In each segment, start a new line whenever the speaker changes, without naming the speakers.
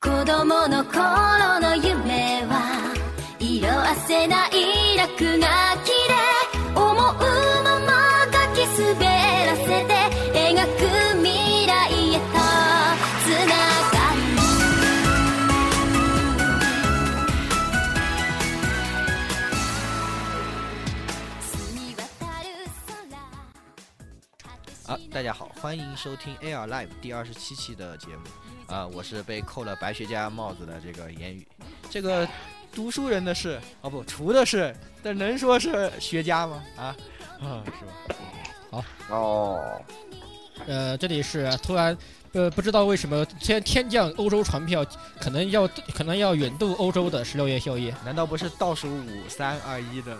子供の頃の夢は色あせない落書きで思うまま書き滑らせて描く未来へとつながる澄み渡る空
啊，大家好，欢迎收听 AR Live 第二十七期的节目。啊，我是被扣了白学家帽子的这个言语。这个读书人的事，哦不，厨的事，但能说是学家吗？啊啊，是吧？
哦，
呃，这里是突然，呃，不知道为什么天天降欧洲船票，可能要可能要远渡欧洲的十六夜宵夜。
难道不是倒数五三二一的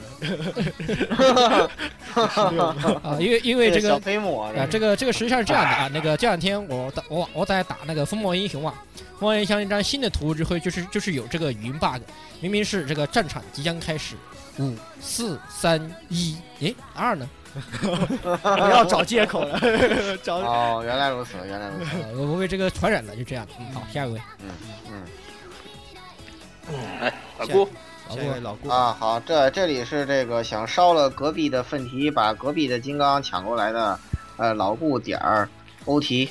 啊，因为因为这
小
个
飞抹
啊，这个这个实际上是这样的啊，那个这两天我打我我在打那个风暴英雄啊，风暴英雄一张新的图指挥就是就是有这个语音 bug，明明是这个战场即将开始，五四三一，诶二呢？
不要找借口了， 找
哦，原来如此，原来如 此。
啊，我我被这个传染了，就这样的。嗯，好，下一位，
嗯
老顾，
老
下一位
郭，
老顾
啊，好，这这里是这个想烧了隔壁的粪蹄，把隔壁的金刚抢过来的，呃，老顾点儿欧提，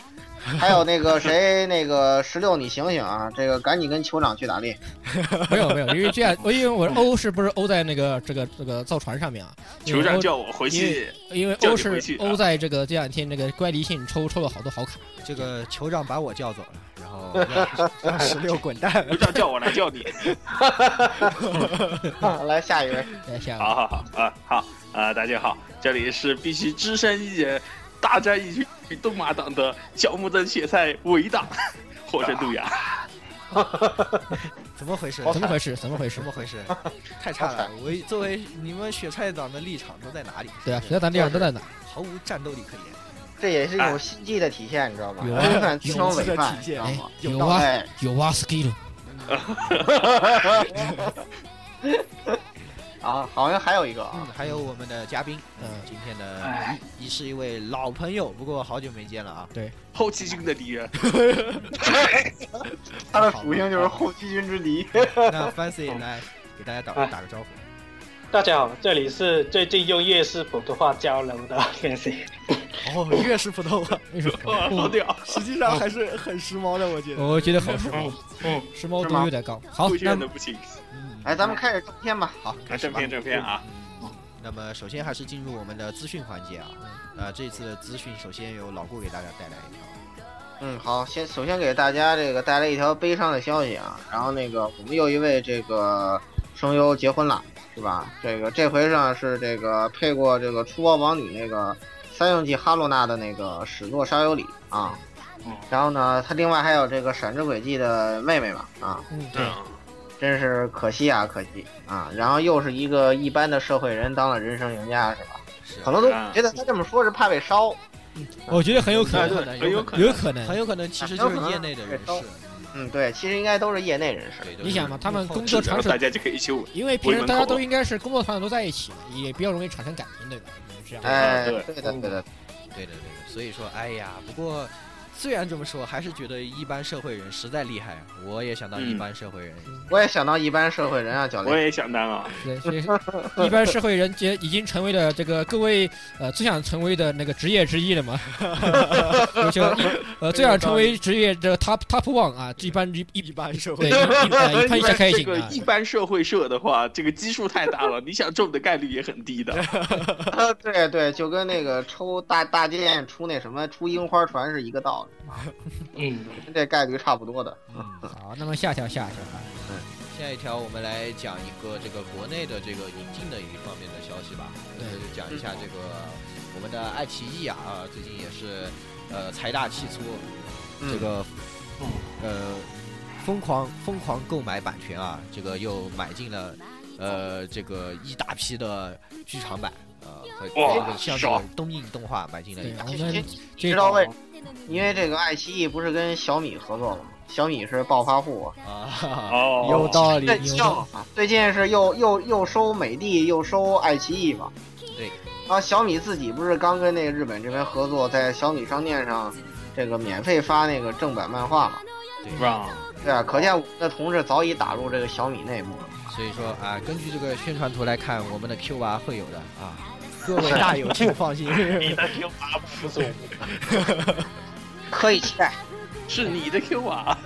还有那个谁，那个十六，你醒醒啊！这个赶紧跟酋长去打猎。
没有没有，因为这样，我因为我欧是不是欧在那个这个这个造船上面啊？因为
酋长
欧
叫我回去，
因为
叫
欧
你回
是
去
欧在这个这两天那个乖离性抽抽了好多好卡，
这个酋长把我叫走了，然 后让让 十六滚蛋
酋长叫我来叫你。
来下一位，
来下一
好
位
好好啊好啊，大家好，这里是必须只身一人大战一群动马党的小木真雪菜维 党，火神杜
啊
亚。
怎么回事？
好
怎么回事？怎么回事
怎？么回事？太差了！我作为你们雪菜党的立场都在哪里？
对啊，谁在咱地上都在哪？
毫无战斗力可言。
这也是一种心机的体现，你知道吗？
有啊
反自称伪
有心机的体现
犯，你知道
哎
吗？，
有啊，
哎，
有啊，skill。
啊，好像还有一个
嗯
啊，，
还有我们的嘉宾，嗯
嗯，
今天的一是一位老朋友，不过好久没见了啊。
后期军的 敌人，
他的属性就是后七军之敌。
那 Fancy 来给大家打打个招呼。
大家好，这里是最近用粤式普通话交流的 Fancy。
哦，越是普通话，
为什
哇，
么？
好屌！
实际上还是很时髦的，我觉得。
我我觉得好时髦，
嗯，
时髦度有点高。好
不，
那
炫的不行。
嗯，
哎，咱们开始正片吧。
好，开
看
始
正
吧。
片正片啊，
嗯那么首先还是进入我们的资讯环节啊。呃，这次的资讯首先由老顾给大家带来一条。
嗯，好，先首先给大家这个带来一条悲伤的消息啊，然后那个我们又一位这个声优结婚了，是吧？这个这回呢是这个配过这个《出包王女》那个三圣纪哈洛娜的那个始作沙有里啊，
嗯
然后呢，他另外还有这个《闪之轨迹》的妹妹嘛啊，
嗯，对，
嗯，
真是可惜啊，可惜啊，然后又是一个一般的社会人当了人生赢家是吧？
是
很多都
啊
觉得他这么说是怕被烧，
我觉得很有可
很有可
能，
能
哎很有可能
有可
很
能。
有可能其实就是业内的人士。嗯
嗯，对，其实应该都是业内人士。
对对
你想嘛，他们工作
然
场
后
所
大，家就可以一起舞。
因为平时大家都应该是工作场所都在一起嘛，也比较容易产生感情，对吧？就是这样。
哎，
啊对
对的，对的，
对的对的，所以说，哎呀，不过虽然这么说，还是觉得一般社会人实在厉害。啊我也想当一般社会人，
嗯
我也想到一般社会人啊，教
我
练。
也想当啊，
对，所以一般社会人也已经成为了这个各位呃最想成为的那个职业之一了嘛，就一呃最想成为职业这个 top top one 啊，一般一一
一般社
对
会
一呃一
一
般一下开
这
心
个
啊，
一般社会社的话，这个基数太大了，你想中的概率也很低的。
啊， 对对，就跟那个抽大大剑出那什么出樱花船是一个道理，
嗯，
跟这概率差不多的。
嗯，
好，那么下一条下一条啊，
下一条我们来讲一个这个国内的这个引进的一方面的消息吧，
对
就是讲一下这个我们的爱奇艺啊，啊最近也是呃财大气粗，
嗯
这个呃疯狂疯狂购买版权啊，这个又买进了呃这个一大批的剧场版。呃，和
哇
这个像这
爽
个东映动画买进了一
对，
大
我
批。
们
你
这
知道为
个
什么？因为这个爱奇艺不是跟小米合作了吗？小米是暴发户啊，
啊，
哦，
道理
这
有
笑
道
话嘛。最近是又又又收美的，又收爱奇艺嘛。
对。
然后小米自己不是刚跟那个日本这边合作，在小米商店上这个免费发那个正版漫画嘛？
对，
让
对啊，可见我们的同志早已打入这个小米内幕了。
所以说啊，根据这个宣传图来看，我们的 Q R 会有的啊，各位大友请放心。
你的 Q R 不是我们的，
可以期待。
是你的 Q 啊！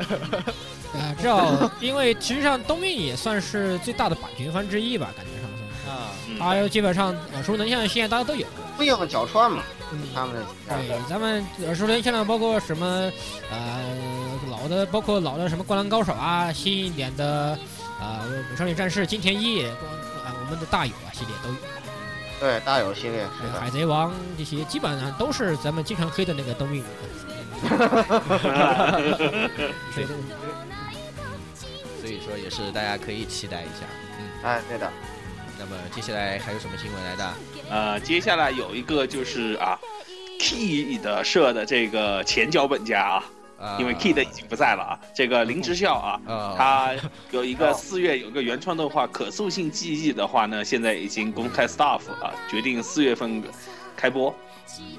啊，这样，因为实际上东映也算是最大的版权方之一吧，感觉上算是。
啊，
嗯
大 家基本上耳熟能详的现在大家都有。
不应角川嘛，
嗯，
他们的
对，咱们耳熟能详的包括什么，呃，老的包括老的什么《灌篮高手》啊，新一点的，啊，《少女战士》金田一，光啊，我们的大友啊系列都有，
对大友系列
还
是
有《
的，
海贼王》这些，基本上都是咱们经常黑的那个东映。
啊
对对对
所以说也是大家可以期待一下。嗯，
哎，对的，
那么接下来还有什么新闻来的？
呃，接下来有一个就是啊，Key 的社的这个前脚本家啊，
啊，
因为 Key 的已经不在了啊，这个林之孝啊，
啊，
他有一个四月有个原创动画《可塑性记忆》的话呢，现在已经公开 staff 啊，决定四月份开播，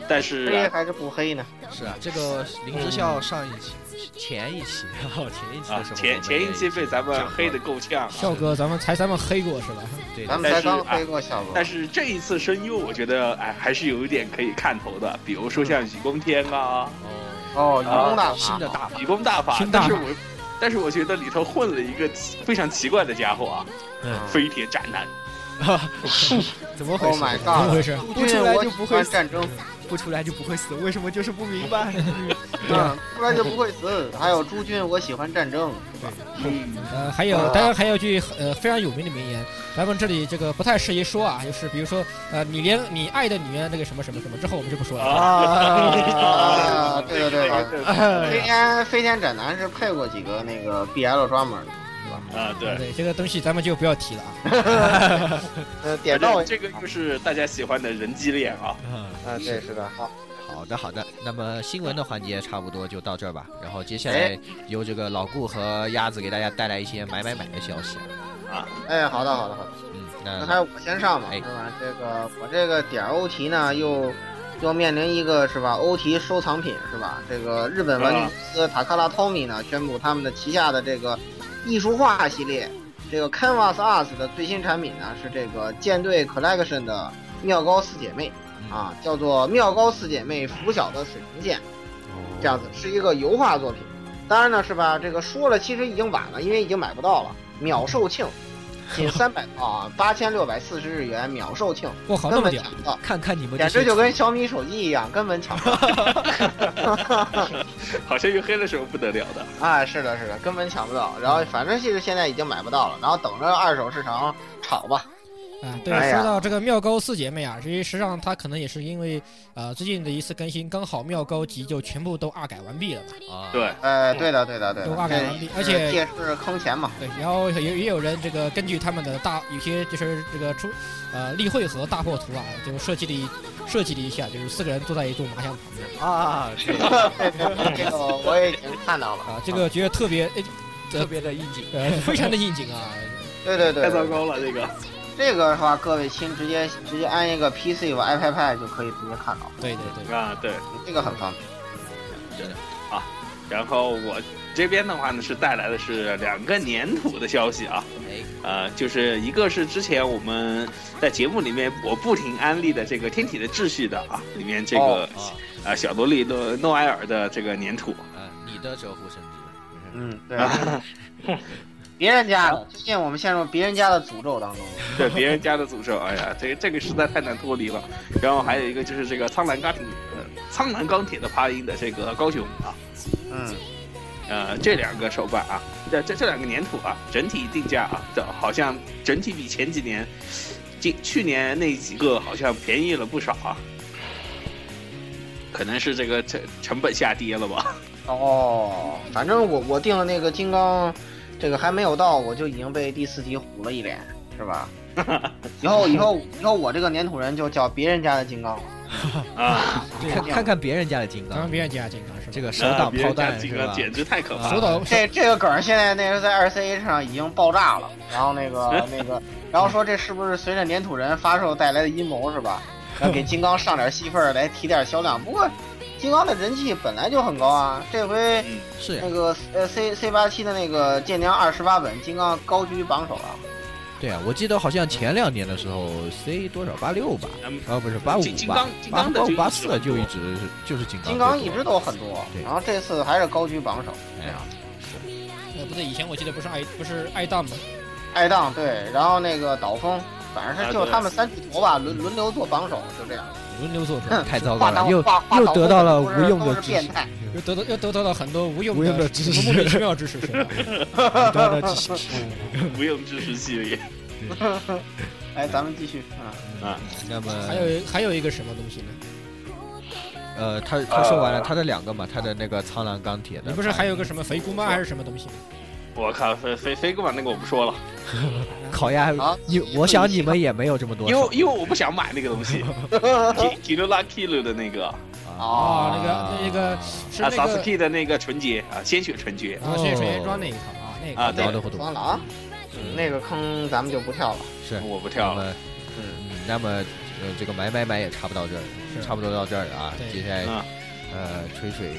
但是
哎
黑
啊
还是不黑呢？
是啊，这个林之孝上一期、前一期， 然后前一期
啊
的时候，
前前一期被咱们黑的够呛啊，
笑哥，咱们才咱们黑过是吧？
对
咱
的，
们才
但是
刚黑过小罗
但，是这一次声优，我觉得哎还是有一点可以看头的，比如
嗯
说像雨宫天啊、
哦，
哦，愚公大
新
法
的，大法
雨宫大法
新，大
但
法
是我但是我觉得里头混了一个奇非常奇怪的家伙啊，
嗯
飞铁斩男。
怎么回
Oh
事？
my
怎么回
god！
事？
不出来
我
就
喜
不
欢
会
战争，
不出来就不会死，为什么就是不明白？
嗯，出来就不会死。还有朱军，我喜欢战争，
呃，还有，当然还有句呃非常有名的名言，咱们这里这个不太适宜说啊，就是比如说呃，你连你爱的女人那个什么什么什么之后，我们就不说了。
啊
啊，
对的对的
对
飞天飞天斩男是配过几个那个 BL 专门的，
啊，对，
对，这个东西咱们就不要提了啊。
呃，点
反
到
正这个就是大家喜欢的人机恋啊。
啊，对，是的，好，
好的，好的。那么新闻的环节差不多就到这儿吧，然后接下来由这个老顾和鸭子给大家带来一些买买买的消息。
哎，好的好的好的。
嗯，
那还
那
是我先上吧，
哎
是吧？这个我这个点儿欧题呢，又又面临一个是吧欧题收藏品是吧？这个日本玩具公司塔克拉 Tomy 呢宣布他们的旗下的这个艺术画系列，这个 Canvas Arts 的最新产品呢是这个舰队 Collection 的妙高四姐妹啊，叫做妙高四姐妹拂晓的水平线，这样子是一个油画作品。当然呢是吧，这个说了其实已经晚了，因为已经买不到了，秒售罄。仅三百啊，八千六百四十日元秒售罄，
我靠，那么
根本
屌！
抢不到，
看看你们
简
这
直
些
就跟小米手机一样，根本 抢不到。
好像又黑了什么不得了的，
啊，是的，是的，根本抢不到。然后反正是现在已经买不到了，然后等着二手市场炒吧。
啊，对，
哎呀
说到这个妙高四姐妹啊，其实实际上她可能也是因为呃最近的一次更新，刚好妙高集就全部都二改完毕了嘛。
啊，
对，
呃，对的，对的，对
都
的，
挖
这
改完毕而且
借势坑 钱嘛。
对，然后也也有人这个根据他们的大有些就是这个出呃例会和大破图啊，就设计了一设计了一下，就是四个人坐在一座麻将旁边。
啊，
对对对这个我也已经看到了。
啊，这个觉得特别，
特别的应景。
呃， 非常的应景啊。
对对
太
对，
糟糕了这个。
这个的话，各位亲直接直接安一个 PC 或 iPad Pad 就可以直接看到了，
对对 对，
啊，对。
这个很方便。
然后我这边的话呢是带来的是两个粘土的消息啊，
哎
呃，就是一个是之前我们在节目里面我不停安利的这个《天体的秩序》的啊，里面这个
哦
哎，啊，
啊小萝莉诺诺埃尔的这个粘土，
呃，你的折乎甚至，
嗯，对。 别人家的，最近我们陷入别人家的诅咒当中。
对别人家的诅咒，哎呀，这个这个实在太难脱离了。然后还有一个就是这个苍兰钢铁，呃苍兰钢铁的发音的这个高雄啊，
嗯，
呃，这两个手办啊，这这这两个粘土啊，整体定价啊，这好像整体比前几年，今去年那几个好像便宜了不少啊，可能是这个成成本下跌了吧？
哦，反正我我订的那个金刚，这个还没有到，我就已经被第四集糊了一脸，是吧？ 以后以后以后我这个粘土人就叫别人家的金刚了。
啊，
看看看别人家的金
当然
刚，
别人家健康是吧？
这个 手挡
别
炮
人家
弹
这
是
个
吧？
简直太可怕
手
了。
抖
这这个梗现在那是在 RCA 上已经爆炸了，然后那 个那个，然后说这是不是随着粘土人发售带来的阴谋是吧？要给金刚上点戏份儿来提点销量。不过金刚的人气本来就很高啊，这回
嗯，
是呀
那，个呃 C C 八七的那个剑娘二十八本，金刚高居榜首啊。
对啊，我记得好像前两年的时候，C 多少八六吧，
嗯
啊不是八五
金金
吧
刚，金
八
刚的
八
就
五
一
八
直
四啊
很
就
多
一直是就是金刚，
金刚一直都很多
对，
然后这次还是高居榜首。
哎呀，
呃，不对，以前我记得不是爱不是爱当吗？
爱当对，然后那个岛风，反正
啊
是就
对
他们三巨头吧，轮轮流做榜首，就这样。
轮流做主，
太糟糕
画岛
了，又
画画
又
岛
得
风
到了
都是
无用
都
的
是
知识
变，态。
又得到又得到了很多无用
无用的
的
知识
莫名其妙的知识，是 吧
得到了知识。
无用知识系列，
哎，咱们继续啊，
那么
还有还有一个什么东西呢？
呃，他他说完了他的两个嘛，他的那个苍狼钢铁的，
你不是还有个什么肥姑妈还是什么东西吗？
我靠，飞飞飞哥嘛，那个我不说了，
烤鸭
好？
你我想你们也没有这么多
因为因为我不想买那个东西
嗯
，Ki k i l o l a Kilo 的那个啊
哦
啊
那个那个是那个
，Sasuke 的那个纯洁啊，鲜血纯洁，
啊，是
哦
水原装那一套啊，那
啊
个
对
聊得不多
完了啊，那个坑咱们就不跳了。
是
我不跳
嗯那
了，
么嗯，那么呃这个买买买也差不到这儿，
是
差不多到这儿了啊，
对
接下来
嗯
呃，吹水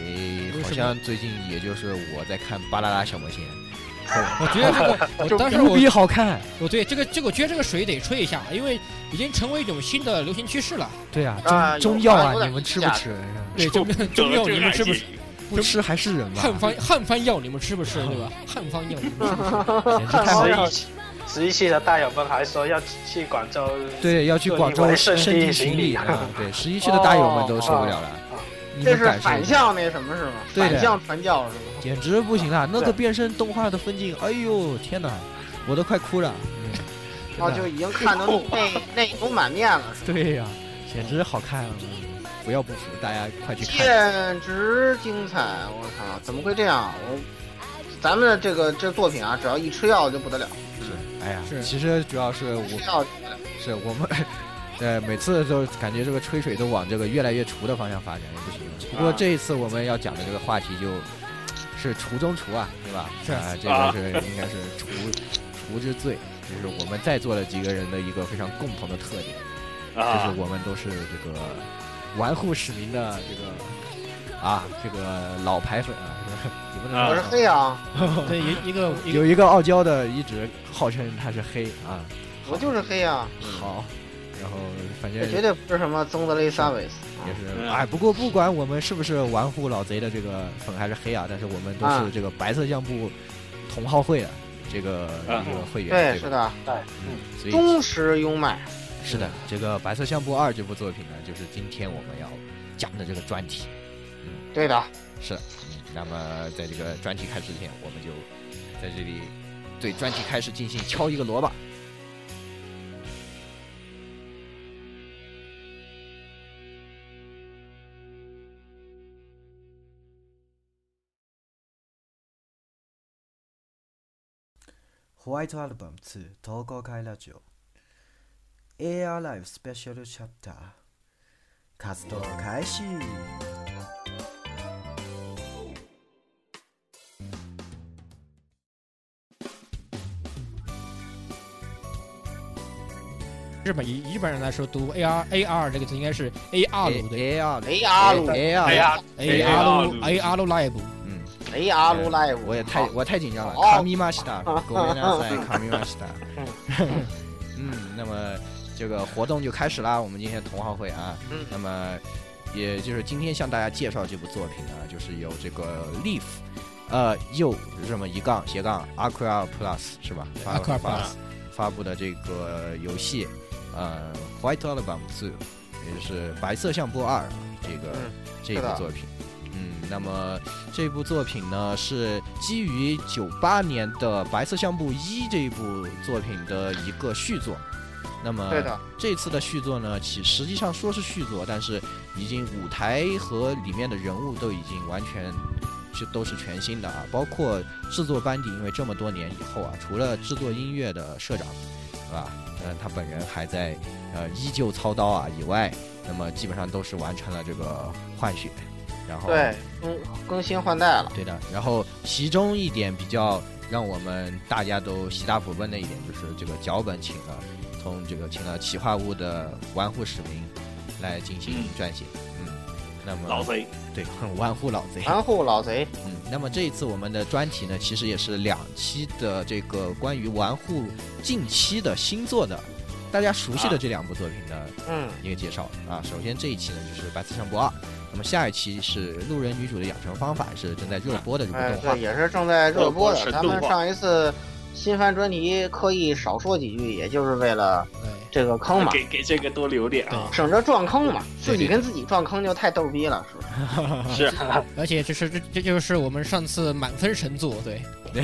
为
好
什
像最近也就是我在看《巴啦啦小魔仙
我觉 得这个，我当时》，
无
我
比好看。
我对这个这个，我觉得这个水得吹一下，因为已经成为一种新的流行趋势了。
对啊，
啊
中中
有
药
有
啊，
点
你们吃不
假
吃？
对，中中药你们吃不吃？
不吃还是人吧？
汉方汉方药你们吃不吃？对吧？汉方药你们吃不吃？
简直太
十
美
一期十一期的大友们还说要去广州，
对，要去
就
广
你
州
们
圣
圣地
地
巡
巡
礼
礼
啊
啊！对，十一区的大友们都受不了了，你
哦这
们
是
感受
反
一下，
向那什么是吗？
对的
反向传教是吗？
简直不行了！那个变身动画的分镜，哎呦天哪，我都快哭了。嗯
哦，就已经 看得内内容满面了，是吧
对呀，简直好看，嗯不要不服，大家快去看。
简直精彩！我操，怎么会这样？我咱们的这个这作品啊，只要一吃药就不得了，
哎呀，
是
其实主要是我
吃药就不得了。
是我们， 呃，每次都感觉这个吹水都往这个越来越厨的方向发展，也不行了。不过这一次我们要讲的这个话题就，是厨中厨啊，对吧？
是
啊，这个是应该是 厨厨之最，就是我们在座的几个人的一个非常共同的特点，就
啊
是，我们都是这个玩忽使命的这个啊，这个老牌粉啊，是吧你们能
啊
我
说
是黑羊，
对，一一个一个
有一个傲娇的一直号称他是黑啊，
我就是黑羊，
好，然后反正
这绝对不是什么宗德雷萨维斯啊
也是，
嗯
哎，不过不管我们是不是玩户老贼的这个粉还是黑啊，但是我们都是
啊
这个白色相簿同好会的这个
啊
一个会员，
对，
这
是
个
的，
嗯所以
忠实拥麦。
是的，这个白色相簿二这部作品呢，就是今天我们要讲的这个专题。
对的，
是，嗯，那么在这个专题开始之前，我们就在这里对专题开始进行敲一个锣吧。
ホワイトアルバム2投稿会ラジオ AR ライブスペシャルチャプター活動開始
日本以日本人来说，读 A R A R 这个字应该是 A
哎
R 鲁的
A R
雷阿鲁，
A
哎
R，
呀，
A R 鲁 A R 鲁 live。
嗯，
雷阿鲁 live，
哎我也太我太紧张了，
好
卡米马西 达，狗没纳塞，卡米马西达。 嗯，那么这个活动就开始啦，我们今天同好会啊，
嗯
那么也就是今天向大家介绍这部作品啊，就是由这个 Leaf，呃，又这么一杠斜杠 Aqua Plus 是吧
Aqua
发
Plus
发布的这个游戏，呃，White Album Two，也就是白色相簿二这个、
嗯
这
是
部
的
作品。嗯，那么这部作品呢是基于九八年的《白色相簿一》这一部作品的一个续作。那么
对的，
这次的续作呢，其实际上说是续作，但是已经舞台和里面的人物都已经完全是都是全新的啊，包括制作班底，因为这么多年以后啊，除了制作音乐的社长，啊，嗯，他本人还在呃依旧操刀啊以外，那么基本上都是完成了这个换血，然后
对，更更新换代了，
对的，然后其中一点比较让我们大家都喜大普奔的一点，就是这个脚本请了从这个请了企划部的玩户使明来进行撰写，嗯，那么
老贼，
对，很玩忽老贼。
盘户老贼，
嗯，那么这一次我们的专题呢，其实也是两期的这个关于玩户近期的新作的，大家熟
啊
悉的这两部作品的
嗯，
一个介绍啊。首先这一期呢就是《白色相簿二》，那么下一期是《路人女主的养成方法》，是正在热播的这部
哎，
嗯动画
对，。也是正在热播
热播
的。
是
咱
动
们
画
上一次新番专题刻意少说几句，也就是为了
对，
这个坑嘛，
给给这个多留点啊，
省着撞坑嘛。
对
自己跟自己撞坑就太逗逼了，是不是？
是
而且这是这这就是我们上次满分神作，对，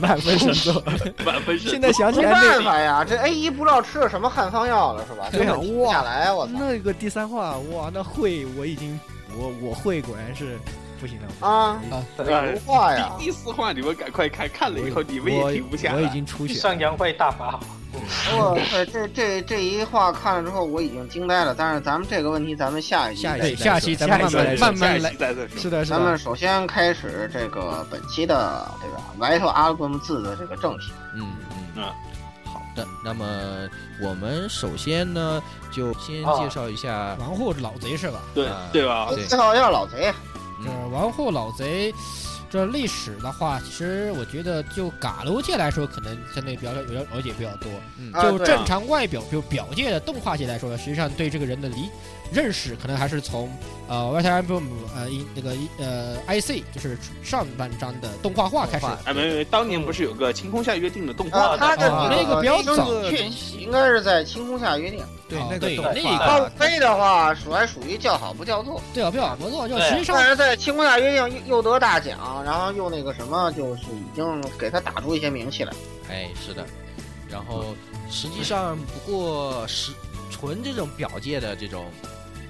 满分神 作，
满分是
现在想起
没
来
办
哎那
法呀，这 A 一不知道吃了什么汉方药了，是吧？
对
根
啊
本停不下来，我操！
那个第三话，哇，那会我已经我我会果然是不行了。
啊，
哎
油画呀，
第第四话你们赶快看，看了以后你们也停不下
我已
来。
经出血
上
了。
扬会大法好，
我这这这这一话看了之后，我已经惊呆了。但是咱们这个问题，咱们下一
下一
再
期
对，
再说
下期咱
下
们
一
慢
期再说
慢慢慢来
下一期，再再说。
是的，是
咱
的
们。首先开始这个本期的这个《歪头阿拉伯字》的这个正题。
嗯嗯
啊
好的，那么我们首先呢，就先
啊
介绍一下，
玩户老贼是吧？
对
啊
对吧？
对
最后要老贼，啊
这
嗯，
玩户老贼，这历史的话，其实我觉得就嘎楼界来说，可能相对比较了了解比较多。
嗯
啊
就
对
正常外表，就表界的动画界来说，实际上对这个人的理认识，可能还是从呃 Y T M b o o 呃一那个一呃 I C 就是上半章的动画化开始。
哎，没没，当年不是有个《晴空下约定》的动
啊，
画
他的
啊
这
那个比较早
确应该是在清空下约定。
对
哦
那个
对
动
那
画啊
个
高飞的话，属还属于叫好不叫座，
对啊，不要我做，就
对
实际上
但是在清空下约定又又得大奖，然后又那个什么，就是已经给他打出一些名气来。
哎，是的。然后实际上，不过是纯这种表界的这种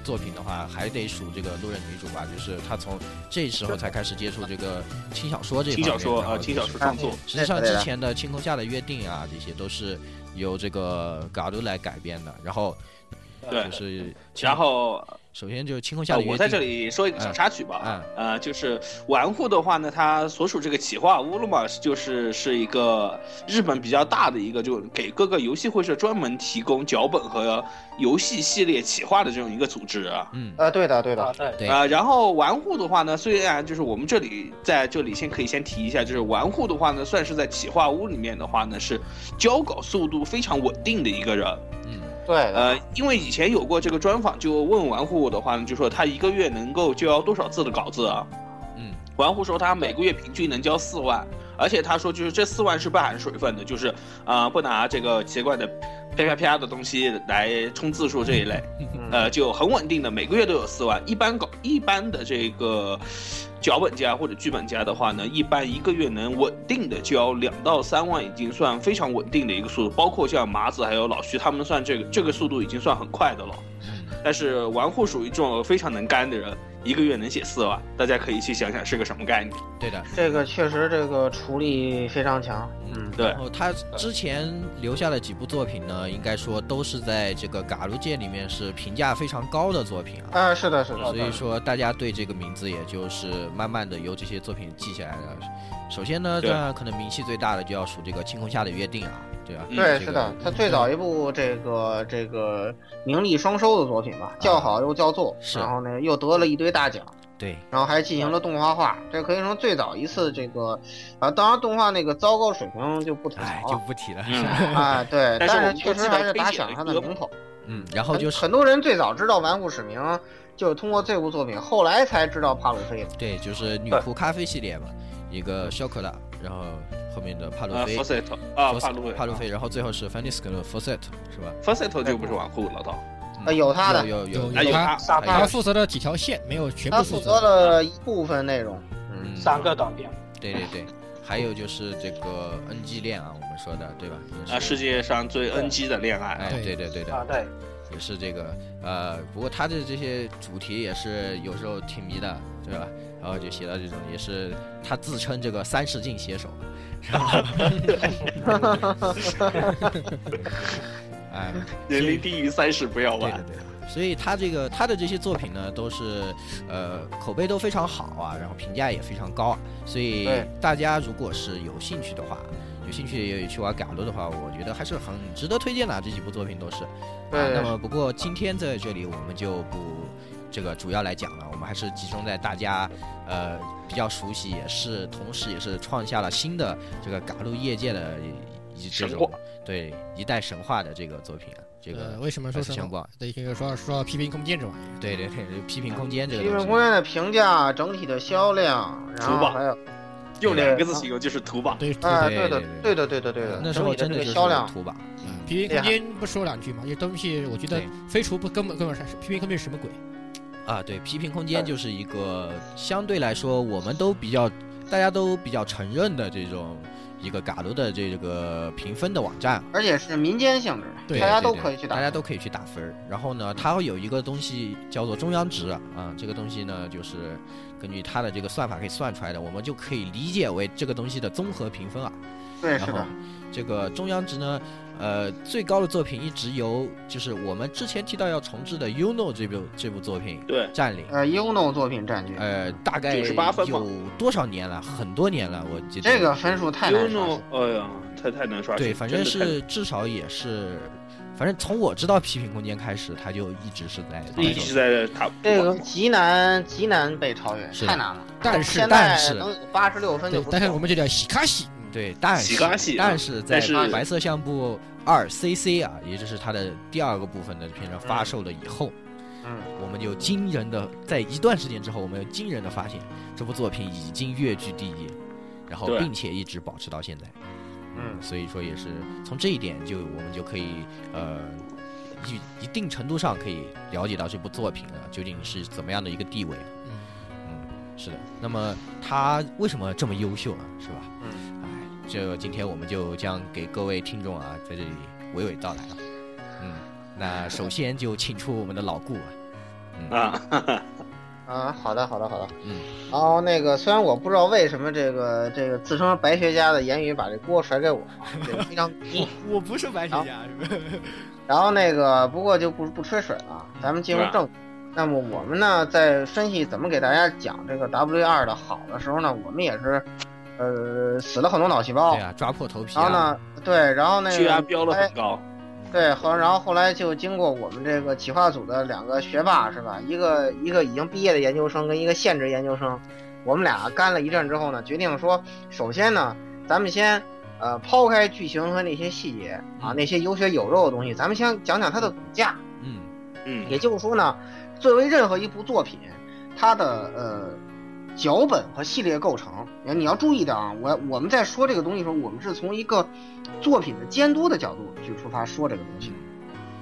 作品的话，还得数这个路人女主吧，就是她从这时候才开始接触这个轻小说这一
轻
方
小
面
说
然后
啊，
就
轻小
是
说创作。
实际上之前的《清空下的约定》啊，这些都是由这个嘎鲁来改编的。然后
对
就是，
然后
首先就是《清空下
呃
的约定》
我在这里说一个小插曲吧，
嗯
啊，呃，就是玩户的话呢，它所属这个企划乌鲁玛就是是一个日本比较大的一个，就给各个游戏会社专门提供脚本和游戏系列企划的这种一个组织啊。
嗯，
呃，对的，对
啊
的，
对，
对
呃，然后玩户的话呢，虽然就是我们这里在这里先可以先提一下，就是玩户的话呢，算是在企划屋里面的话呢，是交稿速度非常稳定的一个人。
嗯，
对的。
呃，因为以前有过这个专访，就问玩户的话呢，就说他一个月能够交多少字的稿子啊？
嗯，
玩户说他每个月平均能交四万，而且他说就是这四万是不含水分的，就是啊、呃不拿这个奇怪的啪啪啪的东西来充字数这一类，呃就很稳定的，每个月都有四万。一般稿一般的这个脚本家或者剧本家的话呢，一般一个月能稳定的交两到三万，已经算非常稳定的一个速度。包括像麻子还有老徐他们算这个这个速度已经算很快的了。
嗯
但是玩户属于这种非常能干的人，一个月能写四万，大家可以去想想是个什么概念。
对的，
这个确实，这个处理非常强。嗯，
对
然后他之前留下的几部作品呢，应该说都是在这个嘎鲁界里面是评价非常高的作品啊。
啊，是的，是的，
所以说，大家对这个名字也就是慢慢的由这些作品记下来的。首先呢，
对
当然可能名气最大的就要数这个《清空下的约定》啊，对吧？
嗯
对，
这
是
个嗯
的，他最早一部这个这个名利双收的作品吧，叫好又叫座，
是
然后呢又得了一堆大奖，
对，
然后还进行了动画化，这可以说最早一次这个，啊，当然动画那个糟糕水平就不吐
哎，
槽
就
了，
不提了。
嗯
啊，对，
但是我
但
们
确
都
实
知道
还是
推
打
荐
响
了
它的
歌
名头。
嗯，然后
很
就是
很多人最早知道玩物使命，就是通过这部作品，后来才知道帕鲁菲的。
对，就是女仆咖啡系列嘛，一个 s h o c o l a 然后后面的帕洛
呃
菲。
，Fawcett 啊，
Fawcett-
帕路
帕洛菲，然后最后是 f a n i s k 的 Fawcett 是吧？
，Fawcett 就不是玩户了都。
嗯
呃有他的
有有
有
哎，有
他
他，
沙
还
他
有
发
负责了几条线，没有全
他
部
负
负
责
责。
啊
了一部分内容，
嗯
三个短片，
对对 对，还有就是这个 NG 恋啊，我们说的对吧？也
啊，世界上最 NG 的恋爱啊，
哎，对对对
啊
的，
对，
也是这个呃，不过他的这些主题也是有时候挺迷的，对吧？然后就写到这种，也是他自称这个三十进写手，然后， 哎，
年龄低于三十不要
对
玩
的。对的。所以他这个他的这些作品呢，都是呃口碑都非常好啊，然后评价也非常高啊。所以
对
大家如果是有兴趣的话，有兴趣也去玩嘎罗的话，我觉得还是很值得推荐的啊。这几部作品都是。啊
对
那么不过今天在这里我们就不这个主要来讲了，我们们还是集中在大家呃比较熟悉，也是同时也是创下了新的这个嘎路业界的一这
神
种
话
对一代神话的这个作品啊，这
呃，
个
为什么说
还是
什
相
么
关？
对，这个说说批评空间这玩意儿，
对对对，批评空间这
《
个
基
东
本
西嗯
公园》的评价、整体的销量，然
福
后
报
还有
用两个字
啊
形容就是图吧。
对，
哎，
对
对的
对，
对的，对的，对的。
那时
整
候
体的
真
这
的
个
就是
销量，
图吧，嗯
批评
厉
空
害
间不说两句嘛，这东西我觉得
对
飞除不根本根本是批评空间是什么鬼？
啊，对，批评空间就是一个相对来说我们都比较，大家都比较承认的这种一个嘎鲁的这个评分的网站，
而且是民间性质
对
的，大家
对
都
对
可以去打
大。家都可以去打分儿。然后呢，它会有一个东西叫做中央值啊、这个东西呢就是根据它的这个算法可以算出来的，我们就可以理解为这个东西的综合评分啊。
对，
然
是
后
的，
这个中央值呢，呃，最高的作品一直由就是我们之前提到要重置的《UNO》这部这部作品
对，
占领。
呃，UNO 作品占据
呃，大概
98分嘛
有多少年了？很多年了，我记得
这个分数太难刷
UNO，
新。
哎呀，太太难刷新，
对，反正
真的太
是至少也是，反正从我知道批评空间开始，他就一直是在
难一直在塔
这个极难极难被超越，
是的
太难了。
但是
现
但
在
是
能有八十六分就
对
不，错
但是我们这叫喜卡喜，
对，但
嗯洗
是
干洗
但
了
是在
但是
白色相簿二 CC 啊，也就是它的第二个部分的篇
嗯
章发售了以后，
嗯，
我们有惊人的在一段时间之后，我们有惊人的发现，这部作品已经跃居第一，然后
对
并且一直保持到现在。
嗯，
所以说也是从这一点就我们就可以呃一一定程度上可以了解到这部作品啊究竟是怎么样的一个地位。啊
嗯，
是的，那么他为什么这么优秀啊？是吧？
嗯，
哎，这今天我们就将给各位听众啊，在这里娓娓道来了。嗯，那首先就请出我们的老顾啊，
啊，
啊，好的，好的，好的。
嗯。
然后那个，虽然我不知道为什么这个这个自称白学家的言语把这锅甩 给我，这个非常低。
我不是白
学
家，是吧？
然后那个，不过就不不吹水了，咱们进入正题。
啊
那么我们呢，在分析怎么给大家讲这个 W 二的好的时候呢，我们也是，呃，死了很多脑细胞。
对啊，抓破头皮
然后
啊，
呢，对，然后那
血压
个
飙了
哎
很高，
对，后然后后来就经过我们这个企划组的两个学霸是吧？一个一个已经毕业的研究生跟一个现职研究生，我们俩干了一阵之后呢，决定说，首先呢，咱们先呃抛开剧情和那些细节啊，那些有血有肉的东西，咱们先讲讲它的骨架。
嗯，
嗯，
也就是说呢，作为任何一部作品，它的呃脚本和系列构成，你你要注意的啊，我我们在说这个东西的时候，我们是从一个作品的监督的角度去出发说这个东西。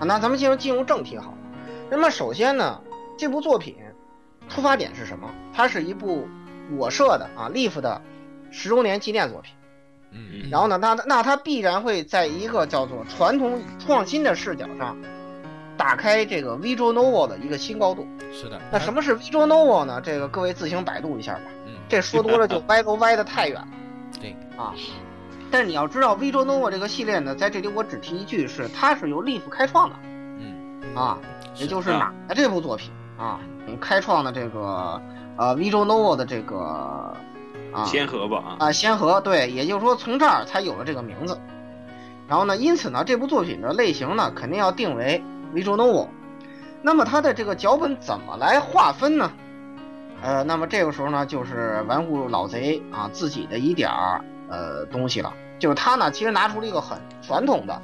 啊，那咱们进入进入正题好了。那么首先呢，这部作品出发点是什么？它是一部我社的啊 Leaf 的十周年纪念作品。
嗯
然后呢，那那它必然会在一个叫做传统创新的视角上，打开这个 Visual Novel 的一个新高度。
是的。
那什么是 Visual Novel 呢？这个各位自行百度一下吧，
哎嗯，
这说多了就歪都歪得太远了。
对
啊，但是你要知道 Visual Novel 这个系列呢，在这里我只提一句是，它是由 Leaf 开创的。
嗯，
啊，也就是哪的这部作品啊，开创的这个呃 Visual Novel 的这个啊
先河吧啊，
啊先河，对，也就是说从这儿才有了这个名字。然后呢，因此呢，这部作品的类型呢，肯定要定为 Visual Novel。那么它的这个脚本怎么来划分呢？呃，那么这个时候呢，就是顽固老贼啊自己的一点儿呃东西了，就是他呢其实拿出了一个很传统的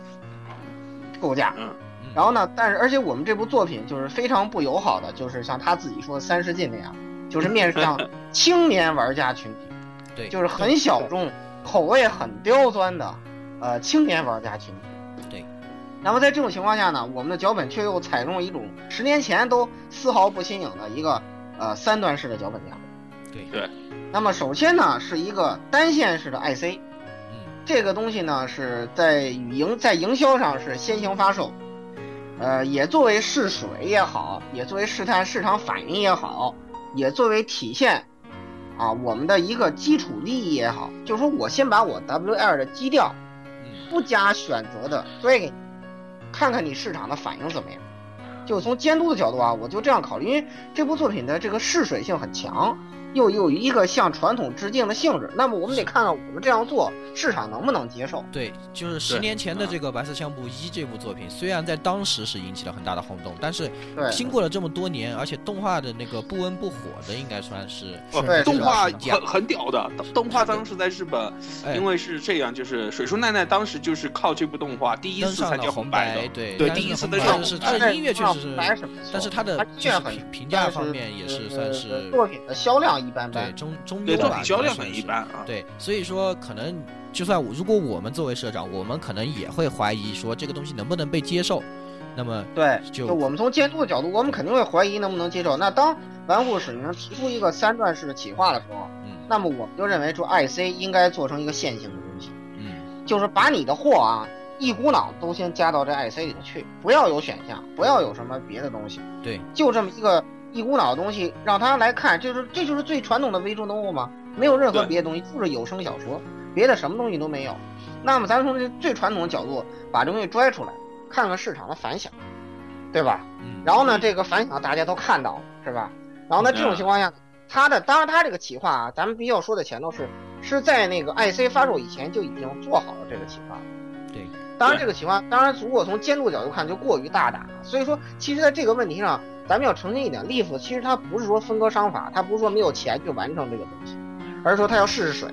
构架，
嗯
然后呢，但是而且我们这部作品就是非常不友好的，就是像他自己说三十禁那样，就是面向青年玩家群体，
对
就是很小众、口味很刁钻的，呃，青年玩家群体。
对。
那么在这种情况下呢，我们的脚本却又采用了一种十年前都丝毫不新颖的一个呃三段式的脚本架构。
对
对。
那么首先呢，是一个单线式的 IC，
嗯
这个东西呢是在与营在营销上是先行发售，呃，也作为试水也好，也作为试探市场反应也好，也作为体现啊我们的一个基础利益也好，就是说我先把我 W L 的基调
嗯
不加选择的推给你，看看你市场的反应怎么样。就从监督的角度啊，我就这样考虑，因为这部作品的这个试水性很强，又有一个向传统致敬的性质。那么我们得看看我们这样做市场能不能接受。
对，就是十
对嗯
年前的这个《白色相簿一》这部作品，虽然在当时是引起了很大的轰动，但是
对，
经过了这么多年，而且动画的那个不温不火的，应该算是
对
动画
是的
很很屌的，动动画当时在日本，
哎
因为是这样，就是水树奈奈当时就是靠这部动画第一
登
次
上
参加
了
红
红
白的，
对
对
但
第一次
红白
登上
是
但
它的音乐确实是，
还是不错，
但是它的
它
就
音乐
是
很
评评价
但
方面也是算
呃
是
作品的销量一般
对
般。
中中
对
优
作
吧
品，销量
可能
很
算
一
是
般啊。
对，所以说可能就算我如果我们作为社长，我们可能也会怀疑说这个东西能不能被接受。那么
对，
就
就我们从监督的角度，我们肯定会怀疑能不能接受。那当玩户使能提出一个三段式的企划的时候，
嗯
那么我们就认为说 IC 应该做成一个线性的东西，
嗯，
就是把你的货啊一股脑都先加到这 IC 里去，不要有选项，不要有什么别的东西，
对，
就这么一个一股脑的东西让他来看，就是这就是最传统的微中动物嘛，没有任何
对
别的东西，就是有声小说，别的什么东西都没有。那么咱们从这最传统的角度把这东西拽出来，看看市场的反响，对吧？
嗯
然后呢，这个反响大家都看到了，是吧？然后呢，这种情况下，他的当然他这个企划啊，咱们必须要说的前头是是在那个 IC 发售以前就已经做好了这个企划。
对，
当然
对
这个企划，当然如果从监督角度看就过于大胆了。所以说，其实在这个问题上，咱们要澄清一点，利弗其实他不是说分割商法，他不是说没有钱去完成这个东西，而是说他要试试水。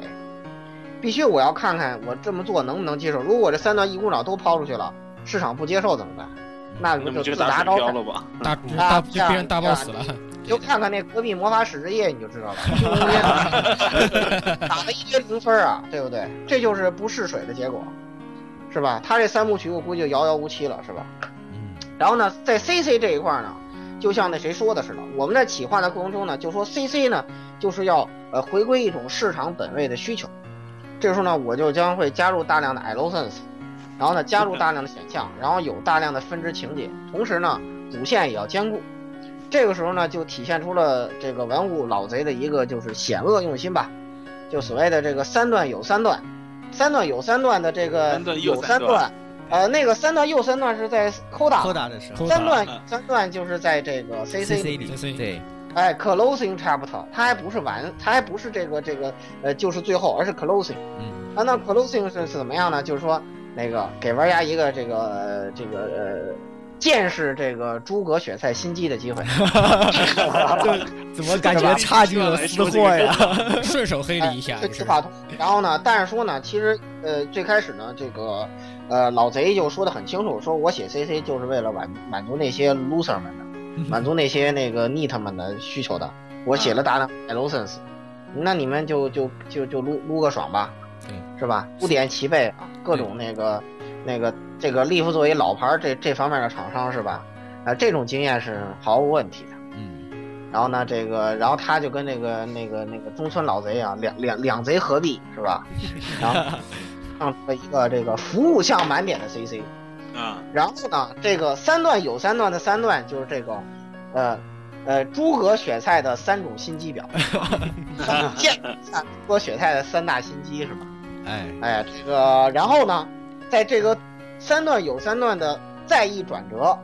必须我要看看我这么做能不能接受。如果我这三段一股脑都抛出去了，市场不接受怎么办？那
嗯那
你
么
就
就
自
打
砸
水
招
漂
牌。
了吧？
大
嗯
大
啊
就
这样
被人大
这
boss
样
了，
你就看看那隔壁魔法使之夜，你就知道了。就中间 打打了一堆零分啊，对不对？这就是不试水的结果，是吧？他这三部曲我估计就遥遥无期了，是吧？
嗯
然后呢，在 CC 这一块呢，就像那谁说的似的，我们在企划的过程中呢，就说 CC 呢就是要呃回归一种市场本位的需求。这个时候呢，我就将会加入大量的 i l o s e n s e 然后呢加入大量的选项，然后有大量的分支情节，同时呢主线也要兼顾。这个时候呢，就体现出了这个玩物老贼的一个就是险恶用心吧，就所谓的这个三段有三段，三段有三段的这个
三段又
有
三
三
段
段，呃，那个三段又三段是在 CODA
扣打的时候，
三段
嗯
三段就是在这个 CC 里，
里
CC
对，
哎，closing chapter，它还不是完，它还不是这个这个呃，就是最后，而是 closing。
嗯
啊，那 closing 是是怎么样呢？就是说那个给玩家一个这个呃这个呃。见识这个诸葛雪菜心机 的机会，
怎么
感觉
差距了私货呀？
顺手黑了一下，
哎这
就
这
是
话筒。然后呢，但是说呢，其实呃最开始呢，这个呃老贼就说的很清楚，说我写 CC 就是为了满满足那些 loser 们 的，满足那些那个 neat 们的需求的。我写
嗯
了大量 e l o s e n s e 那你们就就就就撸撸个爽吧，
对
是吧？不点齐备啊，各种那个那个这个利夫作为老牌儿这这方面的厂商是吧？啊，这种经验是毫无问题的。
嗯
然后呢，这个，然后他就跟那个那个那个中村老贼啊，两两两贼合璧是吧？然后上出了一个这个服务项满点的 CC。
啊，
然后呢，这个三段有三段的三段就是这个，呃呃，诸葛雪菜的三种心机婊，见啊诸葛雪菜的三大心机是吧？
哎
哎，这个，然后呢，在这个三段有三段的再一转折，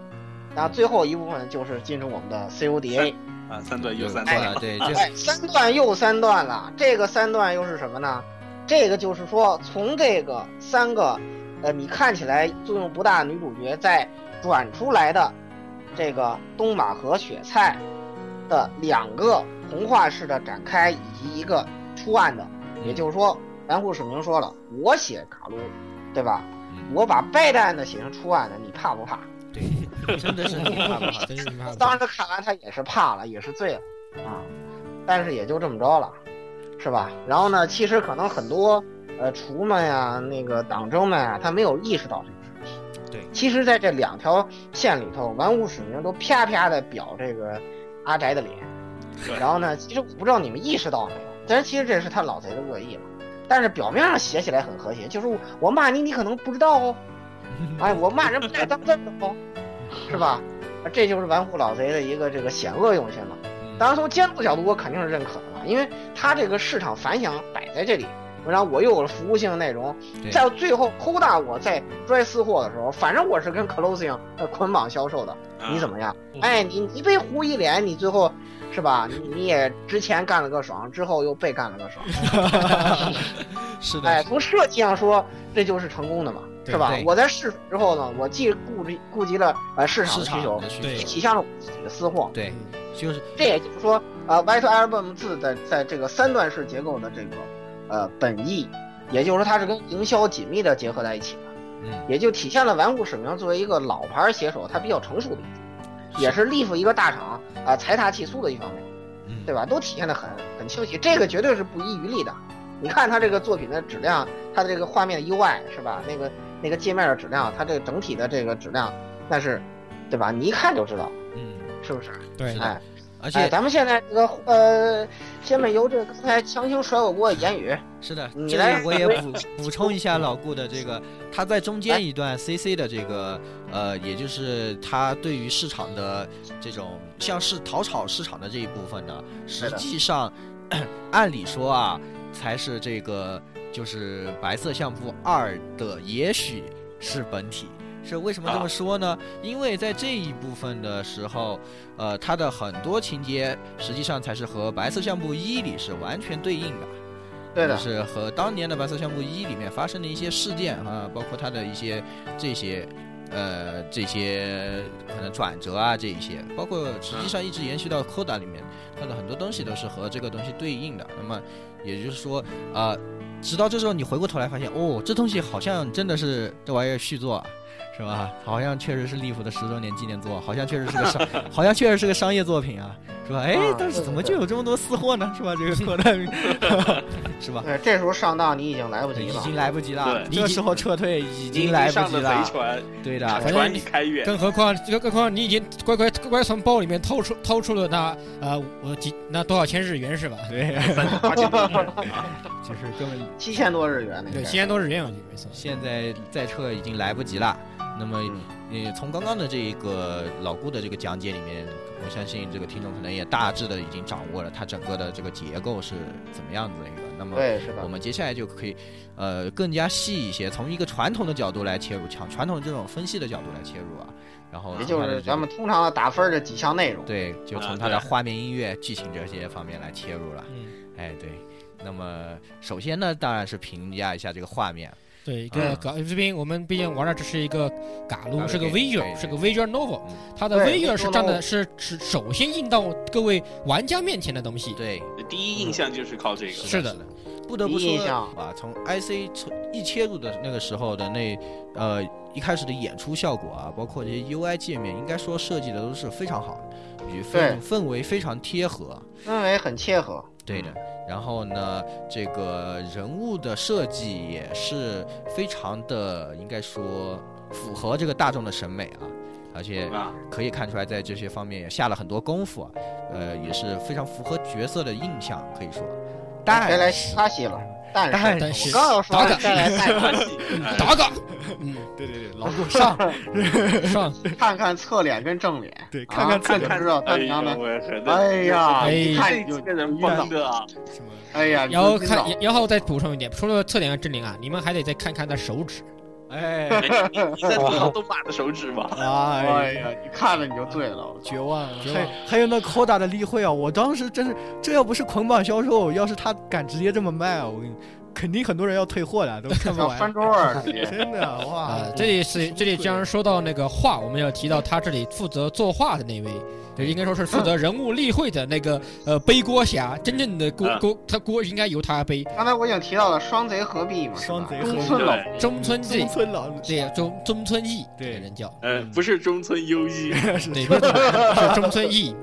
然后最后一部分就是进入我们的 CODA。
啊，三段又三
对
段，
对，这
哎，三段又三段了，这个三段又是什么呢？这个就是说，从这个三个，呃，你看起来作用不大的女主角再转出来的这个东马和雪菜的两个童话式的展开，以及一个出案的，也就是说，蓝护使明说了，我写卡路，对吧？我把败蛋的写成出案的，你怕不怕？
对，真的是挺怕不怕，
真是妈的
当时看完他也是怕了，也是醉了啊，但是也就这么着了，是吧？然后呢，其实可能很多呃厨们呀、那个党争们啊，他没有意识到这个事情。
对，
其实在这两条线里头，玩物使命都啪啪的表这个阿宅的脸
对，
然后呢，其实我不知道你们意识到没有，但是其实这是他老贼的恶意了。但是表面上写起来很和谐，就是我骂你，你可能不知道哦，哎，我骂人不带脏字儿的哦，是吧？啊这就是玩户老贼的一个这个险恶用心了。当然，从监督角度，我肯定是认可的，因为他这个市场反响摆在这里，文章，我又有了服务性的内容
对。
在最后 Hoda 我在拽私货的时候，反正我是跟 Closing 呃捆绑销售的，
啊
你怎么样？哎，你你被糊一脸，你最后是吧？你你也之前干了个爽，之后又被干了个爽。
是的，
哎，从设计上说，这就是成功的嘛，
对
是吧
对？
我在试水之后呢，我既顾及顾及了呃市场
市
的需
场
求，
的需
对
也
求，
体现了我自己的私货。
对，就是
这也就是说，呃，White Album 字的在这个三段式结构的这个呃本意，也就是说它是跟营销紧密的结合在一起的，
嗯，
也就体现了顽固使命作为一个老牌写手，他比较成熟的一面，也是力服一个大厂啊财大气粗的一方面，
嗯
对吧？都体现得很很清晰，这个绝对是不遗余力的。你看他这个作品的质量，他这个画面的 UI 是吧？那个那个界面的质量，它这个整体的这个质量，那是，对吧？你一看就知道，
嗯，
是不是？
对
是，
哎
的，而
哎，
且
咱们现在这个呃，先面由这刚才强行甩我锅的言语，
是的，
你
这
来
里我也补补充一下老顾的这个，他在中间一段 CC 的这个，呃，也就是他对于市场的这种像是讨炒市场的这一部分呢，实
的
际上按理说啊，才是这个就是白色相簿二的，也许是本体。是为什么这
啊
么说呢？因为在这一部分的时候，呃，它的很多情节实际上才是和白色相簿一里是完全对应的。
对的
就，是和当年的《白色相簿一》里面发生的一些事件啊，包括它的一些这些呃这些可能转折啊这一些，包括实际上一直延续到《Coda》里面，它的很多东西都是和这个东西对应的。那么也就是说啊、呃直到这时候你回过头来发现，哦，这东西好像真的是这玩意儿续作啊。是吧？好像确实是利弗的十周年纪念作，好像确实是个商，好像确实是个商业作品啊，是吧？哎
啊，
但是
对
怎么
对
就有这么多私货呢？是吧？这个 Coda，是 吧？
对，呃这时候上当你已经来不及
已
了。
经来不及了
对，
这时候撤退已
你
经
你
来不
上
及
的
了
贼。船，
对
啊
的，
反
船
正
你开远，
更何况，更何况你已经乖乖乖乖从包里面掏出掏出了那呃我几那多少钱日元是吧？对，
而且
就是根本
七千多日元那
对，
个
七千多日啊元我记得没错。
现在再撤已经来不及了。那么，
嗯
呃，从刚刚的这一个老顾的这个讲解里面，我相信这个听众可能也大致的已经掌握了它整个的这个结构是怎么样子的一个。那么，
对，是的
我，们接下来就可以，呃，更加细一些，从一个传统的角度来切入，强传统这种分析的角度来切入啊。然后
也
从
就
它的
是
这
咱
个
们通常的打分的几项内容。
对，就从
啊
它的
对
画面、音乐、剧情这些方面来切入了。
嗯，
哎，对。那么首先呢，当然是评价一下这个画面。
对，一个
嗯
搞这边我们毕竟玩的只是一个嘎
嘎
撸，
撸
是个
game，对
visual，是个 visual novel，
嗯
它的
对
visual 是
visual
站
novel
的是是首先映到各位玩家面前的东西。
对，
第一印象就是靠这个。
是的
的，不得不
第一印
说
象
啊，从 IC 从一切入的那个时候的那呃一开始的演出效果啊，包括这些 UI 界面，应该说设计的都是非常好的，与氛氛围非常贴合。
氛围很切合，
对的。然后呢，这个人物的设计也是非常的，应该说符合这个大众的审美啊，而且
啊，
可以看出来在这些方面也下了很多功夫啊，呃，也是非常符合角色的印象，可以说。但
该来
是
其他戏了。但
但
是，
但是
我刚要说
打
该来 看
关系哎
打岗，嗯，
对对对，老顾上
上，
看看侧脸跟正脸，
对
看看侧脸知道他
哎
娘
呀，
的。
我也觉得，
哎呀，
哎
一看
这
你就
这个人崩的啊，
什么
哎呀，你
然后
就知道
看，然后再补充一点，除了侧脸和正脸啊，你们还得再看看他手指。
哎
哎你你在头上都马的手指吧？
哎
哎呀，
呀，你看了你就醉了。我操
绝望了！
绝
还
望
还有那 Koda 的例会啊，我当时真是，这要不是捆绑销售，要是他敢直接这么卖啊，我跟你肯定很多人要退货的，都看不
要
完。
翻桌儿，直接
真的 哇
啊，！这里是这里，既然说到那个画，我们要提到他这里负责作画的那位，对，
嗯
应该说是负责人物立绘的那个呃背锅侠，真正的锅
嗯
锅他锅应该由他背。
嗯
刚才我已经提到了双贼合璧嘛，是吧
双贼合
中
璧
村老
对，
中村纪
嗯中，村老
对，中中村义，
对
人叫，
呃，不是中村优一，
是
对，没错是中村义。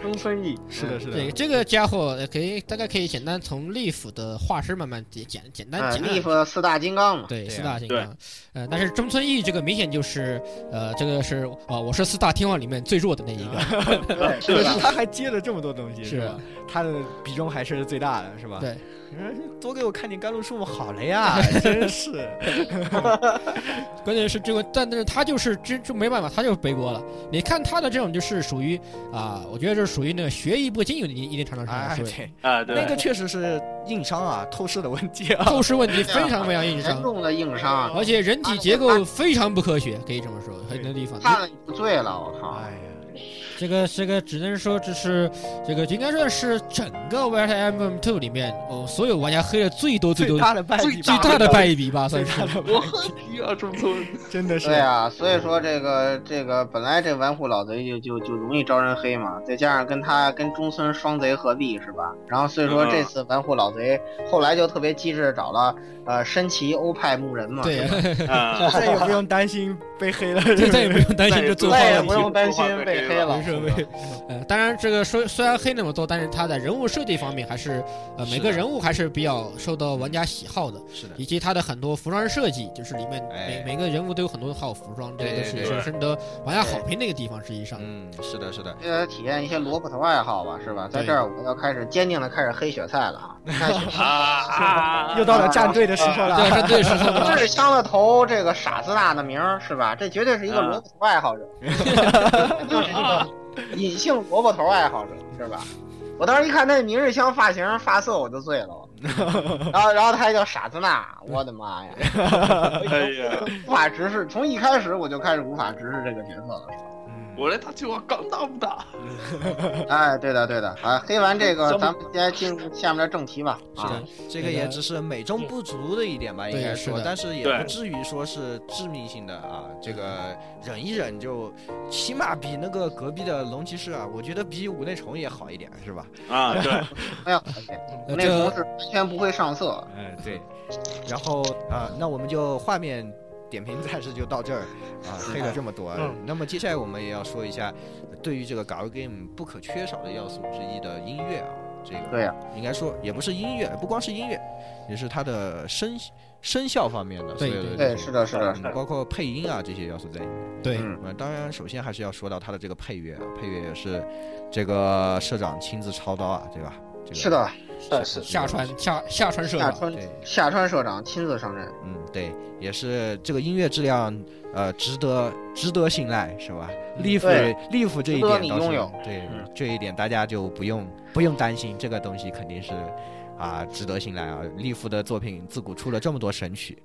中村义，
是的，是的，
对，这个家伙呃可以大概可以简单从利府的画师慢慢简简简单
啊，
讲。
利弗四大金刚嘛，
对，
对
四
啊
大金
对
刚，呃，但是中村义这个明显就是，呃，这个是啊、我是四大天王里面最弱的那一个，
啊
对，
是的，
是的，
他还接了这么多东西，
是啊
吧？他的比重还是最大的，是吧？
对，
嗯多给我看点甘露树木好了呀，真是。
关键是这个，但但是他就是这这没办法，他就是背锅了。你看他的这种就是属于啊、我觉得这属于那个学一不精有的一定一定程度上来
哎，
说，
对，
啊，对
那个确实是硬伤啊，透视的问题啊。
透视问题非常 非常硬
严
伤，
重的硬伤，
而且人体结
啊
构非常不科学，可以这么说，很多地方。
看了你不醉了，我靠！
哎呀，
这个这个只能说这是这个应该算是整个 w e t m m Two 里面哦，所有玩家黑的最多最 多
最大的败笔，
最大的败笔吧，算
最
是。
大的败
我
笔，
何必要这么做？
真 的是。
对啊，所以说这个这个本来这纨绔老贼就就就容易招人黑嘛，再加上跟他跟中村双贼合璧是吧？然后所以说
嗯
这次纨绔老贼后来就特别机智，找了呃深崎欧派牧人嘛，
对
是吧，
啊，
再也不用担心被黑了，
这再也不用担心这做坏
再也
了
不用担心被黑了
没。事没事，呃，当然这个说虽然黑那么多，但是他在人物设计方面还是呃
是的
每个人物还是比较受到玩家喜好的，
是的，
以及他的很多服装设计，就是里面
哎
每每个人物都有很多套服装，这个都是
对
也
对
是深得玩家好评的一个地方，实际上。
嗯，是的，是的，
给他体验一些萝卜头爱好吧，是吧？在
对
这儿我要开始坚定的开始黑雪菜了啊！看雪菜
啊
又到了站队的时候
对，
了。
这对是错 的。
智香的头，这个傻子大的名儿是吧？这绝对是一个萝卜头爱好者，
啊
就是一个隐性萝卜头爱好者是吧？我当时一看那明日香发型发色，我就醉了。 我然后，然后他还叫傻子娜，我的妈 呀！
哎呀，
无法直视，从一开始我就开始无法直视这个角色了。
嗯
我来打球，我刚到不到。
哎，对的，对的，啊，黑完这个，咱们先进入下面的正题吧。
是
啊
的，，这个也只是美中不足的一点吧，
对
应该
是
说，
的
但嗯是也
对
不至于说是致命性的啊。这个忍一忍就，起码比那个隔壁的龙骑士啊，我觉得比五内虫也好一点，是吧？
啊，对，
哎呀，
呃
那同
这
事完全不会上色，
嗯，对。然后啊，那我们就画面点评暂时就到这儿啊，黑了这么多。
嗯
那么接下来我们也要说一下，对于这个 Gal Game 不可缺少的要素之一的音乐啊，这个
对呀
应该说也不是音乐，不光是音乐，也是它的声声效方面的所
对
有的
对
对，是的，是的，是
嗯包括配音啊这些要素在里面。
对
嗯
嗯，当然首先还是要说到它的这个配乐啊，配乐也是这个社长亲自操刀啊，对吧？这个
的，是的。
是是
嗯
下川下下川社
下
长，
川
对
下川社长亲自上阵，
嗯，对，也是这个音乐质量，呃，值得值得信赖，是吧？利弗
嗯对
利弗这一
值得
点
你
倒是
拥有
对
嗯
这一点大家就不用不用担心，这个东西肯定是啊值得信赖啊。利弗的作品自古出了这么多神曲，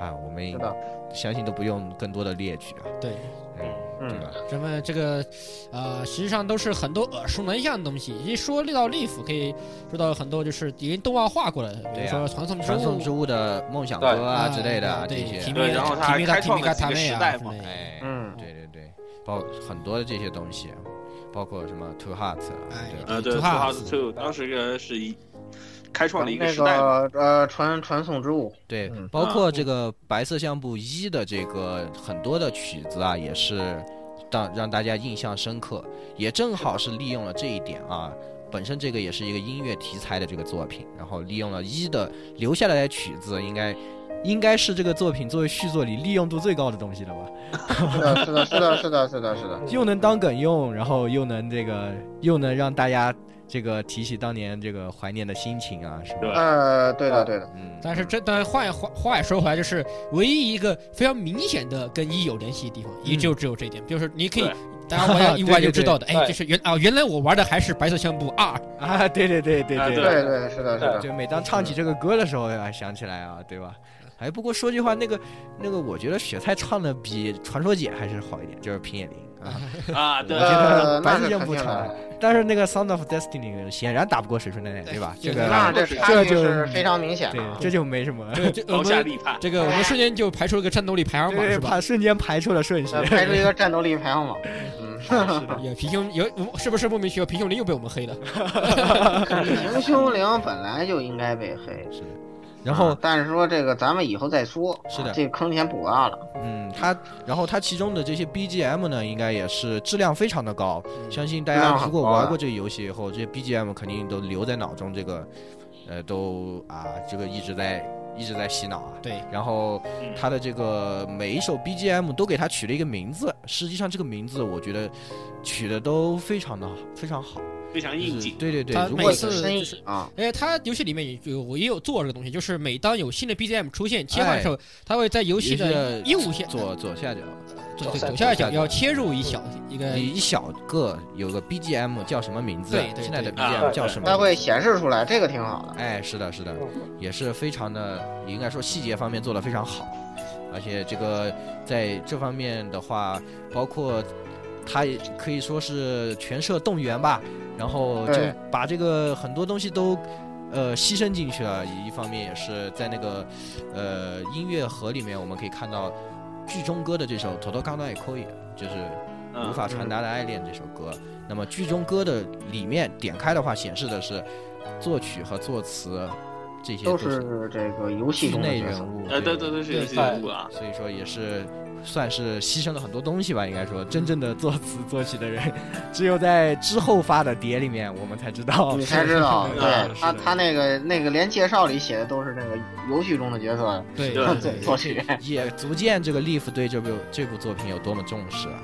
啊，我们
是的
相信都不用更多的列举啊，
对，
嗯，对吧？
咱们这个，呃，实际上都是很多耳熟能详的东西。一说到利弗，可以说到很多就是已经动画化过了，比
对
如
呀
说《传送之
传
物
送之》物的梦想歌啊之类的啊这
对，
些
提，
对
米
然后他
提
还
米达
开
提米
创
达
了自
塔
己的
内
时
啊
代
之
嘛
类的
哎，
嗯
对对对，包很多的这些东西，啊包括什么 Two Hearts 啊，
哎
对吧？
呃，对
土
，Two
哈
House Two 当时呃是一开创了一
那
时代嘛，
个呃传传送之物，
对
嗯，
包括这个白色相簿一的这个很多的曲子啊，也是让让大家印象深刻，也正好是利用了这一点啊。本身这个也是一个音乐题材的这个作品，然后利用了一的留下来的曲子，应该应该是这个作品作为续作里利用度最高的东西了吧？
是的，是的，是的，是的，是的，是的，
又能当梗用，然后又能这个又能让大家这个提起当年这个怀念的心情啊，是吧？
对
呃，对的，对的，
嗯，
但是这但话话话也说回来，就是唯一一个非常明显的跟一有联系的地方，也就只有这一点，就是你可以
对。
大家 玩家一玩就
嗯对对对
知道的，哎，
对
就是原啊，原来我玩的还是《白色相簿二》，
啊，对对对对
啊
对
对
对对是的，是的，
就每当唱起这个歌的时候，啊，想起来啊，对吧？哎，不过说句话，那个那个，我觉得雪菜唱的比传说姐还是好一点，就是平野绫啊，
啊，
我
对
觉，得
呃
白
那
色
是
相
肯
不
定
差
的，，
但是那个《Sound of Destiny》显然打不过水川奈奈，对吧？
对
这
对
个
那这差距是非常明显的
对
啊，，
这就没什么，
对，这我
高下
们
立判，
这个我们瞬间就排除了个战斗力排行榜，
对，
是吧？
把瞬间排除了 顺序
呃，排出一个战斗力排行榜， 嗯，
也平胸有是不是莫名其妙平胸林又被我们黑了？
平胸灵本来就应该被黑，
是的。然后
啊但是说这个咱们以后再说，
是的
啊这个坑先不挖了，
嗯，它然后它其中的这些 BGM 呢，应该也是质量非常的高。相信大
质量
家
很
如果
高
玩
的
过这个游戏以后，这些 BGM 肯定都留在脑中，这个呃都啊这个一直在一直在洗脑啊。
对，
然后它的这个每一首 BGM 都给它取了一个名字，实际上这个名字我觉得取的都非常的好非常好。
非常
就
应
是
景。
对对
它
对，如
每
果
次
生
就
意
是
啊，
因为它哎游戏里面也有我也有做这个东西，就是每当有新的 BGM 出现切换的时候，它会在游戏的右下
左左下角，嗯
左
左下
左下角要切入一小一个
你一小个有个 BGM 叫什么名字？
对对
现在的
对
啊
BGM 叫什么？
它会显示出来，这个挺好的。
哎，是的，是的，
嗯
也是非常的，应该说细节方面做得非常好，而且这个在这方面的话，包括他也可以说是全社动员吧，然后就
对
把这个很多东西都。呃，牺牲进去了。一方面也是在那个，呃，音乐盒里面，我们可以看到剧中歌的这首《头头刚到也可以》，就是
嗯
无法传达的爱恋这首歌。那么剧中歌的里面点开的话，显示的是作曲和作词这些
都
是
是这个游戏
剧
中的
内
角
人
色。
物。
呃，对对对，是游戏人物啊，
所以说也是算是牺牲了很多东西吧，应该说真正的作词作曲的人，只有在之后发的碟里面我们才知道
你。才知道，
是的
对他他那个那个连介绍里写的都是那个游戏中的角色
对呃
对
对对
作曲，
也足见这个 Leaf 对这部这部作品有多么重视啊！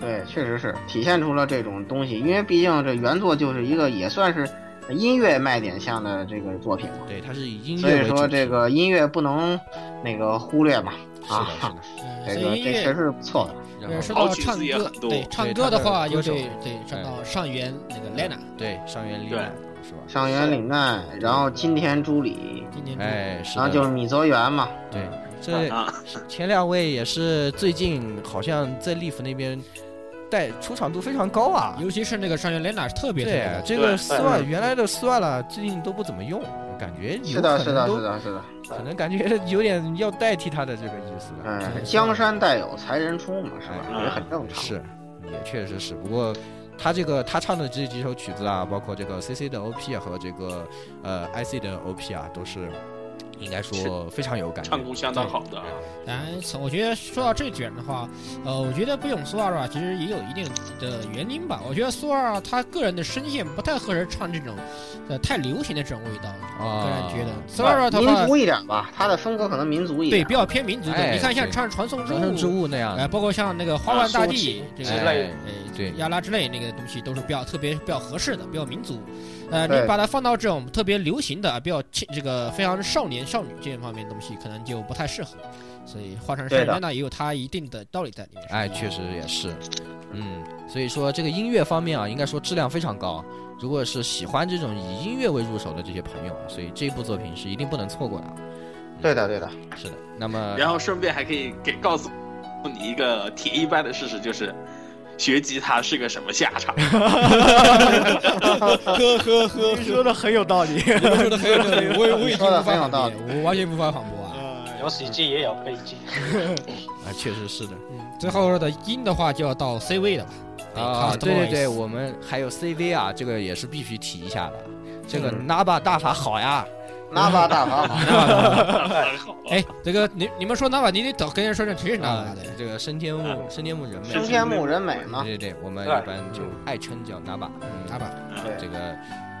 对，确实是体现出了这种东西，因为毕竟这原作就是一个也算是呃音乐卖点下的这个作品嘛，
对，它是以音乐
所以
为主
说
题
这个音乐不能那个忽略嘛，
是的，是
啊，
的。
对，
这
所
个
以音
这确实
乐。
是不错的，
然
呃，
后
说
好
到
曲
唱
子也
歌
很，多
对唱
对
歌
他
的
的
话，
歌
又
手
得得唱到上元那个 Lena，
对上原丽
对
奈是吧？
上原岭奈，然后今天朱里，
今年
哎，是
嗯然后
的，
就是嗯米泽元嘛，
对，这
啊，
前两位也是最近好像在利弗那边带出场度非常高啊。
尤其是那个上元 Lena 是特别特别
对啊
的，，
这
对
个斯万原来的斯万了，最近都不怎么用，感觉有
是的，
可
是
能
的，
都
是的，是的，
可能感觉有点要代替他的这个意思了。
嗯，江山代有才人出嘛，是吧？
哎
也很正常。
是，也确实是。不过他这个他唱的这几首曲子啊，包括这个 C C 的 O P 啊和这个呃 I C 的 O P 啊，都是应该说非常有感觉，
唱功相当好的啊
对。
然，我觉得说到这点的话，呃，我觉得不用苏二啊，其实也有一定的原因吧。我觉得苏二啊，他个人的声线不太合适唱这种，呃，太流行的这种味道。
啊
个人觉得苏二啊的
民
话，
族一点吧，他的风格可能民族一
对
点。
比较偏民族的。
哎
你看像
对
唱《传送之物
传》，圣之物那样
呃，包括像那个《花瓣大地
啊》
这
哎
之
个，
类
呃
的，
对
对
亚拉之类那个东西都是比较特别、比较合适的，比较民族。呃，你
对
把它放到这种特别流行的、比较亲这个非常少年少女这方面的东西，可能就不太适合。所以换成
对
山
的
山呢，也有它一定的道理在里面。
哎，确实也是，嗯，所以说这个音乐方面啊，应该说质量非常高。如果是喜欢这种以音乐为入手的这些朋友啊，所以这部作品是一定不能错过的啊。
对的，对的，
是的，那么
然后顺便还可以给告诉你一个铁一般的事实，就是学吉他是个什么下 场。
呵呵呵，
说的很有道理，
说的很有道理，我也我已经
说得
无
很
法
有道
反
理
驳，我完全无法反驳啊。
嗯有喜剧也有悲剧，
啊，确实是的
嗯，最后的音的话就要到 C 位了吧？
啊，
Cast
对对
Voice
对，我们还有 CV 啊，这个也是必须提一下的。这个
嗯
Naba 大法好呀，
拉巴大 法好。
哎，这个你你们说哪把你得找跟人说声谁是哪
啊
把的？，
这个生天木生天木人美，
生嗯天木啊人美嘛，
对对对，我们
对
一般就爱称叫 Naba，嗯
哪把？
对
这个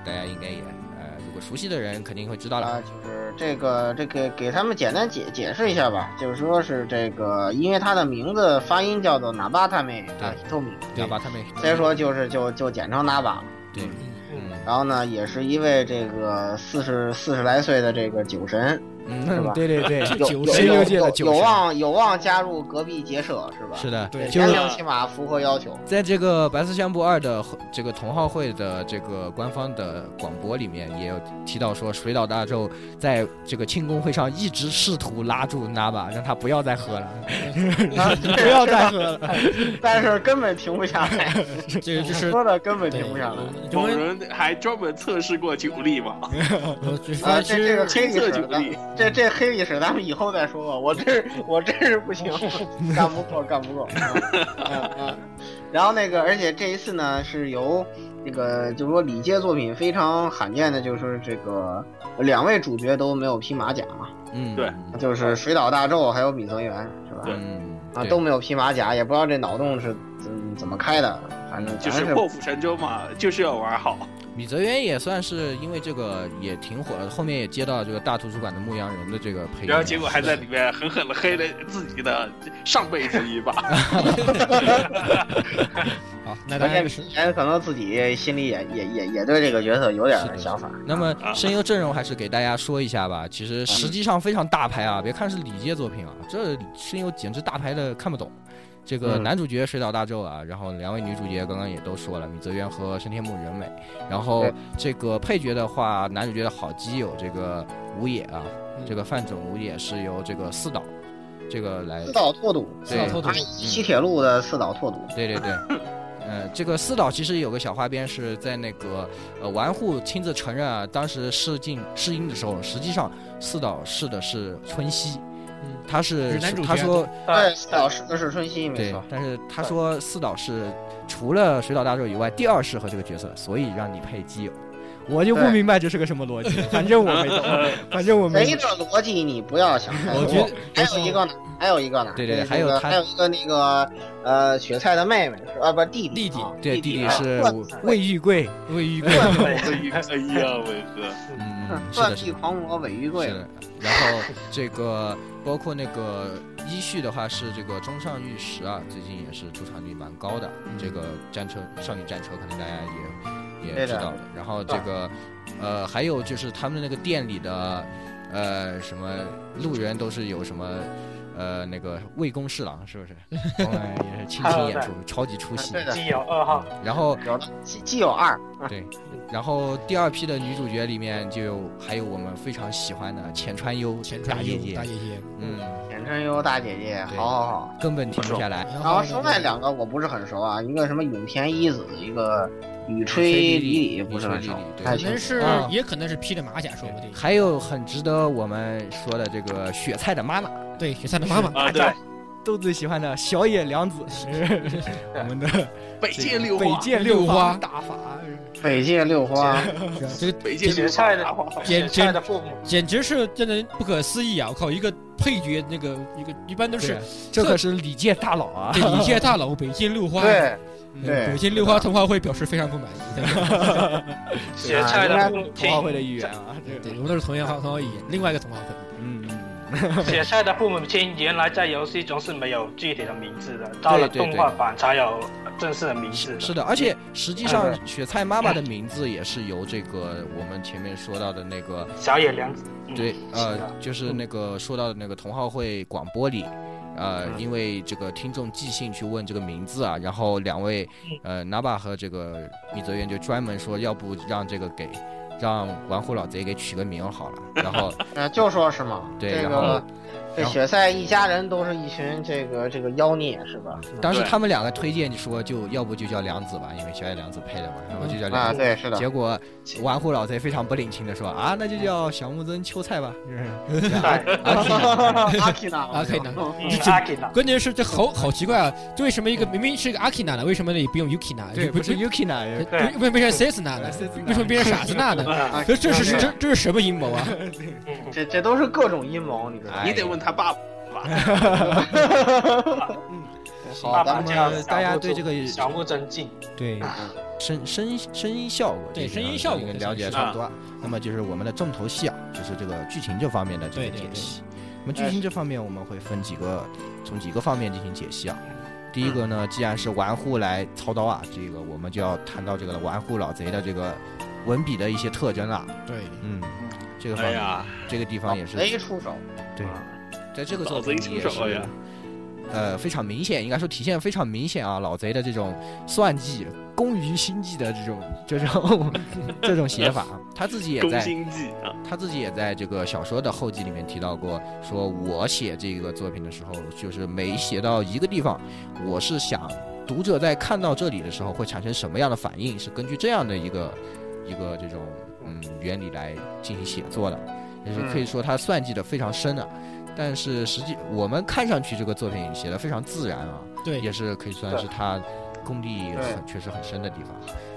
大家应该也呃，如果熟悉的人肯定会知道
啊，
了。
就是这个这个给他们简单解解释一下吧，就是说是这个，因为他的名字发音叫做哪巴他妹啊
对
透明，
哑巴他妹，
所以说就是就就简称哪巴。
对，嗯
然后呢，也是一位这个四十四十来岁的这个酒神，是
嗯，
吧
对对对，
有
九
有
十
六
有
届的
有
酒
有
神
望有望加入隔壁结社是吧？
是的，
对
就
年
是
龄起码符合要求。
在这个《白色相簿二》的这个同好会的这个官方的广播里面，也有提到说，水岛大宙在这个庆功会上一直试图拉住 Naba，让他不要再喝了。
啊
不要再喝了，
但是根本停不下来，
这个 就是
说的根本
对
停不下来。
我
某
们
人还专门测试过酒力嘛，
我只是
啊，
说其
这这个
实
黑历
测
史
酒
的
力，
这这黑历史咱们以后再说吧，我真是我真是不行，干不过，干不过。嗯嗯。然后那个，而且这一次呢，是由这个就是说李杰作品非常罕见的，就是这个两位主角都没有披马甲嘛，
嗯，
对
就是水岛大宙还有米泽元是吧？
嗯，
啊，
对
都没有披马甲，也不知道这脑洞是怎怎么开的，反正
就
咱
是
是
破釜沉舟嘛，就是要玩好。
米泽渊也算是因为这个也挺火的，后面也接到这个大图书馆的牧羊人的这个配音，
然后结果还在里面狠狠的黑了自己的上辈子一把。
好，那当
关
哎
键
然是
以。前哎可能自己心里也也也也对这个角色有点想法。
那么
啊
声优阵容还是给大家说一下吧，其
嗯
实实际上非常大牌啊，别看是李界作品啊，这声优简直大牌的看不懂。这个
嗯
男主角水岛大宙啊，然后两位女主角刚刚也都说了，米泽渊和深田木人美。然后
对
这个配角的话，男主角的好基友这个吴野啊，这个范总吴野是由这个四岛这个来
四岛拓笃，
对
四岛拓
阿
斗
西西铁路的四岛拓笃，
对对对，呃，这个四岛其实有个小花边是在那个呃丸户亲自承认啊，当时试镜试音的时候，实际上四岛试的是春熙，
嗯
他是
是男主
他
角
说
对，四岛是是春熙，没
对
错，。
但是他说四岛是除了水岛大宙以外第二适合这个角色，所以让你配基友。 我就不
对
明白这是个什么逻辑，反正我没 懂，反正我没
谁
懂
的。逻辑你不要想
哎
太
我觉
多
得。
还有一个呢，还有一个呢，
对对对
这个
还有他
还有一个那个呃雪菜的妹妹是啊，不弟
弟弟
啊
对，
弟
弟
弟
弟
啊
是
我
魏玉贵，
位于
哎呀，哎呀，伟哥，
嗯，是
断
的，是
臂
的。
狂魔尾鱼贵
是，的，然后这个包括那个一序的话是这个中上玉石啊，最近也是出场率蛮高的。
嗯
这个战车少女战车可能大家也也
对的
知道的。然后这个呃还有就是他们那个店里的呃什么路人都是有什么。呃，那个魏公侍郎是不是？后来也是亲情演出，超级出戏
啊对。的，
基友二号，
然后
有的既既有二，
对，然后第二批的女主角里面就有还有我们非常喜欢的浅川优
前
大
传
姐
优
姐
大，爷爷，
嗯，
简称优大姐姐，
对
好好好。
根本停不下来。
然
然后另外两个我不是很熟啊，一个什么永田一子，一个雨
吹
吹里
里
里，不是很
雨
熟
吹里里。对
太
可
清楚
能是
啊
也可能是披着马甲说不定。
还有很值得我们说的这个雪菜的妈妈，
对，雪菜的妈妈，
哎
啊，对，
豆子喜欢的小野良 子是我们的
北界六
北
花，
见
六花
大法。
北界六花，
这个
北界
雪
学菜
菜的
的，
雪菜的父母，
简直是真的不可思议啊！我靠，一个配角那个一个一般都是
对这可是礼界大佬啊！
对一介大佬，北京六花，
对
嗯
对
北京六花童话会表示非常不满意。
雪菜的
嗯
父母
同好会
亲，
的一员 啊，这个
对，我们都是同样同行语言，另外一个同行会。
嗯，
雪菜的父母亲原来在游戏中是没有具体的名字的，到了
对对
动画版才有正式的名字
是。是的，而嗯且实际上雪菜妈妈的名字也是由这个我们前面说到的那个
小野良子，嗯
对，
是
呃
的，
就是那个说到的那个同好会广播里，呃，
嗯
因为这个听众即兴去问这个名字啊，然后两位呃 Naba 和这个米泽元就专门说，要不让这个给让玩虎老贼给取个名儿好了，然后
呃，就说是嘛，
对
这
然后
个这
然后
雪菜一家人都是一群这个这个妖孽是吧？
当时
对
他们两个推荐说，就要不就叫良子吧，因为小野良子配的嘛，
嗯
要不就叫
啊，
良子。
对，是的，
结果玩虎老贼非常不领情的说啊，那就叫小木曾秋菜吧，就是啊
对，
啊是 的
阿 K 呢？
阿 K 呢
嗯
这这
阿吉娜，
关键是这好好奇怪啊！这为什么一个明明是一个阿 Kina 呢，为什么你不用 Yukina？
对，
就
不是
不
Yuki 呢？
不为什么变成 Sesna 呢？为什么变成傻子娜呢？
啊
这这是
对
这这是什么阴谋啊？
嗯
这这都是各种阴谋，你知道吗
你？得问他爸爸。
好，
爸
咱
爸
们
这样
大家对这个
小木真静，
对声声声音效果这
对
个
声音效果
应该
这
了解
是啊
差不多。那么就是我们的重头戏啊，就是这个剧情这方面的这个
对对
解
对
析。那么剧情这方面我们会分几个，从几个方面进行解析啊。第一个
嗯
呢，既然是玩户来操刀啊，这个我们就要谈到这个玩户老贼的这个文笔的一些特征了。
对，
嗯，这个方
哎
面，
呀，哎
这个地
老
方也是
贼出手，
对，在这个
老
作
贼
品
出
里也
手了
是
呀，
呃，非常明显，应该说体现非常明显啊，老贼的这种算计、工于心计的这种这种 这种写法，啊他自 己也
攻
在
心计啊，
他自己也在这个小说的后记里面提到过，说我写这个作品的时候，就是每写到一个地方，我是想读者在看到这里的时候会产生什么样的反应，是根据这样的一个一个这种嗯原理来进行写作的，也是可
嗯
以说他算计的非常深啊。但是实际我们看上去这个作品写的非常自然啊，
对
也是可以算是他功力很确实很深的地方。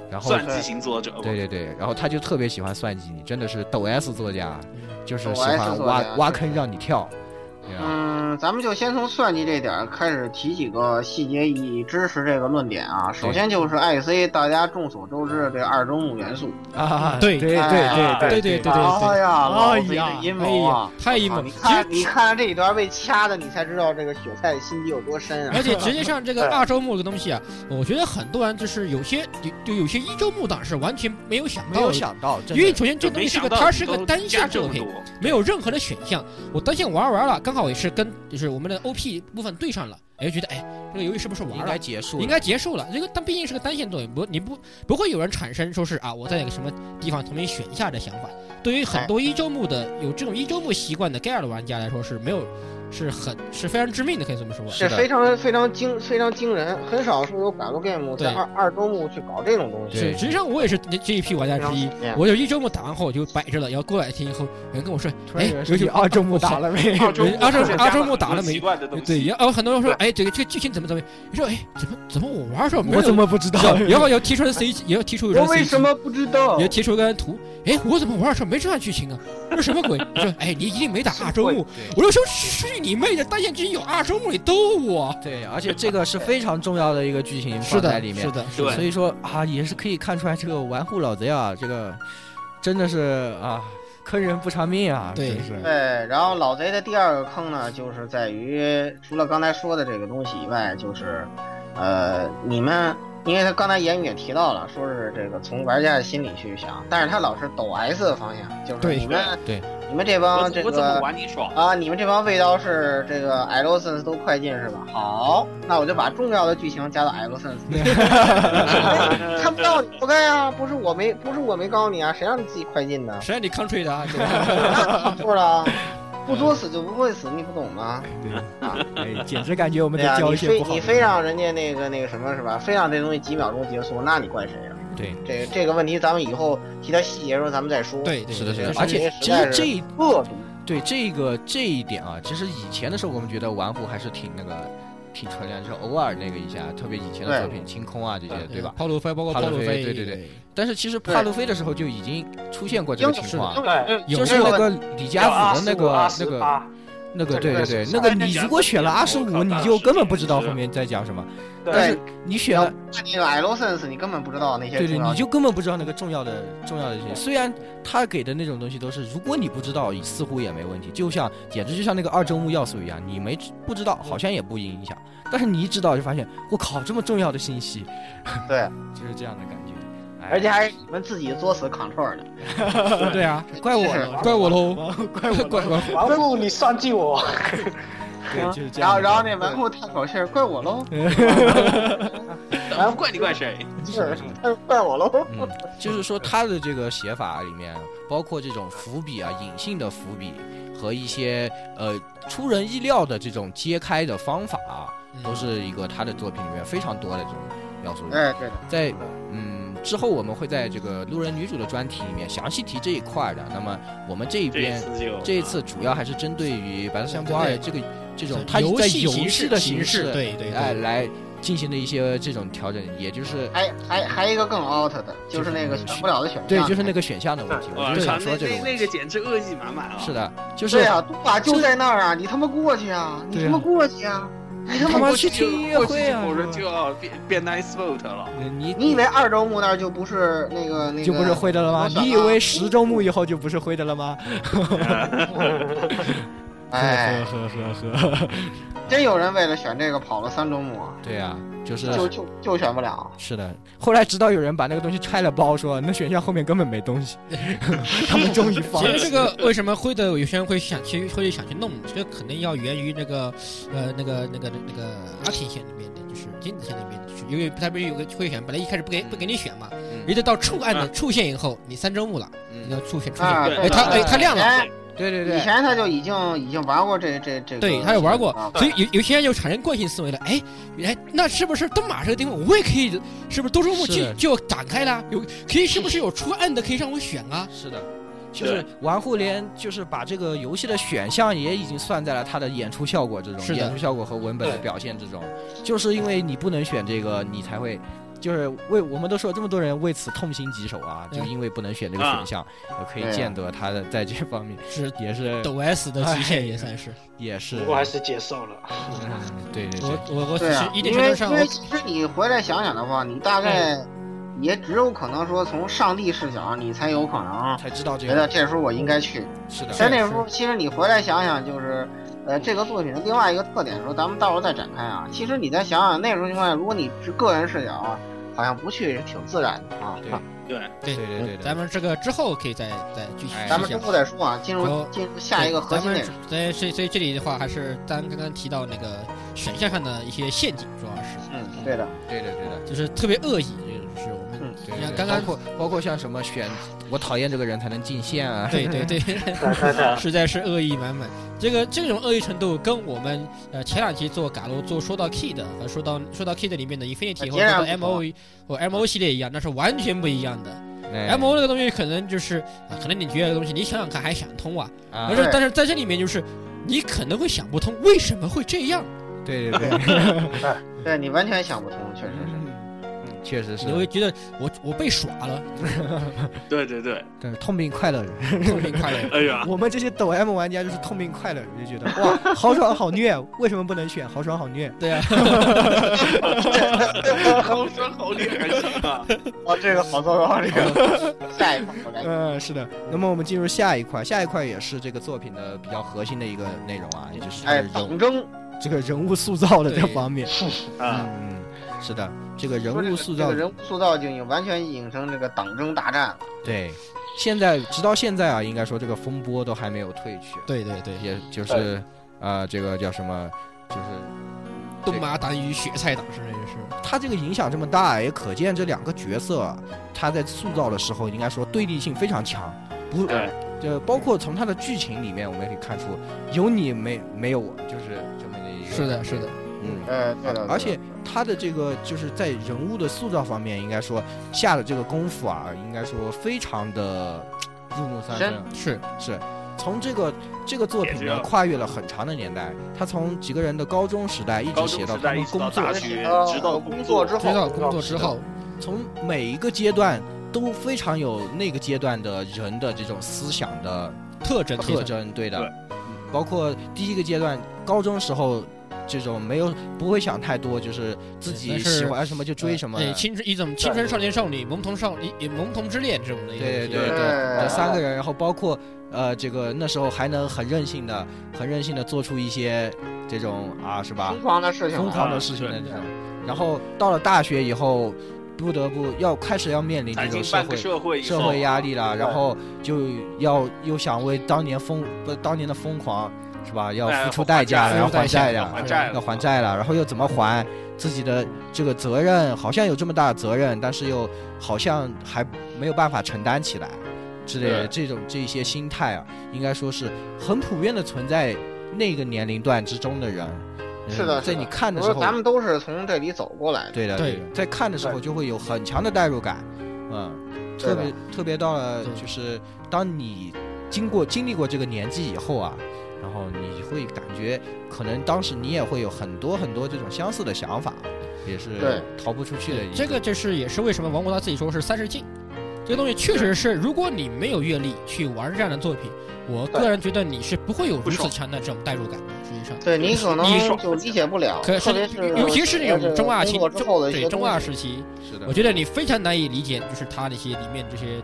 然后
算计型作者嘛，
对对对，然后他就特别喜欢算计你，真的是抖 S 作家，就是
抖
喜
S
欢
作
挖
家
挖坑让你跳，对吧？啊
嗯，嗯，咱们就先从算计这点儿开始提几个细节以支持这个论点啊。首先就是 IC，大家众所周知的这二周目元素。
啊，对
对
对对
对对
对对，
哎呀，老
哎
子
呀
的，阴谋啊！
太阴
啊
谋！
你
其实
看，你看这一段被掐的，你才知道这个韭菜心机有多深啊
而！且实际上这个二周目这个东西啊，我觉得很多人就是有些有就有些一周目党是完全没有想
没
到
有
的，
想到，真
因为
的
首先这
就
东
没
西是
想
个
到
它是
你
个
都
单
加
线
这
作
么
品
多，，
没有任何的选项。我单线玩完了，刚好也是跟就是我们的 OP 部分对上了，哎，觉得哎这个游戏是不是玩
应
了
该？结束了，
应该结束了，这个但毕竟是个单线作品，不你不不会有人产生说是啊我在哪个什么地方重新选一下的想法。对于很多一周目的有这种一周目习惯的 g a 的玩家来说是没有是很是非常致命的，可以这么说。
这非常非常惊非常惊人，很少说有百度 game 在
对
二二周目去搞这种东西。
是，实际上我也是这这一批玩家之一
非常体。面
我有一周目打完后，我就摆着了，然后过两天以后，有人跟我说，
突
哎
然以为，
有
是
些
你二周目打 了没？
二周
阿周阿周
目
末打了没
奇怪的东
对，
西，
然后很多人说，哎，这个这个剧情怎么怎么样？你说，哎，怎么怎么我玩的时候没有？
我怎么不知道？
然后要提出 C，也要提出有人 CG
不知
哦
道
也提出个图，哎，我怎么玩的时候没这段剧情啊？这是什么鬼？ 你说，哎，你一定没打二周目。我就说，去你妹的！单线剧情有二周目，你逗我？
对，而且这个是非常重要的一个剧情
是
放在
的，
里面
是，的，
对
所以说啊，也是可以看出来这个玩户老贼啊，这个真的是啊，坑人不偿命啊，
对
真是
对，然后老贼的第二个坑呢，就是在于除了刚才说的这个东西以外，就是，呃，你们，因为他刚才言语也提到了，说是这个从玩家的心理去想，但是他老是抖 S 的方向，就是
对
你们，
对，
你们这
我
帮
怎
啊这
我怎么
个
玩你爽？
啊，你们这帮味道是这个 e l s e n s 都快进是吧？好，那我就把重要的剧情加到 e l s e n s 看不到你活该啊！不是我没，不是我没告诉你啊，谁让你自己快进的？
谁让你 country 的啊？对
错了，不作死就不会死，你不懂吗？
对，哎，简直感觉我们
对
在
呀、
教
你
一些
非
不好
你
的。
非让人家那个那个什么是吧？非让这东西几秒钟结束，那你怪谁呀、
对，
这个这个问题咱们以后提到细节的时候咱们再说。，
对对，
是的，是
对
的
这，
而且
实
其实
在是
这一
恶毒。
对这个这一点啊，其实以前的时候我们觉得玩户还是挺那个挺纯良，就是偶尔那个一下，特别以前的
对
作品清空啊这些，对吧？
抛路飞包括
帕
抛
鲁
路
菲
飞，
对对对但是其实
对
帕路飞的时候就已经出现过这个
英雄
情况，啊
对，
有
就是那个李佳子的那个那个那个，对对对，哎那个你如果选了二十五，你就根本不知道后面在讲什么。但
对
是，你选了，
看这个 e l s e n s 你根本不知道那些
对对，
重要
你就根本不知道那个重要的重要的事情。虽然他给的那种东西都是，如果你不知道，似乎也没问题。就像简直就像那个二周目要素一样，你没不知道，好像也不影响。但是你一知道，就发现我靠，这么重要的信息，
对，
就是这样的感觉。哎
而且还是你们自己作死 control 的。
对对啊，
怪我
是
了，
怪 我喽，
怪我
怪我。
王父，你算计我，
对，就是这
然后
样的感觉。
然后那纨绔叹口气儿，怪我喽，
不怪你怪谁？
是 怪我喽。
嗯，就是说他的这个写法里面，包括这种伏笔啊、隐性的伏笔和一些呃出人意料的这种揭开的方法、啊，都是一个他的作品里面非常多的这种要素。
哎，对的，
在嗯之后，我们会在这个路人女主的专题里面详细提这一块儿的。那么我们这一
这一
边
次就
这一次主要还是针对于《白色相簿二》这个这种它在
游
游
戏
戏的形式，
对对对，
哎来进行的一些这种调整，也就是
还还还一个更 out 的，就是那个选不了的选项。
对，就是那个选项的问题，我
我
就
操，
想
那
说这个问
那那
题
个。简直恶意满满啊！
是的，就是
对啊，杜法就在那儿啊，你他妈过去啊，你
对啊
他妈过去啊，你他
他
妈
妈
过
去
去
听
就
音乐会啊！
过去就有人就要变变 nice vote 了。
你
你以为二周目那儿就不是那个那个？
就不是灰的了吗？
我想
你以为十周目以后就不是灰的了吗？
哎，
呵呵呵呵。
真有人为了选这个跑了三周目啊，
对啊，就是
就就就选不了。
是的，
后来直到有人把那个东西拆了包，说那选项后面根本没东西，他们终于 放
其
了
实。这个为什么会的有些人会想去会想去弄，这个可能要源于那个呃那个那个那个阿平线那边的，就是金子线那边的，就是因为他不是有个会选，本来一开始不给
嗯
不给你选嘛，一直到触按
啊
的触线以后，你三周目了，
嗯
你要触线触
啊，
线，
对
哎他哎他亮了，
哎
对对
以
对，
前他就已经已经玩过这这这个，
对他也玩过
啊，
所以有有些人就产生惯性思维了，哎哎那是不是东马这个地方我也可以，是不是多周目
是
就
的
就展开了，有可以是不是有触按的可以让我选啊？
是的，就是玩互联，就是把这个游戏的选项也已经算在了它的演出效果这种
是的
演出效果和文本的表现这种，就是因为你不能选这个，你才会
就是为我们都说这么多人为此痛心疾首啊，就
嗯
因为不能选这个
啊
选项，呃可以
对啊
见得他的在这方面
是
也是
抖 S 的极限也
哎
算是。
也是
不，过还是接受 了。
嗯对对
我
对，
我我其
对
实
啊，
一定
因
程
为
度上
因为
我
其实你回来想想的话，你大概也只有可能说从上帝视角，你才有可能
才知道这
觉得
个
这时候我应该去。
是
其实
的，
那时候，其实你回来想想，就是呃，这个作品的另外一个特点的时候，咱们到时候再展开啊。其实你再想想那种情况下，如果你是个人视角啊，好像不去也挺自然的啊。
对
对，
对对对对对，
呃咱们这个之后可以再再具体
哎
咱
细
们之
讲。
后再说啊，进入
好
进入下一个核心内
对
容。
咱们所以所以所以这里的话，还是咱刚刚提到那个选项上的一些陷阱，主要是
嗯，对的，
对对对的。
就是特别恶意，这个是我们
嗯
对
像
对
刚刚
包括包括像什么选我讨厌这个人才能进线啊，
对对对， 实在是恶意满满。这个这种恶意程度跟我们呃前两期做嘎罗做说到 Kid 和说到说到 Kid 里面的 Infinity 或者
呃
说到
截然不同啊
M O E 或 M O 系列一样，那是完全不一样的。
哎
M O 那个东西可能就是啊，可能你觉得这个东西你想想看还想通啊，
啊
但是
对
但是在这里面就是你可能会想不通为什么会这样，
对对对，
对你完全想不通，确实是。
嗯确实是
你，会觉得我我被耍了，
对对对，
对痛并快乐 着。
特别快乐。
哎呀，
我们这些抖 M 玩家就是痛并快乐，你就觉得哇，好爽好虐，为什么不能选？好爽好虐，
对啊，
好酸好厉害啊！
哦，这个好糟糕，这个下一块我来。
嗯，是的。那么我们进入下一块，下一块也是这个作品的比较核心的一个内容啊，也就是
哎，
人
党争
这个人物塑造的这
对
方面。
啊，
嗯，是的，这个呃人
说这
物
个
塑
这
造
个，人物塑造就已经完全引成这个党争大战了。
对，现在直到现在啊，应该说这个风波都还没有退去，
对对 对，
也
哎
就是
啊
呃，这个叫什么，就是
东马党与雪菜党是这个是。
他这个影响这么大，也可见这两个角色啊他在塑造的时候，应该说对立性非常强。不，
对
就包括从他的剧情里面，我们也可以看出，有你没没有我，就是这么的一个。
是的，是的，
嗯。
呃，对的。
而且他的这个就是在人物的塑造方面，应该说下的这个功夫啊，应该说非常的入木三分啊
深。
是哦
是，从这个这个作
也
品
是
呢，
要
跨越了很长的年代，他从几个人的高中时代一直
高中
写
时
到他
代
们
一直
工
到
作
大，学，直到
呃工
工
作
作
之
知道
后，
工作之后，
从每一个阶段都非常有那个阶段的人的这种思想的
特征
特，征，对的
对，
嗯包括第一个阶段高中时候。这种没有不会想太多，就是自
对
己
但是呃哎
喜欢什么就追什么，
对青春一种青春少年少女、萌童少女、也萌童之恋这种的一个东
对
西。
对
对
这呃三个人，然后包括呃，这个那时候还能很任性的、很任性的做出一些这种啊，是吧
疯？狂的事情
疯狂的事情的这种。然后到了大学以后，不得不要开始要面临这
已
种
经
社
半个
会
社会以
社
后
会，压力了，然后就要又想为当年疯不当年的疯狂是吧，要
哎
付出
还
代价，
债
然后
付出代
还
价
债
要
呀，
还债
要
了，
还债了，然后又怎么还自己的这个责任？好像有这么大的责任，但是又好像还没有办法承担起来之类的
对
这种这一些心态啊，应该说是很普遍的存在那个年龄段之中的人。嗯
是的是
在
的
你看的
我
时
说
候，
咱们都是从这里走过来的。
对的，
对
的在看的时候就会有很强的代入感，嗯，
对
特
的
别特别到了
对
就是当你经过经历过这个年纪以后啊，然后你会感觉可能当时你也会有很多很多这种相似的想法，也是
对
逃不出去的一个。
这个就是也是为什么王国他自己说是三十禁，这个东西确实是，如果你没有阅历去玩这样的作品，我个人觉得你是不会有如此强的这种代入感的。实际上，
对你可
你
能
爽
就理解不了，
可
特别是
尤其是那种中二期
工作之后
中
的一
对
些
中二时期，
是的
我，觉得你非常难以理解，就是他那些里面这些，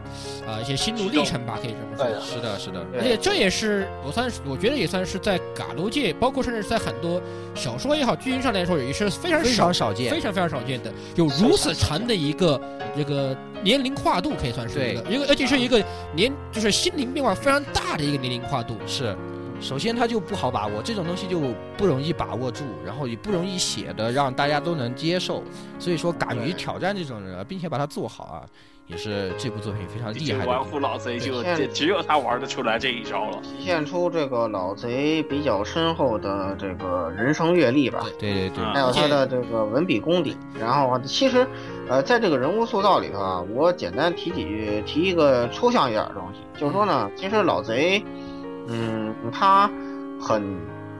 啊一些心路历程吧，可以这么说。
是的，是的，
而且这也是我算是，我觉得也算是在嘎楼界，包括甚至是在很多小说也好、剧情上来说，也是非常
非
少
常少见
非。常非常少见的，有如此长的一个这个年龄跨度，可以算是一个，一个而且是一个年就是心灵变化非常大的一个年龄跨度。
是，首先它就不好把握，这种东西就不容易把握住，然后也不容易写的让大家都能接受。所以说，敢于
对
挑战这种人，并且把它做好啊，也是这部作品非常
已
厉
经
害的
玩
地
虎
方。
老贼就
对
这只有他玩得出来这一招了。
体现出这个老贼比较深厚的这个人生阅历吧。
对对对，
啊
还有他的这个文笔功底。然后啊其实，呃，在这个人物塑造里头啊，我简单提几句，提一个抽象一点的东西，就是说
嗯
呢，其实老贼，嗯，他很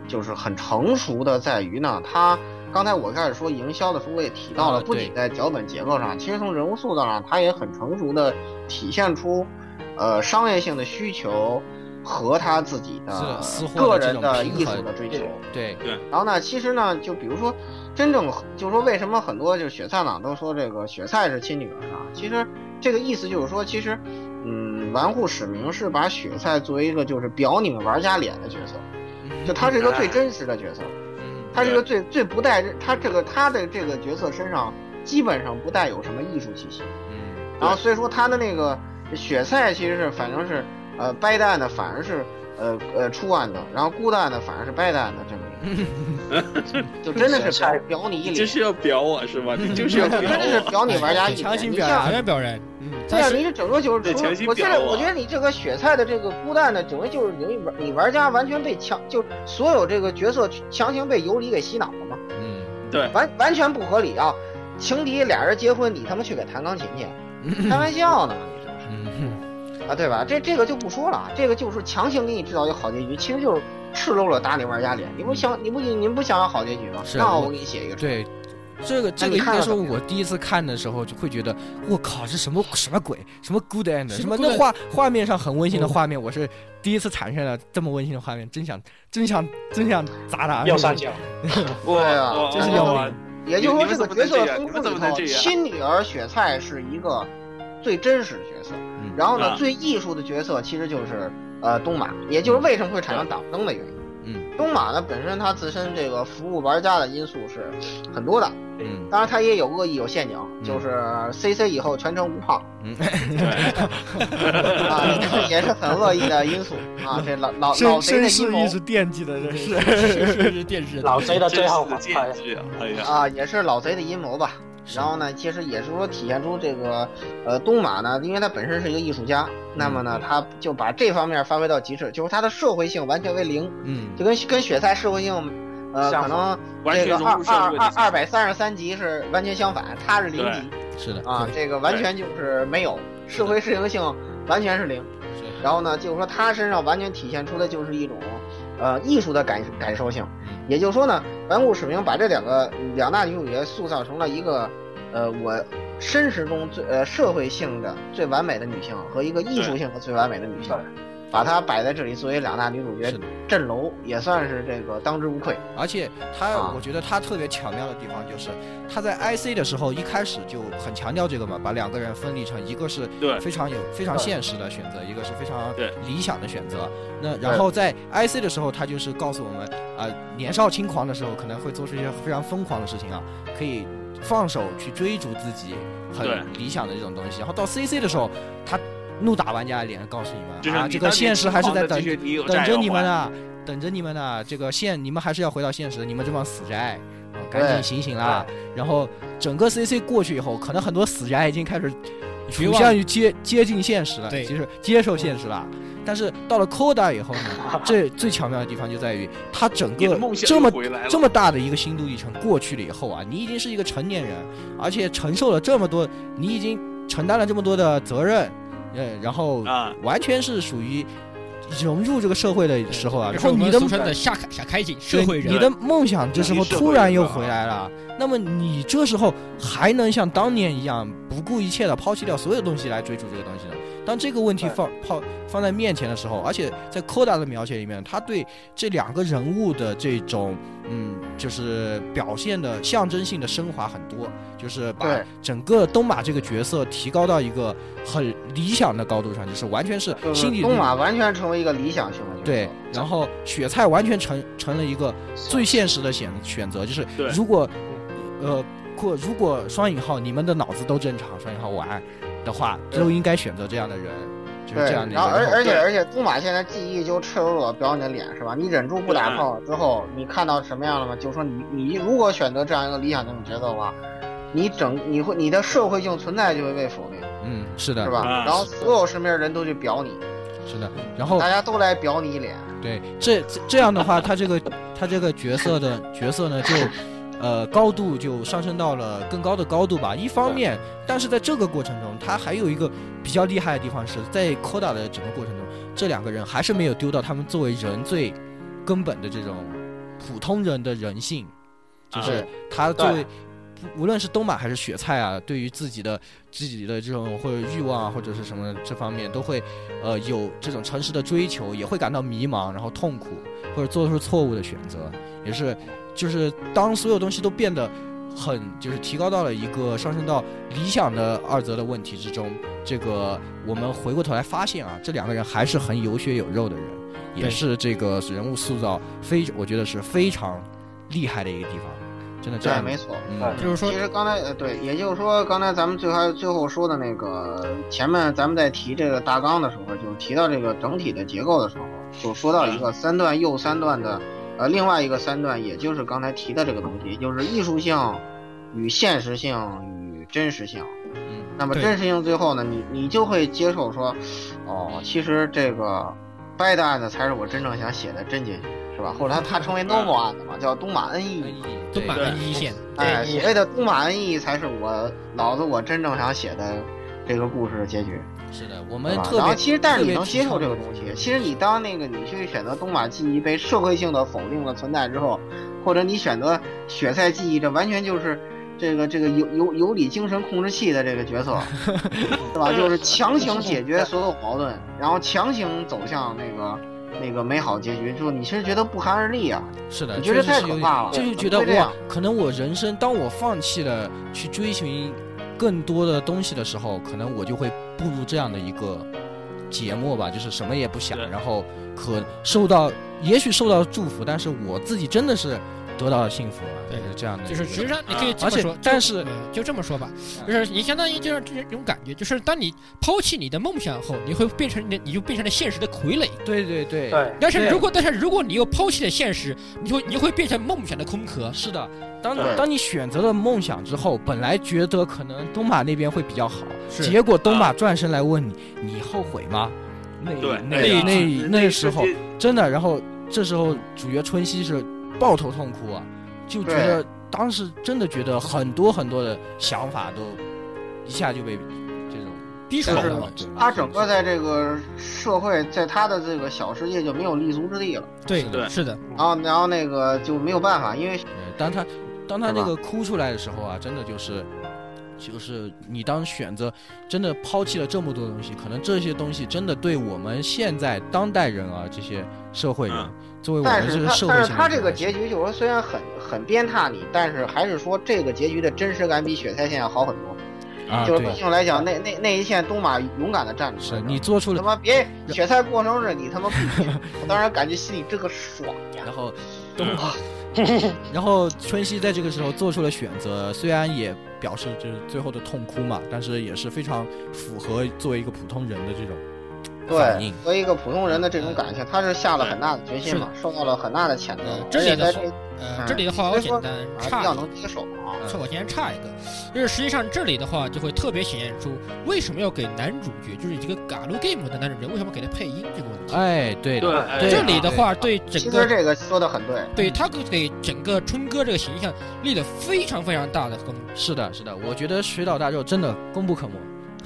就是很成熟的在于呢，他刚才我开始说营销的时候，我也提到了，
啊
不仅在脚本结构上，其实从人物塑造上，它也很成熟的体现出，呃，商业性的需求和他自己的
是私货的
个
这
人
种
的
平
艺术
衡
的追求。
对，
然后呢，其实呢，就比如说，真正就是说，为什么很多就是雪菜党都说这个雪菜是亲女儿啊？其实这个意思就是说，其实，嗯，玩户使命是把雪菜作为一个就是表你们玩家脸的角色，就他是一个最真实的角色，他是一个最最不带他这个他的这个角色身上基本上不带有什么艺术气息。
嗯，
然后所以说他的那个雪菜其实是反正是呃掰蛋的，反而是呃呃出案的，然后孤蛋的反而是掰蛋的这么一 个，就真的 是表表你一脸，
你就
就是
要表我是吧？你就是要
真
表
的是
我。
表你玩家一
强
脸。
行
你
表达，
像
强行表人，
对
但
啊，
是
你这整个就是
对
出
强行
我现在
表啊
我觉得你这个雪菜的这个孤蛋的，整个就是你玩你玩家完全被强，就所有这个角色强行被游离给洗脑了嘛，
嗯，
完完全不合理啊！情敌俩人结婚，你他妈去给弹钢琴去，开玩笑呢，你这是。
嗯，
啊，对吧？这这个就不说了，啊，这个就是强行给你制造一个好结局，其实就是赤裸裸打你玩家脸。
嗯
你不想，你不你们不想要好结局吗？
是
那好
我
我给你写一个出来。
对，这个这
那
个
你
应
看
该
了
说，
怎么
我第一次看的时候就会觉得，我靠，这什么什么鬼，什么 good end，
什
什么
么 good
那
end
画画面上很温
哦
馨的画面，我是第一次产生了这么温馨的画面，真想真想真想砸他，
右上角，
我
对啊
我
这是
我
要
我
也就是说，
你
这个
们怎
角色
么能这样
从
你们怎
故
么
里
能
头，
这样
亲女儿雪菜是一个最真实的角色，
嗯
然后呢，
啊
最艺术的角色其实就是呃东马，也就是为什么会产生党争的原因。
嗯，
东马呢本身它自身这个服务玩家的因素是很多的，
嗯
当然它也有恶意有陷阱，
嗯
就是 CC 以后全程无胖。
对
啊， 也是很恶意的因素啊，这老老老
绅
贼的阴
绅士
谋
意识惦记的这
嗯
是。
是是电视的，
老贼的最后
真
反
是
派
的，见识，哎呀，
啊，也是老贼的阴谋吧。然后呢，其实也是说体现出这个，呃，东马呢，因为他本身是一个艺术家，那么
嗯
呢，他就把这方面发挥到极致，就是他的社会性完全为零，
嗯
就跟跟雪菜社会性，呃，
相
可能
完
这
全
个
融
二
入社
二
会
二
的
二百三十三集是完全相反，他是零
对
级
是的
啊，这个完全就是没有社会适应性，完全是零。
是
然后呢，就是说他身上完全体现出的就是一种，呃，艺术的感感受性
嗯。
也就是说呢，顽固使命把这两个两大女主角塑造成了一个，呃，我绅士中最呃社会性的最完美的女性和一个艺术性的最完美的女性
对，
把它摆在这里作为两大女主角
是的，
镇楼，也算是这个当之无愧。
而且他，
啊
我觉得他特别巧妙的地方就是，他在 IC 的时候一开始就很强调这个嘛，把两个人分离成一个是
对
非常有非常现实的选择，一个是非常
对
理想的选择。那然后在 IC 的时候，他就是告诉我们，啊，年少轻狂的时候可能会做出一些非常疯狂的事情啊，可以放手去追逐自己很
对
理想的这种东西。然后到 CC 的时候，他怒打玩家的脸，告诉你
就
们
是
啊，
你
这个
当年
现实还是
疯
在
狂的
等
这些你啊有
等
债
着
要
你们
还
呢，等着你们呢。这个现你们还是要回到现实，你们这帮死宅，啊赶紧
对
醒醒啦！然后整个 CC 过去以后，可能很多死宅已经开始
绝
趋
望
向于接接近现实了，
对
其实接受现实了。但是到了 Coda 以后 呢，这最巧妙的地方就在于它整
你
个
的梦想
这
又
么
回来了，
这么大的一个心路历程过去了以后啊，你已经是一个成年人，而且承受了这么多，你已经承担了这么多的责任，呃，然后
啊，
完全是属于融入这个社会的时候啊，然后你
你
的
俗称的下开下开井社会人，
你的梦想这时候
社会
突然又
人啊
回来了，那么你这时候还能像当年一样不顾一切的抛弃掉所有东西来追逐这个东西呢？当这个问题
对
放抛放在面前的时候，而且在柯达的描写里面，他对这两个人物的这种嗯，就是表现的象征性的升华很多，就是把
对
整个东马这个角色提高到一个很理想的高度上，就是完全是
就是
心理
呃东马完全成为一个理想型的角色。嗯
对，然后雪菜完全成成了一个最现实的选选择，就是
对
如果呃过如果双引号你们的脑子都正常，双引号玩的话，
对
都应该选择这样的人，就是
对，
这样的一
然后
个
而
人。
而且
对
而且，东马现在记忆就赤裸裸表你的脸是吧？你忍住不打炮之后，你看到什么样了吗？就说你你如果选择这样一个理想型的角色的话，你整你会你的社会性存在就会被否定，
嗯，是的，
是吧？
嗯
然后所有身边人都去表你，
是的。然后
大家都来表你一脸。
对这这这样的话，他这个他这个角色的角色呢就。呃，高度就上升到了更高的高度吧。一方面，但是在这个过程中，他还有一个比较厉害的地方是在 Koda 的整个过程中，这两个人还是没有丢到他们作为人最根本的这种普通人的人性，就是
对
他作为
对
无论是东马还是雪菜啊，对于自己的自己的这种或者欲望啊，或者是什么这方面，都会呃有这种诚实的追求，也会感到迷茫，然后痛苦，或者做出错误的选择，也是就是当所有东西都变得很就是提高到了一个上升到理想的二则的问题之中，这个我们回过头来发现啊，这两个人还是很有血有肉的人，也
对
是这个人物塑造非我觉得是非常厉害的一个地方，真的这
对，
样
哎没错。
嗯
就是说
其实刚才呃对，也就是说刚才咱们最开最后说的那个，前面咱们在提这个大纲的时候，就是提到这个整体的结构的时候，就说到一个三段又三段的，呃，另外一个三段，也就是刚才提的这个东西，就是艺术性与现实性与真实性。
嗯
那么
对
真实性最后呢，你你就会接受说，哦，其实这个掰的案子才是我真正想写的真结局，是吧？或者他他称为 normal 案子嘛，叫东马恩义。
都满了一线，
哎，
对
所谓的东马恩义才是我老子我真正想写的这个故事的结局，
是的，我
对
们
吧？
特
然后
别
其实，但是
特
你
别
能
提
接受
倡
这个东西，其实你当那个你去选择东马记忆被社会性的否定了存在之后，或者你选择雪菜记忆，这完全就是。这个这个有有有理精神控制器的这个角色，对吧？就是强行解决所有矛盾，然后强行走向那个那个美好结局，之后你其实觉得不寒而栗啊！
是的，
我觉
确
得
实
太
是
可
有
怕了
这就
怎
觉
么
得
会这
哇
样，
可能我人生，当我放弃了去追寻更多的东西的时候，可能我就会步入这样的一个节目吧，就是什么也不想
对，
然后可受到，也许受到祝福，但是我自己真的是得到了幸福啊，
对
就是这样的一个，
就是其实上你可以这
而
么
且
说，
但
就是嗯就这么说吧，
啊
就是你相当于就是这种感觉，就是当你抛弃你的梦想后，你会变成你你就变成了现实的傀儡。
对对对，
对
但是
对
如果但是如果你又抛弃了现实，你会你会变成梦想的空壳。
是的，当
对
当你选择了梦想之后，本来觉得可能东马那边会比较好，
是
结果东
啊
马转身来问你，你后悔吗？那
对
那那
那
那时候
那
真的，然后这时候主角春熙是抱头痛哭啊，就觉得当时真的觉得很多很多的想法都一下就被这种逼
出来了他整个在这个社会，在他的这个小世界就没有立足之地了。
对
是，
的
是的，
然后，然后那个就没有办法，因为
嗯对当他当他
是
那
吧
个哭出来的时候啊，真的就是就是你当选择真的抛弃了这么多东西，可能这些东西真的对我们现在当代人啊这些社会人，
嗯
作为我
但
们这
是
个
他
社会
但是
性
他
的
这个
人
结局就是说虽然很很鞭挞你，但是还是说这个结局的真实感比雪菜线要好很多。
啊，
就是
对
毕，竟来讲，那那那一线东马勇敢的站出来
是
了，
你做出
他
了，
妈别雪菜过生日，你他妈不 去，我当然感觉心里这个爽呀
然。后
嗯
东马， 然后春熙在这个时候做出了选择，虽然也表示就是最后的痛哭嘛，但是也是非常符合作为一个普通人的这种反
对
应，，嗯
作为一个普通人的这种感情，他是下了很大的决心嘛，受到了很大的谴责
呃，这
而
里
且
的
在
话
这
呃，
嗯
这里的话好
所以
简
说
单
啊比
差
较
一
能接受啊。
嗯
错，我今天差一个，就是实际上这里的话就会特别显现出为什么要给男主角，就是这个 Galu Game 的男主角为什么给他配音这个问题。
哎，对的，
对
对
这里的话对
啊其
整
实
个
这个说的很对，
对他给整个春哥这个形象立了非常非常大的功。
是的，是的，我觉得水岛大肉真的功不可没，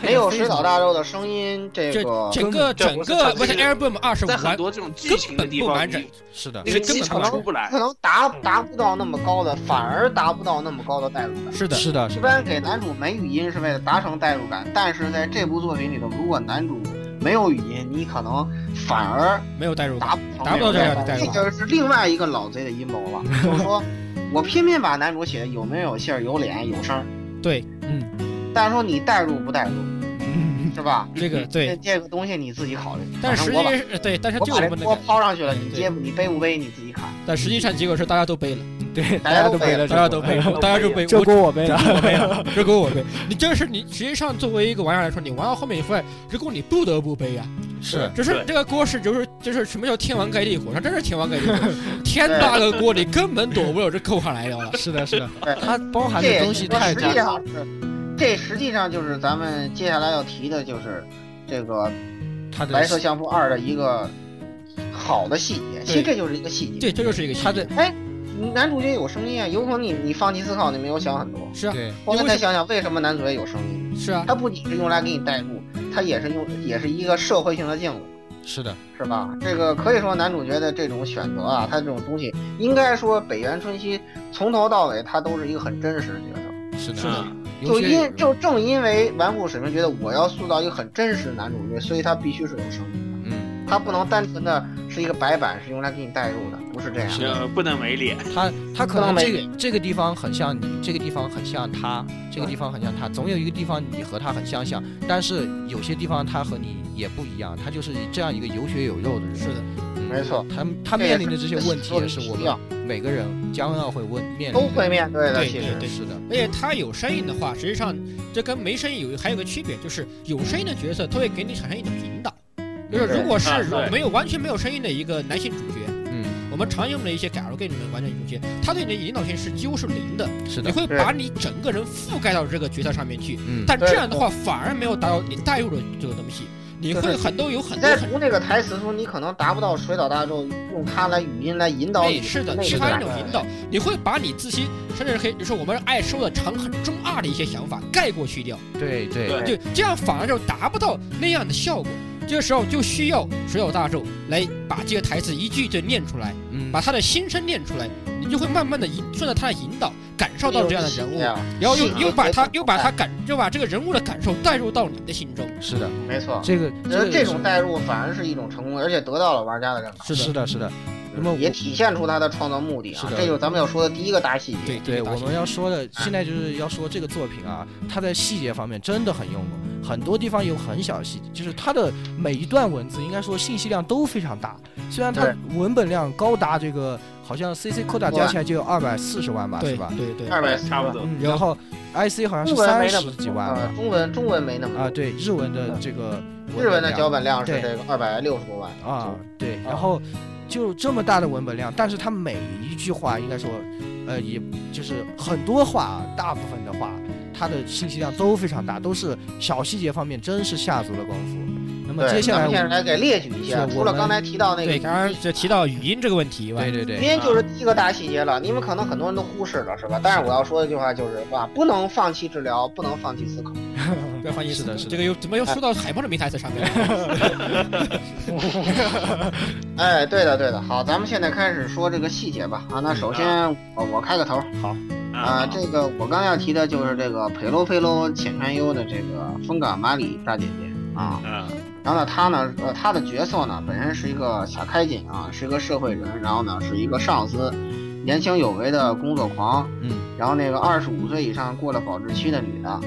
没有
非
石
常
岛大肉的声音，这
这
个
整个
这
整个
不
不
是
是 Album 二十五
在很
完，
多这种剧情的地
根本不
方，
完整
你
是的，
那个
根
气
本不
场
完
出不来
可。能达达不到那么高的，反而达不到那么高的代入感。
是的，
是的，
一
是
般
的，
给男主没语音是为了达成代入感，但是在这部作品里头，如果男主没有语音，你可能反而
没有代入感。
达不
达不到这样的代入
这
感
个是另外一个老贼的阴谋了，就是说我偏偏把男主写的有没有信儿、有脸、有声儿，
对，
但是说你代入 不代入，是吧？
这 个
这
对，
这个东西你自己考虑。
但实
反
际
正我把
是对，但是
我
就我
把这
们的
锅
感觉，
抛上去了，你
对
接不你背不背你自己砍。
但实际上结果是大家都背了，
对，
大家都背了
大家都背了，
大家都背，
这
我
锅我背了。
我没有， 这锅我背。你这是你实际上作为一个玩家来说，你玩到后面你发现这锅你不得不背啊。
是
只是
对
这个锅是就是就是什么叫天王盖地虎，它真是天王盖地虎，天大个锅你根本躲不了这扣上来的了。
是的，是的，
对
它包含
这
的
也
东
是
西
说
太
实啊际
杂，
上是，这实际上就是咱们接下来要提的，就是这个
它
《白色
的
相扑二》的一个好的细节。其实这就是一个细节。
对，这就是一个
它的
哎，男主角有声音啊，有可能你你放弃思考，你没有想很多。
是啊，
对
后来再想想，为什么男主角有声音？
是啊，
它不仅是用来给你代入，它也是用，也是一个社会性的镜子。
是的，
是吧？这个可以说男主角的这种选择啊，他这种东西，应该说北原春熙从头到尾他都是一个很真实的角色。
是的，
是的
有
就
些
因就正因为顽固使命觉得我要塑造一个很真实的男主角，所以他必须是有声音
嗯，
的，他不能单纯的是一个白板是用来给你带入的，不是这样
啊
的。
呃，不能没脸。
他他可
不
能
能没
这个这个地方很像你，这个地方很像他，这个地方很像他，总有一个地方你和他很相像，但是有些地方他和你也不一样，他就是这样一个有血有肉的人。
是的，
嗯
没错，
他他
这也
面临的这些问题也是我
需要
们每个人将要会问面临
都
的
会面对的，
对
其实
对
是的，
而且他有声音的话，实际上这跟没声音有还有个区别，就是有声音的角色，他会给你产生一种引导。就是如果是
啊
如果
对
没有完全没有声音的一个男性主角，
嗯，
我们常用的一些假如给你们完全主角，他对你的引导性是几乎是零的，
是
你
的，
会
对
把你整个人覆盖到这个角色上面去。
嗯，
但这样的话反而没有达到你带入的这个东西，你
就
会
是
很多有很
你
多
在
很
读那个台词的时候，你可能达不到水岛大众用它来语音来引导
哎
你
是的，
那
其
个
他一
感
种
觉
引导，你会把你自己甚至可以就是我们爱说的常很中二的一些想法盖过去掉，
对对
对
就这样反而就达不到那样的效果。这个时候就需要水友大众来把这个台词一句一句念出来，
嗯，
把他的心声念出来，你就会慢慢的引顺着他的引导，感受到这样的人物
这，样
然后又
细节
又把他
都
又把他感又把这个人物的感受带入到你的心中。
是的，
哎没错，
这个
我觉
这个
得嗯呃这种代入反而是一种成功，而且得到了玩家的认可，
是是的是的，那么
也
我
体现出他的创造目的啊
是。的
这就是咱们要说的第一个大细节。
对
对，
这个大
我们要说的现在就是要说这个作品啊，它在细节方面真的很用功，很多地方有很小的细节，就是它的每一段文字应该说信息量都非常大，虽然它
对
文本量高达这个好像 CC Coda 加起来就有二百四十万吧，是
对
吧？
对对，
二百
差不多。
嗯，然后 IC 好像是
中文
三
没那
十
么
几
多
万
啊
吧，
中文中文没那么
啊，
多，
对，日文的这个
嗯日文的
量
脚本量是
对
这个二百六十多万
啊，对，然
啊
后就这么大的文本量，但是他每一句话应该说，呃，也就是很多话啊，大部分的话，它的信息量都非常大，都是小细节方面真是下足了功夫。那么接
对，
下
咱
来
们
我
现在来给列举一
是
下，
我
除了
们
刚才提到那个
对，刚刚就提到语音这个问题吧，
对对对，
因为就是第一个大细节了，你们可能很多人都忽视了，是吧？但是我要说一句话，就是哇，不能放弃治疗，不能放弃思考。
不要放心
是
思，
的是的
这个又怎么又说到海报的名台词上面了？
哎，对的，对的。好，咱们现在开始说这个细节吧。啊，那首先
嗯
我我开个头啊，这个我刚要提的就是这个佩罗佩罗浅川优的这个风港马里大姐姐啊。
嗯，
然后呢，她呢，呃，她的角色呢，本身是一个小开警啊，是一个社会人，然后呢，是一个上司，年轻有为的工作狂，
嗯，
然后那个二十五岁以上过了保质期的女的，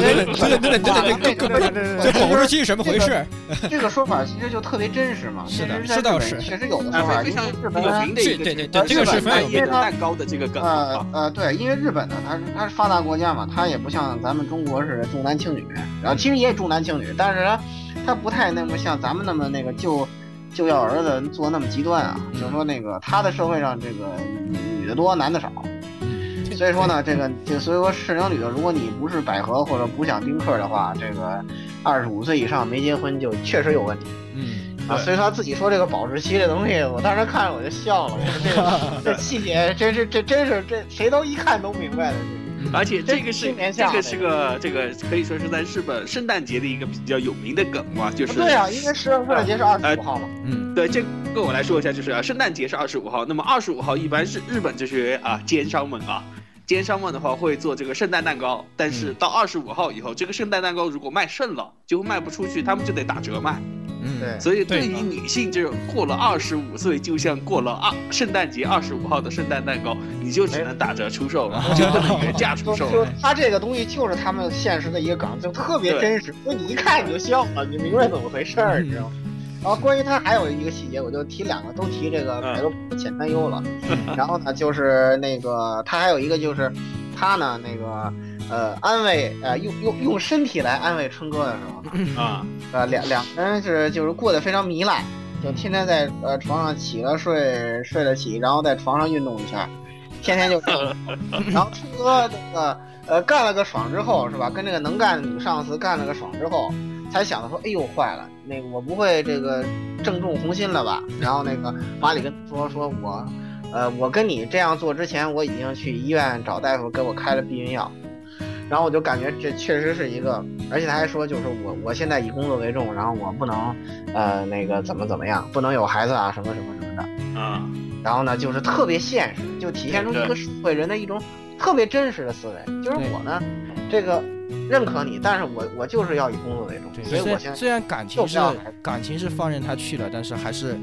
对对对对对对对对，这保不住是什么回事？
这个说法其实就特别真实嘛。
是的
其
是
实在
的
日
是
本确实有的说
啊，
法，
非
因
常
为日
有
本
名的一个，
对对对
日
这个
本
是非常
半
有
夜
名
的
的
蛋糕的这个梗
呃
啊，
呃，对，因为日本呢，它是它是发达国家嘛，它也不像咱们中国似的重男轻女，然后其实也有重男轻女，但是呢，它不太那么像咱们那么那个就就要儿子做那么极端啊，就是说那个他的社会上这个女女的多，男的少。所以说呢，这个就所以说适龄女的，如果你不是百合或者不想丁克的话，这个二十五岁以上没结婚就确实有问题
嗯，
啊。所以他自己说这个保质期这东西，我 当时看着我就笑了，我说这个这细节真是这真是这谁都一看都明白的。
而且这个是
今年
这
下
个是个这个可以说是在日本圣诞节的一个比较有名的梗嘛，就
这
是
个对啊，因为十月份节是二十五号嘛。
对，这跟我来说一下，就是啊，圣诞节是二十五号，那么二十五号一般是日本这些啊奸商们啊，奸商们的话会做这个圣诞蛋糕，但是到二十五号以后，这个圣诞蛋糕如果卖剩了，就会卖不出去，他们就得打折卖。
嗯，
对，
所以对于女性，这种过了二十五岁，就像过了二圣诞节二十五号的圣诞蛋糕，你就只能打折出售了，就不能原价出
就
售
就
了。
他这个东西就是他们现实的一个梗，就特别真实，所以你一看你就笑了，你就明白怎么回事儿，你知道吗？然后关于他还有一个细节，我就提两个，都提这个
嗯
百乐普浅担忧了。然后呢，就是那个他还有一个就是他呢那个呃安慰呃用用用身体来安慰春哥的时候，
啊，
呃两两个人是就是过得非常糜烂，就天天在呃床上起了睡，睡了起，然后在床上运动一下，天天就，然后春哥那个呃干了个爽之后是吧，跟这个能干的女上司干了个爽之后，才想着说，哎呦坏了，那个我不会这个正中红心了吧？然后那个马里跟他说说我。呃，我跟你这样做之前，我已经去医院找大夫给我开了避孕药，然后我就感觉这确实是一个，而且他还说就是我我现在以工作为重，然后我不能呃那个怎么怎么样，不能有孩子啊什么什么什么的。
啊，
然后呢，就是特别现实，就体现出一个社会人的一种特别真实的思维。就是我呢，这个认可你，但是我我就是要以工作为重，嗯所
虽
以我
然
现在
虽然感情
就是不要孩子
感情是放任他去了，但是还是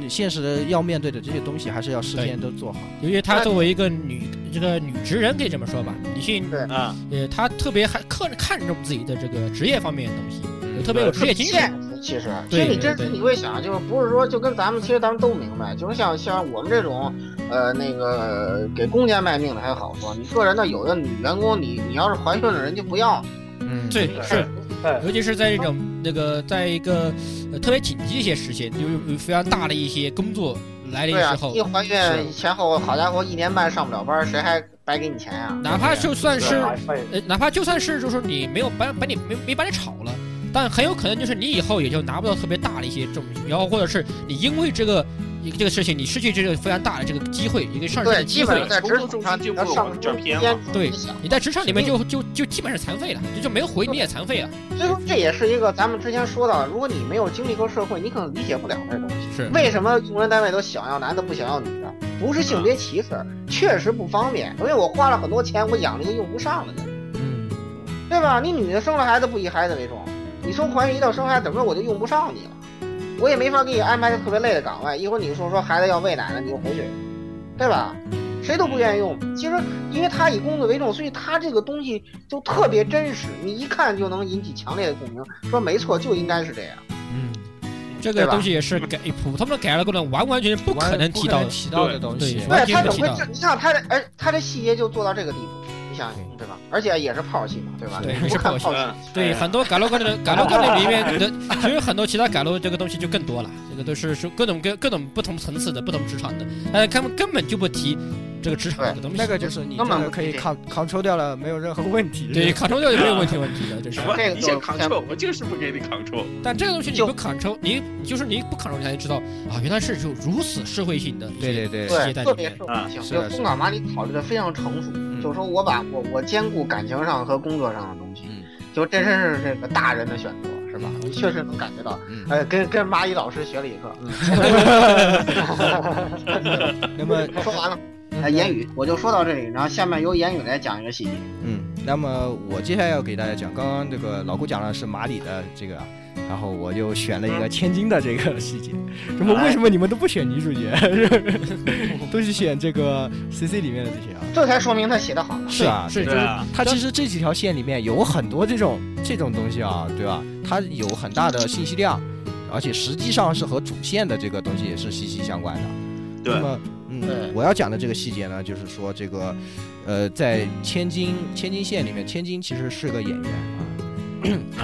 你现实的要面对的这些东西，还是要事
对
先都做好。
由于她作为一个女这个女职人，可以这么说吧，女性
对
啊，
呃，她特别还看看重自己的这个职业方面的东西，
嗯
特别 有职业精神。
现实其实，
对
其实你
对
真
对
实你会想，就是不是说就跟咱们，其实咱们都明白，就是像像我们这种，呃，那个呃给公家卖命的还好说，你个人的有的女员工，你你要是怀孕了，人家不要你，
嗯，
对，是，
对
尤其是在这种那个在一个呃特别紧急的一些时间，有有非常大的一些工作来临
对
之
啊，
后
一，怀
哎是
孕前后，好家伙，一年半上不了班，谁还白给你钱啊呀、
哪怕就算是
啊
还会
呃，哪怕就算是就是说你没有把把你没没把你炒了，但很有可能就是你以后也就拿不到特别大的一些重，然后或者是你因为这个这个事情，你失去这个非常大的这个机会，一个上升的
对，
机
基
会
本
了
上。在职场上，你要上升空间
对
你想，
你在职场里面就就就基本上残废了，就就没有回你也残废了，啊
所以说这也是一个咱们之前说到，如果你没有经历过社会，你可能理解不了这东西。
是
为什么用人单位都想要男的不想要女的？不是性别歧视，确实不方便，因为我花了很多钱，我养了一个用不上的人，
嗯，
对吧？你女的生了孩子不以孩子为重，你从怀孕到生孩子，等会儿我就用不上你了，我也没法给你安排个特别累的岗位。一会儿你说说孩子要喂奶了，你就回去，对吧？谁都不愿意用。其实，因为他以工作为重，所以他这个东西就特别真实，你一看就能引起强烈的共鸣。说没错，就应该是这样。
嗯这
对
个
吧
东西也是改普通的改良过程完完全全不可能提到的。
提到的东西
对。
对
完全
他
没
怎
提
么
到
会这？你像他的，哎，他这细节就做到这个地步，你想想，对吧？而且也是炮戏嘛，对吧？
对
你不
是
看
炮戏
炮戏，
嗯，
对，很多改良过程改良过程里面的，其实很多其他改良这个东西就更多了，这个都是是各种各各种不同层次的、不同职场的，但是他们根本就不提这个职场这个东西。
那个就是你
根
这
本
个可以 con control 掉了，没有任何问题。
对，卡通掉就没有问题问题的，这 是
什。么？
这个
你
就
想 control，我就是不给你 control。
但这个东西你
就
不卡抽，你你就是你不卡抽，你才知道啊，原来是有如此社会性的一些
对对对
细节
对，
在
特
里
别
面
是。
啊
感情，
是
就
的嗯
是
是
东港把你考虑的非常成熟，就是说我把我我兼顾感情上和工作上的东西
嗯，
就真真是这个大人的选择，是吧？你确实能感觉到，
嗯，
哎，跟跟蚂蚁老师学了一课。
嗯那么，
说 完了，哎，言语我就说到这里，然后下面由言语来讲一个细节。
嗯，那么我接下来要给大家讲，刚刚这个老顾讲的是马里的这个啊，然后我就选了一个千金的这个细节。 那么为什么你们都不选女主角， 都是选这个 CC 里面的这些啊？
这才说明他写的好。
是啊，
是
就
对
是
啊
它其实这几条线里面有很多这种这种东西啊，对吧？它有很大的信息量，而且实际上是和主线的这个东西也是息息相关的。
对
那么，嗯
对，
我要讲的这个细节呢，就是说这个，呃，在千金千金线里面，千金其实是个演员啊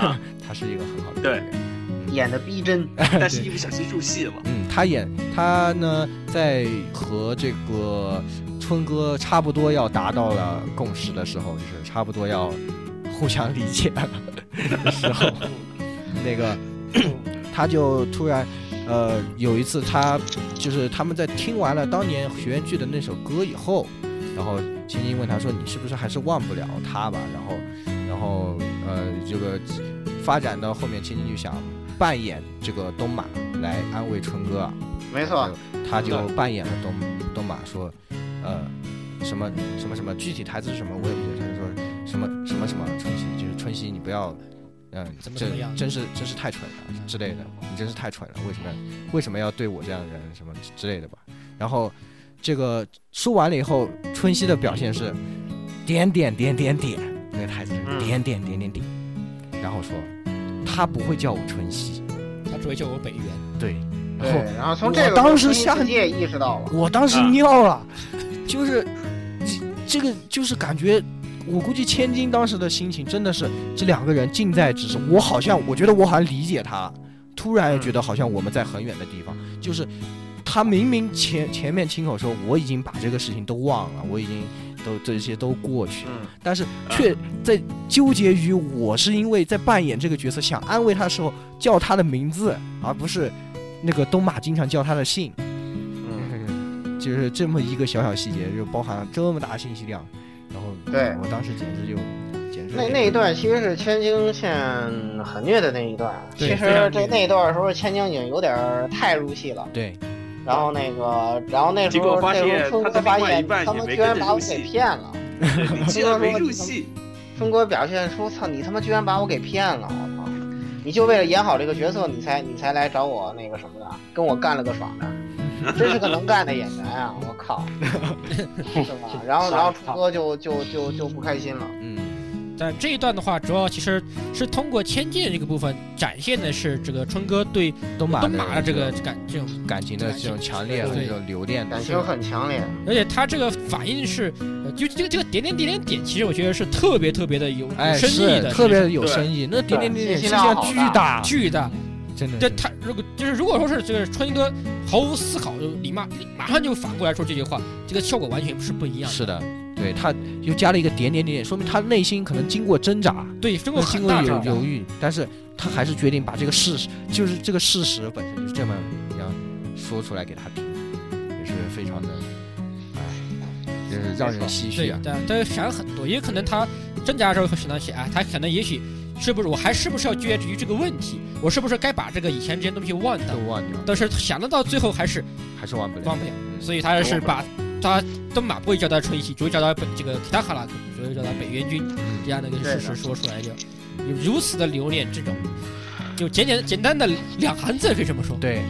啊，
他是一个很好的
对
演员。
演的逼真，
但是一不小心入戏了。
嗯，他演他呢，在和这个春哥差不多要达到了共识的时候，就是差不多要互相理解的时候，那个他就突然，呃，有一次他就是他们在听完了当年学院剧的那首歌以后，然后青青问他说：“你是不是还是忘不了他吧？”然后，然后呃，这个发展到后面，青青就想扮演这个东马来安慰春哥啊，
没错，嗯
他就扮演了东东马说，呃，什么什么什么，具体台词是什么我也不记得，他就说什么什么什么春熙，就是春熙你不要，嗯、
怎么
这
怎么样
真是真是太蠢了之类的，你真是太蠢了，为什么为什么要对我这样的人什么之类的吧？然后这个说完了以后，春熙的表现是点点点点点，那个台词是
嗯
点点点点点，然后说他不会叫我春熙，
他只会叫我北原。
对，然
对
后。，
然后从这
哦我
个
当时
中
吓
自己也意识到了，
我当时
啊
尿了，就是这这个就是感觉，我估计千金当时的心情真的是这两个人近在咫尺，我好像我觉得我好像理解他了，突然又觉得好像我们在很远的地方，就是他明明前前面亲口说我已经把这个事情都忘了，我已经都这些都过去了，
嗯，
但是
啊
却在纠结于我是因为在扮演这个角色想安慰他的时候叫他的名字，而不是那个东马经常叫他的姓。嗯，就是这么一个小小细节，就包含了这么大的信息量，然后
对
我当时简直就简直
那那一段其实是千京县很虐的那一段，
对
其
非
实
常
这那一段时候千京已经有点儿太入戏了。
对，
然后那个，然后那时
结果
候
发
那时
现
候中
他
国
的
发
另外一
现
半
他
也
们
没
居然
跟着
把我
入
给
戏
骗了，
你居然 没入戏，
中国表现出操你他妈居然把我给骗了，我操！你就为了演好这个角色，你才你才来找我那个什么的，跟我干了个爽的，真是个能干的演员啊！我靠， 是吧？然后然后楚哥就就就就不开心了。
嗯，
但这一段的话，主要其实是通过千剑这个部分展现的是这个春哥对
东马
东马的这个感这种
感情的这种强烈啊和这种留恋的
感，情很强烈，
而且他这个反应是，呃就这个这个点点点点点，其实我觉得是特别特别的有
哎，
有深意
是
的，
特
其
别
实啊
有深意，那点点点点信
信息
息
量
量
好
巨
大
大，
巨大。
真的
这
是
他如果就是如果说是就是春哥毫无思考就立马马上就反过来说这句话，这个效果完全是不一样的。
是的，对他
他又加了一个点点点点，说明他内心可能经过挣扎，
对，经过
经
很
过
大
犹
挣扎
犹豫，但是他还是决定把这个事实，就是这个事实本身就是这么样
说出来给他听，也是非常的，哎，就是让人唏嘘
对
啊，。
但但想很多，也可能他挣扎的时候会想到一些，哎，他可能也许是不是我还是不是要决绝于这个问题，我是不是该把这个以前这些东西忘掉
都？忘掉，
但是想得到最后还是
还是忘不了
嗯
忘。不了，所以他是把他东马不会叫他春熙，只会叫他北这个北哈拉克，只会叫他北元
嗯
军这样的一个事实说出来就有如此的留恋，这种就简简简单的两行字可以这么说。
对，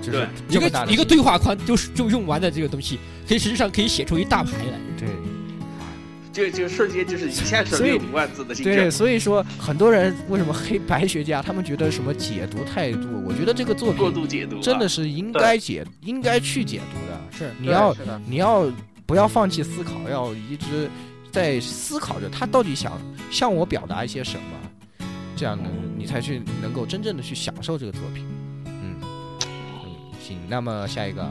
就是
对
一
这么
个
大的
一个对话框就是就用完的这个东西，可以实际上可以写出一大排来。
对
就就瞬间就是一下是
所以
六五万字的信
对，
件，
所以说很多人为什么黑白学家，他们觉得什么解读态度？我觉得这个作
过
品
度解读啊
真的是应该解，应该去解读的。
是
你要
对是的
你要不要放弃思考？要一直在思考着他到底想向我表达一些什么，这样呢，你才去能够真正的去享受这个作品。嗯，嗯行，那么下一个，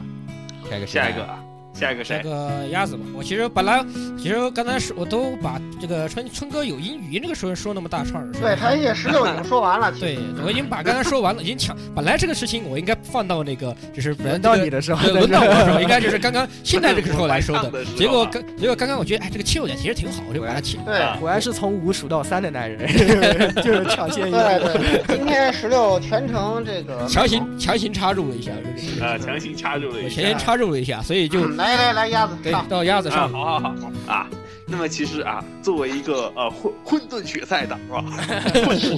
下一个，
下一个，啊，下一个
这
谁？
个鸭子吧，我其实本来其实刚才是我都把这个春春哥有英语音这个时候说那么大串儿了，是吧
对他也十六已经说完了，其实
对，我已经把刚才说完了，已经抢。本来这个事情我应该放到那个，就是本来
轮到
这个
你的时候
对，
再
轮到我
说
的时候，应该就是刚刚现在这个时候来 说
我晚上
的
的时候。啊
结果刚，结果刚刚我觉得，哎，这个切入点其实挺好，我就把它切。
对
啊
果然是从五数到三的男人，就是抢先一步。
对对对，今天十六全程这个
强行强行插入了一下，就是
啊，强行插入了
我
一
前
下
天。插入了一下，所以就
来来来鸭子
对
上，
到鸭子
啊，
上。
好好好啊。那么其实啊，作为一个呃混混沌雪菜党啊，混沌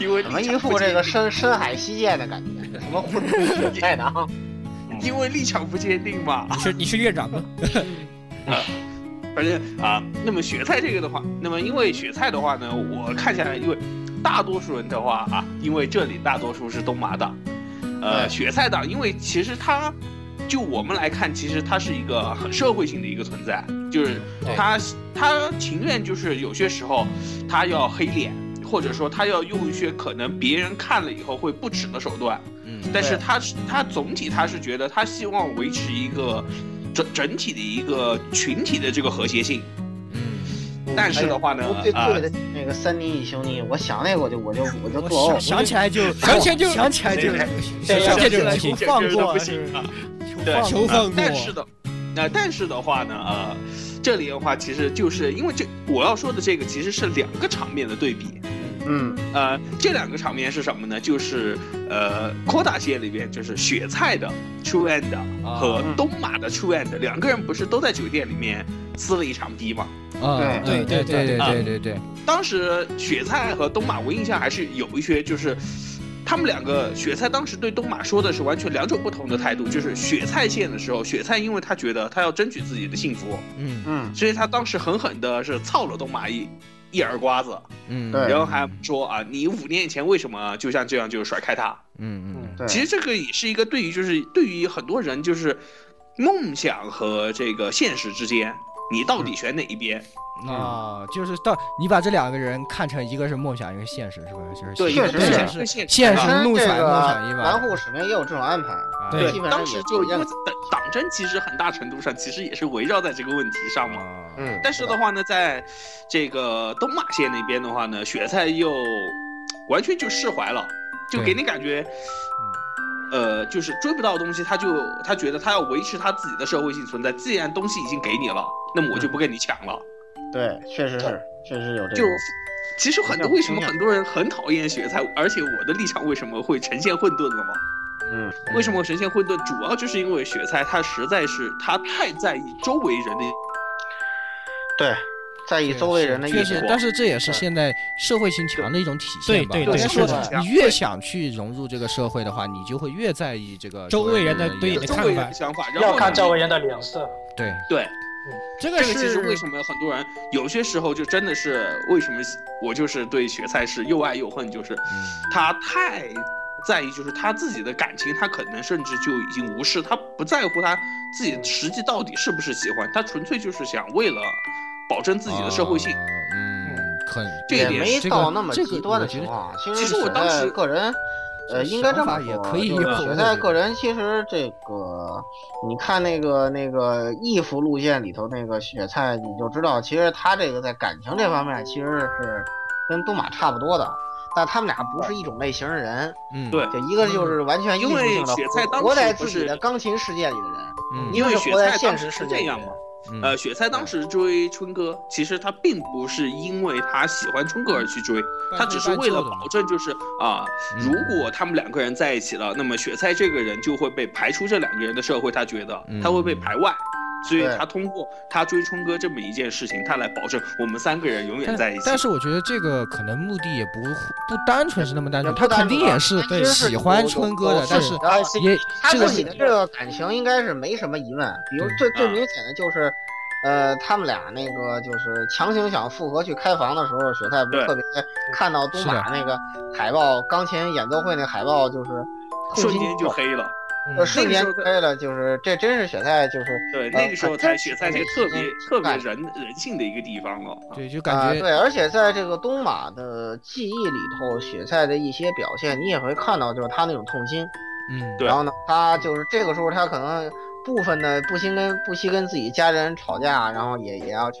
因为
怎么
立
一
场不
副这个
坚
深深海西界的感觉？什么混沌血菜党？
定因为立场不坚定嘛，
你是你是院长吗？
反正啊，那么雪菜这个的话，那么因为雪菜的话呢，我看下来，因为大多数人的话啊，因为这里大多数是东马党，呃，雪菜党，因为其实它就我们来看，其实它是一个很社会性的一个存在，就是他他情愿就是有些时候他要黑脸，或者说他要用一些可能别人看了以后会不耻的手段，
嗯，
但是他是他总体他是觉得他希望维持一个整整体的一个群体的这个和谐性，
嗯，
但是的话呢
我最，
啊、
对的那个三尼一兄弟，我想那个我就我就我就
我
作呕。
想想起来就
想起来就
想起来就
对
想
这
起
种
来
情
就
况
放过，
不行啊
求
对
放
求
过。
放过。
但是的，那、但是的话呢，呃，这里的话其实就是因为这我要说的这个其实是两个场面的对比，
嗯，
呃，这两个场面是什么呢？就是呃，扩大线里边就是雪菜的 True End 和东马的 True End、两个人不是都在酒店里面撕了一场逼吗？
啊，
对对
对
对
对
啊
对对对，
当时雪菜和东马，我印象还是有一些，就是他们两个，雪菜当时对东马说的是完全两种不同的态度。就是雪菜线的时候，雪菜因为她觉得她要争取自己的幸福，
嗯
嗯，
所以她当时狠狠的是操了东马一一耳刮子，
嗯，
对
然后还说啊，你五年前为什么就像这样就甩开他？
嗯嗯
对，
其实这个也是一个对于就是对于很多人就是梦想和这个现实之间，你到底选哪一边？
嗯
啊，就是到你把这两个人看成一个是梦想，一个是现实，是吧？就是
对，一
确
个
实
梦想
是
和现实
现
本
实
身
怒
这
甩
个
怒甩一
蓝
把，
护使命也有这种安排，
啊
对
基本上
当
也
时
是
就
一
因
样
为
的。
党党争其实很大程度上其实也是围绕在这个问题上嘛。
啊
嗯，
但是的话呢，在这个东马线那边的话呢，雪菜又完全就释怀了，就给你感觉，
嗯
呃，就是追不到的东西，他就他觉得他要维持他自己的社会性存在。既然东西已经给你了，那么我就不跟你抢了。
嗯对，确实是。确实有这
就
种。
其实很多
倾向
为什么
倾向
很多人很讨厌雪菜，而且我的立场为什么会呈现混沌了吗？
嗯，
为什么神仙混沌？主要就是因为雪菜他实在是他太在意周围人的，
对，在意周围人的意
确
见
实，，但是这也是现在社会性强的一种体现吧。
对
应该
对对
说
是的
你越想去融入这个社会的话，你就会越在意这个
周围人的对
对
你的
周
看
围人
法
的想法，然
要
后
看
你
周围人的脸色。
对
对，
这个
这
是
个其实为什么很多人有些时候就真的是为什么我就是对雪菜是又爱又恨，就是
嗯
他太在意，就是他自己的感情，他可能甚至就已经无视，他不在乎他自己实际到底是不是喜欢，他纯粹就是想为了保证自己的社会性
啊。嗯，很
这一
也
点
没
这个
到那么
这个
极端的
我觉
情
得
况。
其实
实
我
雪
当
菜
时
个人，呃，应该这
想
么
法
说，
也可以
就是
有
雪菜个人其实这个，你看那个那个义父路线里头那个雪菜，你就知道，其实他这个在感情这方面其实是跟东马差不多的。但他们俩不是一种类型的人，
嗯
对
就一个就是完全艺术性的
因为雪菜当
活活
时
在
不
自
是
己的钢琴世界里的人，
嗯
因为
就是
雪
活在
菜
现
当
实
时
世
是
界
这
里
样
的
嘛，
嗯
呃，雪菜当时追春哥，其实他并不是因为他喜欢春哥而去追，他只是为了保证就是啊，
嗯
如果他们两个人在一起了，那么雪菜这个人就会被排除这两个人的社会，他觉得
嗯
他会被排外。所以
对
他通过他追春哥这么一件事情，他来保证我们三个人永远
但
在一起。
但是我觉得这个可能目的也不不单纯是那么单纯，
也
他
不
肯
单纯
定也
啊
是
他其实是
喜欢
有
春哥的
有，
但
是
是
然后是
也
他
这个
自己的这个感情应该是没什么疑问。比如
对
最最
啊
明显的就是，呃，他们俩那个就是强行想复合去开房的时候，雪菜不是
对
特别看到东
是的
马那个海报钢琴演奏会那海报，就是
瞬
痛心
间就黑了。
呃
嗯
瞬间
那个时候
黑了，就是这真是雪菜就是呃
对，那个时候
他
才
真
雪菜才
是
特别
一个
特别
哎
人人性的一个地方了。啊
对，就
啊、
感觉
对，而且在这个东马的记忆里头，雪菜的一些表现，你也会看到，就是他那种痛心。
嗯
对
然后呢，他就是这个时候，他可能部分的不惜跟不惜跟自己家人吵架，然后也也要去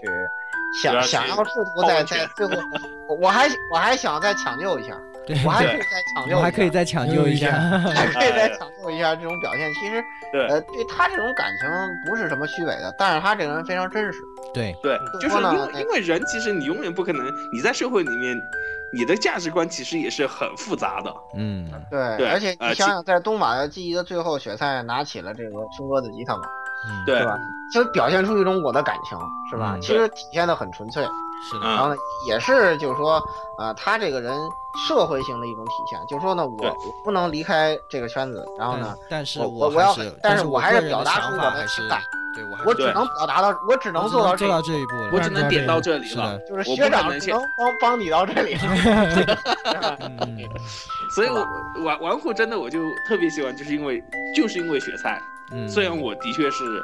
想
也要去
想要试图
泡
再
温泉
再最后，我我还我还想再抢救一 下，
对
我还可
对
以再抢
我
救一下，嗯
们还可以再抢救一下，
还可以再抢救一下这种表现。其实，
哎对
呃，对他这种感情不是什么虚伪的，但是他这个人非常真实。
对，
对，就是
说呢哎
因为
那
因为人其实你永远不可能，你在社会里面，你的价值观其实也是很复杂的。
嗯，
对，
对
而且
呃
你
其
想想，在东马的记忆的最后，雪菜拿起了这个春哥的吉他嘛，
嗯
对
是吧？就表现出一种我的感情，是吧？
嗯
其实体现的很纯粹。
是的，
然后
嗯，
呢，也是就是说，呃，他这个人社会性的一种体现，就是说呢，我
对
我不能离开这个圈子，然后
但
呢，
但是
我我
还
要
是，
但
是
是我还
个人
是表
的
达
想
出
法
我的
还是
情感，
对我还
我
是
只
对
能表达到，我只能
我只
做到
做
这里
到，这一步了，
我只能点到这里
是
了
的。
就是
我
学
不可
长
能
只
先
能帮帮你到这里。
嗯，
所以我玩玩户真的我就特别喜欢，就是因为就是因为雪菜，
嗯
虽然我的确是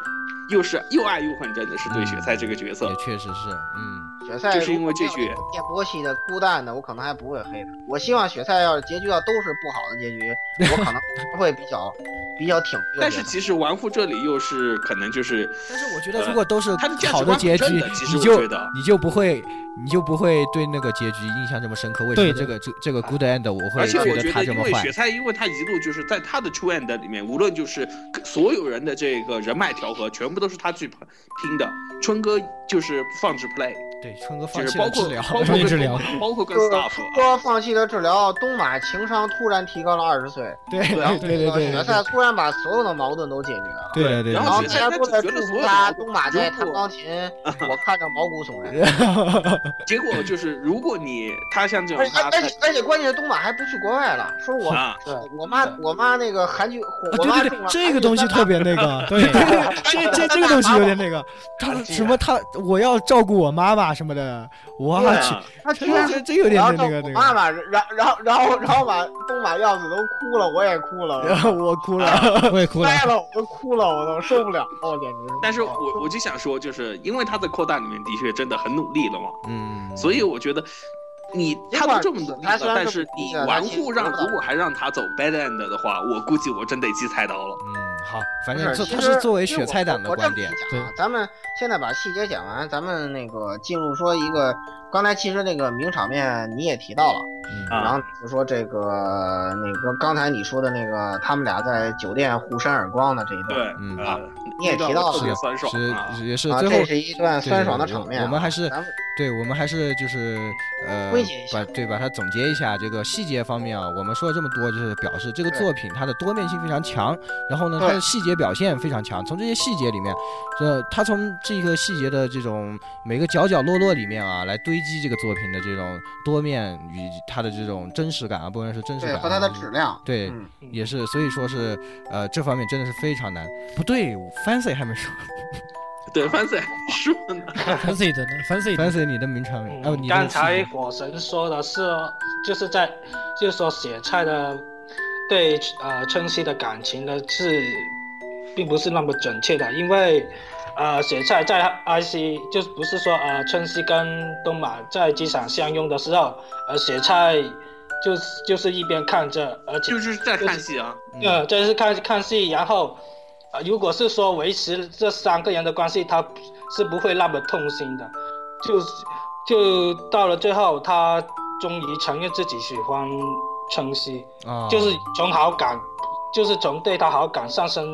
又是又爱又恨，真的是对雪菜这个角色
嗯也。确实是，嗯，
雪菜
就是因为这句
电波系的孤单的，我可能还不会黑他。我希望雪菜要是结局要都是不好的结局，我可能会比较比较挺。
但是其实玩户这里又是可能就是
但是我觉得如果都是
他的价值
呃好
观
结
很
局
真的，其实
你
我
就
觉得
你就不会你就不会对那个结局印象这么深刻。为什么
对
这个这这个 good end 我
而
会
且我觉
他
得，
这
因
么
为
坏
雪？菜，因为他一路就是在他的 t r e n d 里面，无论就是所有人的这个人脉调和，全部都是他去拼拼的。春哥就是放置 play，
对，春哥放
就是
弃
包
了
括
治疗，
包括跟
治疗
包括跟
就是
staff 啊
说放弃了治疗，东马情商突然提高了二十岁，
对
然后
对
这
对
个
对
雪菜突然把所有的矛盾都解决了。
对对对，
然
然后
后
大
雪菜
家都在祝啊福他东马在
如
弹
果
钢琴， 我看着毛骨悚然。
结果就是，如果你他像这
而
种
且
他
而且而且关键是东马还不去国外了，说我
啊，
我妈我妈那个韩剧，
啊
我我妈
对对
中
对
了，
这个东西
韩剧三大
特别那 个，
对
这这这个东西有点那个，他什么他我要照顾我妈妈什么的，我
对
去，
啊
他
这
居然
这这有点
然后
那个
我
那
妈
个，
妈，然然后然后然后把东马耀子都哭了，我也哭了，啊
然后 我哭了。
我也哭了，
呆了，我都哭了，我都受不了，我简直。哦
但是我我就想说，就是因为他在扩大里面的确真的很努力了嘛，
嗯，
所以我觉得你
尽
他
管
都这么努力
他
了，
虽然
但
这
是
么努
你
力啊他
玩
其实
户让
做不到
如果还让他走 bad end 的话，我估计我真得记菜刀了。
嗯，好，反
不
正这
是，其
他
实
是作为
其实
雪
我
菜党的
我这
观
么
点，
讲啊，咱们现在把细节讲完，咱们那个进入说一个，刚才其实那个名场面你也提到了，
嗯
啊
然后就说这个那个刚才你说的那个他们俩在酒店互扇耳光的这一段，
对，
嗯
啊，
你也提到
特
了
别酸爽啊。
是也是
啊，
最
这
后
是一段酸爽的场面啊、
对对对我我们还是
咱们
对，我们还是就是呃
归结一，下
把对把它总结一下这个细节方面啊，我们说了这么多，就是表示这个
对
作品它的多面性非常强，然后呢，
对
它的细节表现非常强。从这些细节里面，这它从这个细节的这种每个角角落落里面啊，来堆积这个作品的这种多面与它的这种真实感啊，不论是真实
对
感啊
和它的质量，
对
嗯，
也是，所以说是呃这方面真的是非常难。不对，Fancy 还没 说
对，翻仔说呢，
，fancy 的呢，fancy 的
，Fancy 你的名称
嗯
哦，你的
刚
细
才
节
火神说的是，哦就是在就是说写菜的对呃春熙的感情呢是，并不是那么准确的，因为呃写菜在 IC 就是不是说呃春熙跟东马在机场相拥的时候，呃写菜就是就是一边看着，而且
就是在看戏啊，
嗯
呃，这是看看戏，然后，呃，如果是说维持这三个人的关系，他是不会那么痛心的，就就到了最后，他终于承认自己喜欢春熙，
啊，
就是从好感，就是从对他好感上升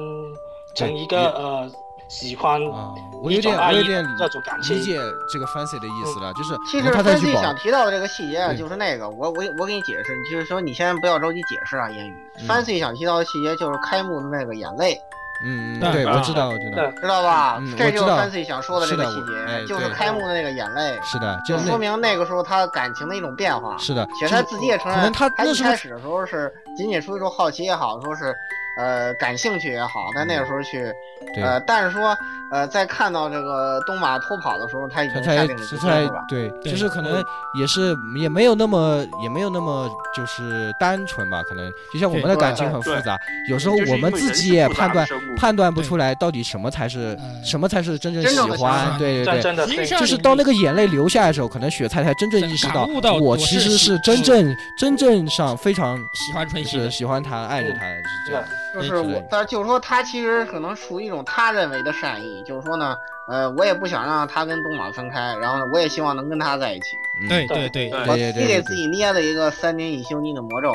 成一
对
个呃喜欢
啊，我
一
有点
种爱
我有
意
点
这种感情
理解这个 Fancy 的意思了，就是
其
你
实
怕他
分
去
析
保
想提到的这个细节啊，
对
就是那个，我我我给你解释，你就是说你先不要着急解释啊，言语。
嗯
Fancy 想提到的细节就是开幕的那个眼泪，
嗯嗯，
啊
对，
啊
我知道，我知道，
对
知道吧？
嗯
这就是
我知道
Fancy 想说的这个
是的
细
我哎
节，就是
对
开幕的那个眼泪，
是的，就
就是说
那，
明那个时候他感情的一种变化。
是的，
其
就
实他
是
自己也承认，
可能他那
一
时候
开始的时候是仅仅出于一种好奇也好，说是呃感兴趣也好，但那个时候去
嗯对，
呃，但是说呃在看到这个东马脱跑的时候，他已
他
经
才
下定了
他
决
才
心了吧？
对，
对
就是可能也是也没有那么也没有那么就是单纯吧，可能就像我们的
对
感情
对
很复
对
杂，有时候
就是
我
因
们
为
自
人
己
是
也
复杂
判
的
断
生物
判断不
对
出来到底什么才是
呃
什么才是真正
真
喜
正的喜
欢，
欢
对
真
对对。
正的
其实
对
上
就是到那个眼泪流下来的时候，可能雪菜才真正意识
感
到
悟到，
我
我
其
是
实
喜
是真正真正上非常
喜欢
就
春熙
是
的，
喜欢他、爱着他，是这样。
就是我，但是就是说他其实可能属于一种他认为的善意，就是说呢，呃，我也不想让他跟东马分开，然后呢，我也希望能跟他在一起。
嗯
对对对，
对
我
对
自
对
己给
对
自己捏了一个三年一修尼的魔咒，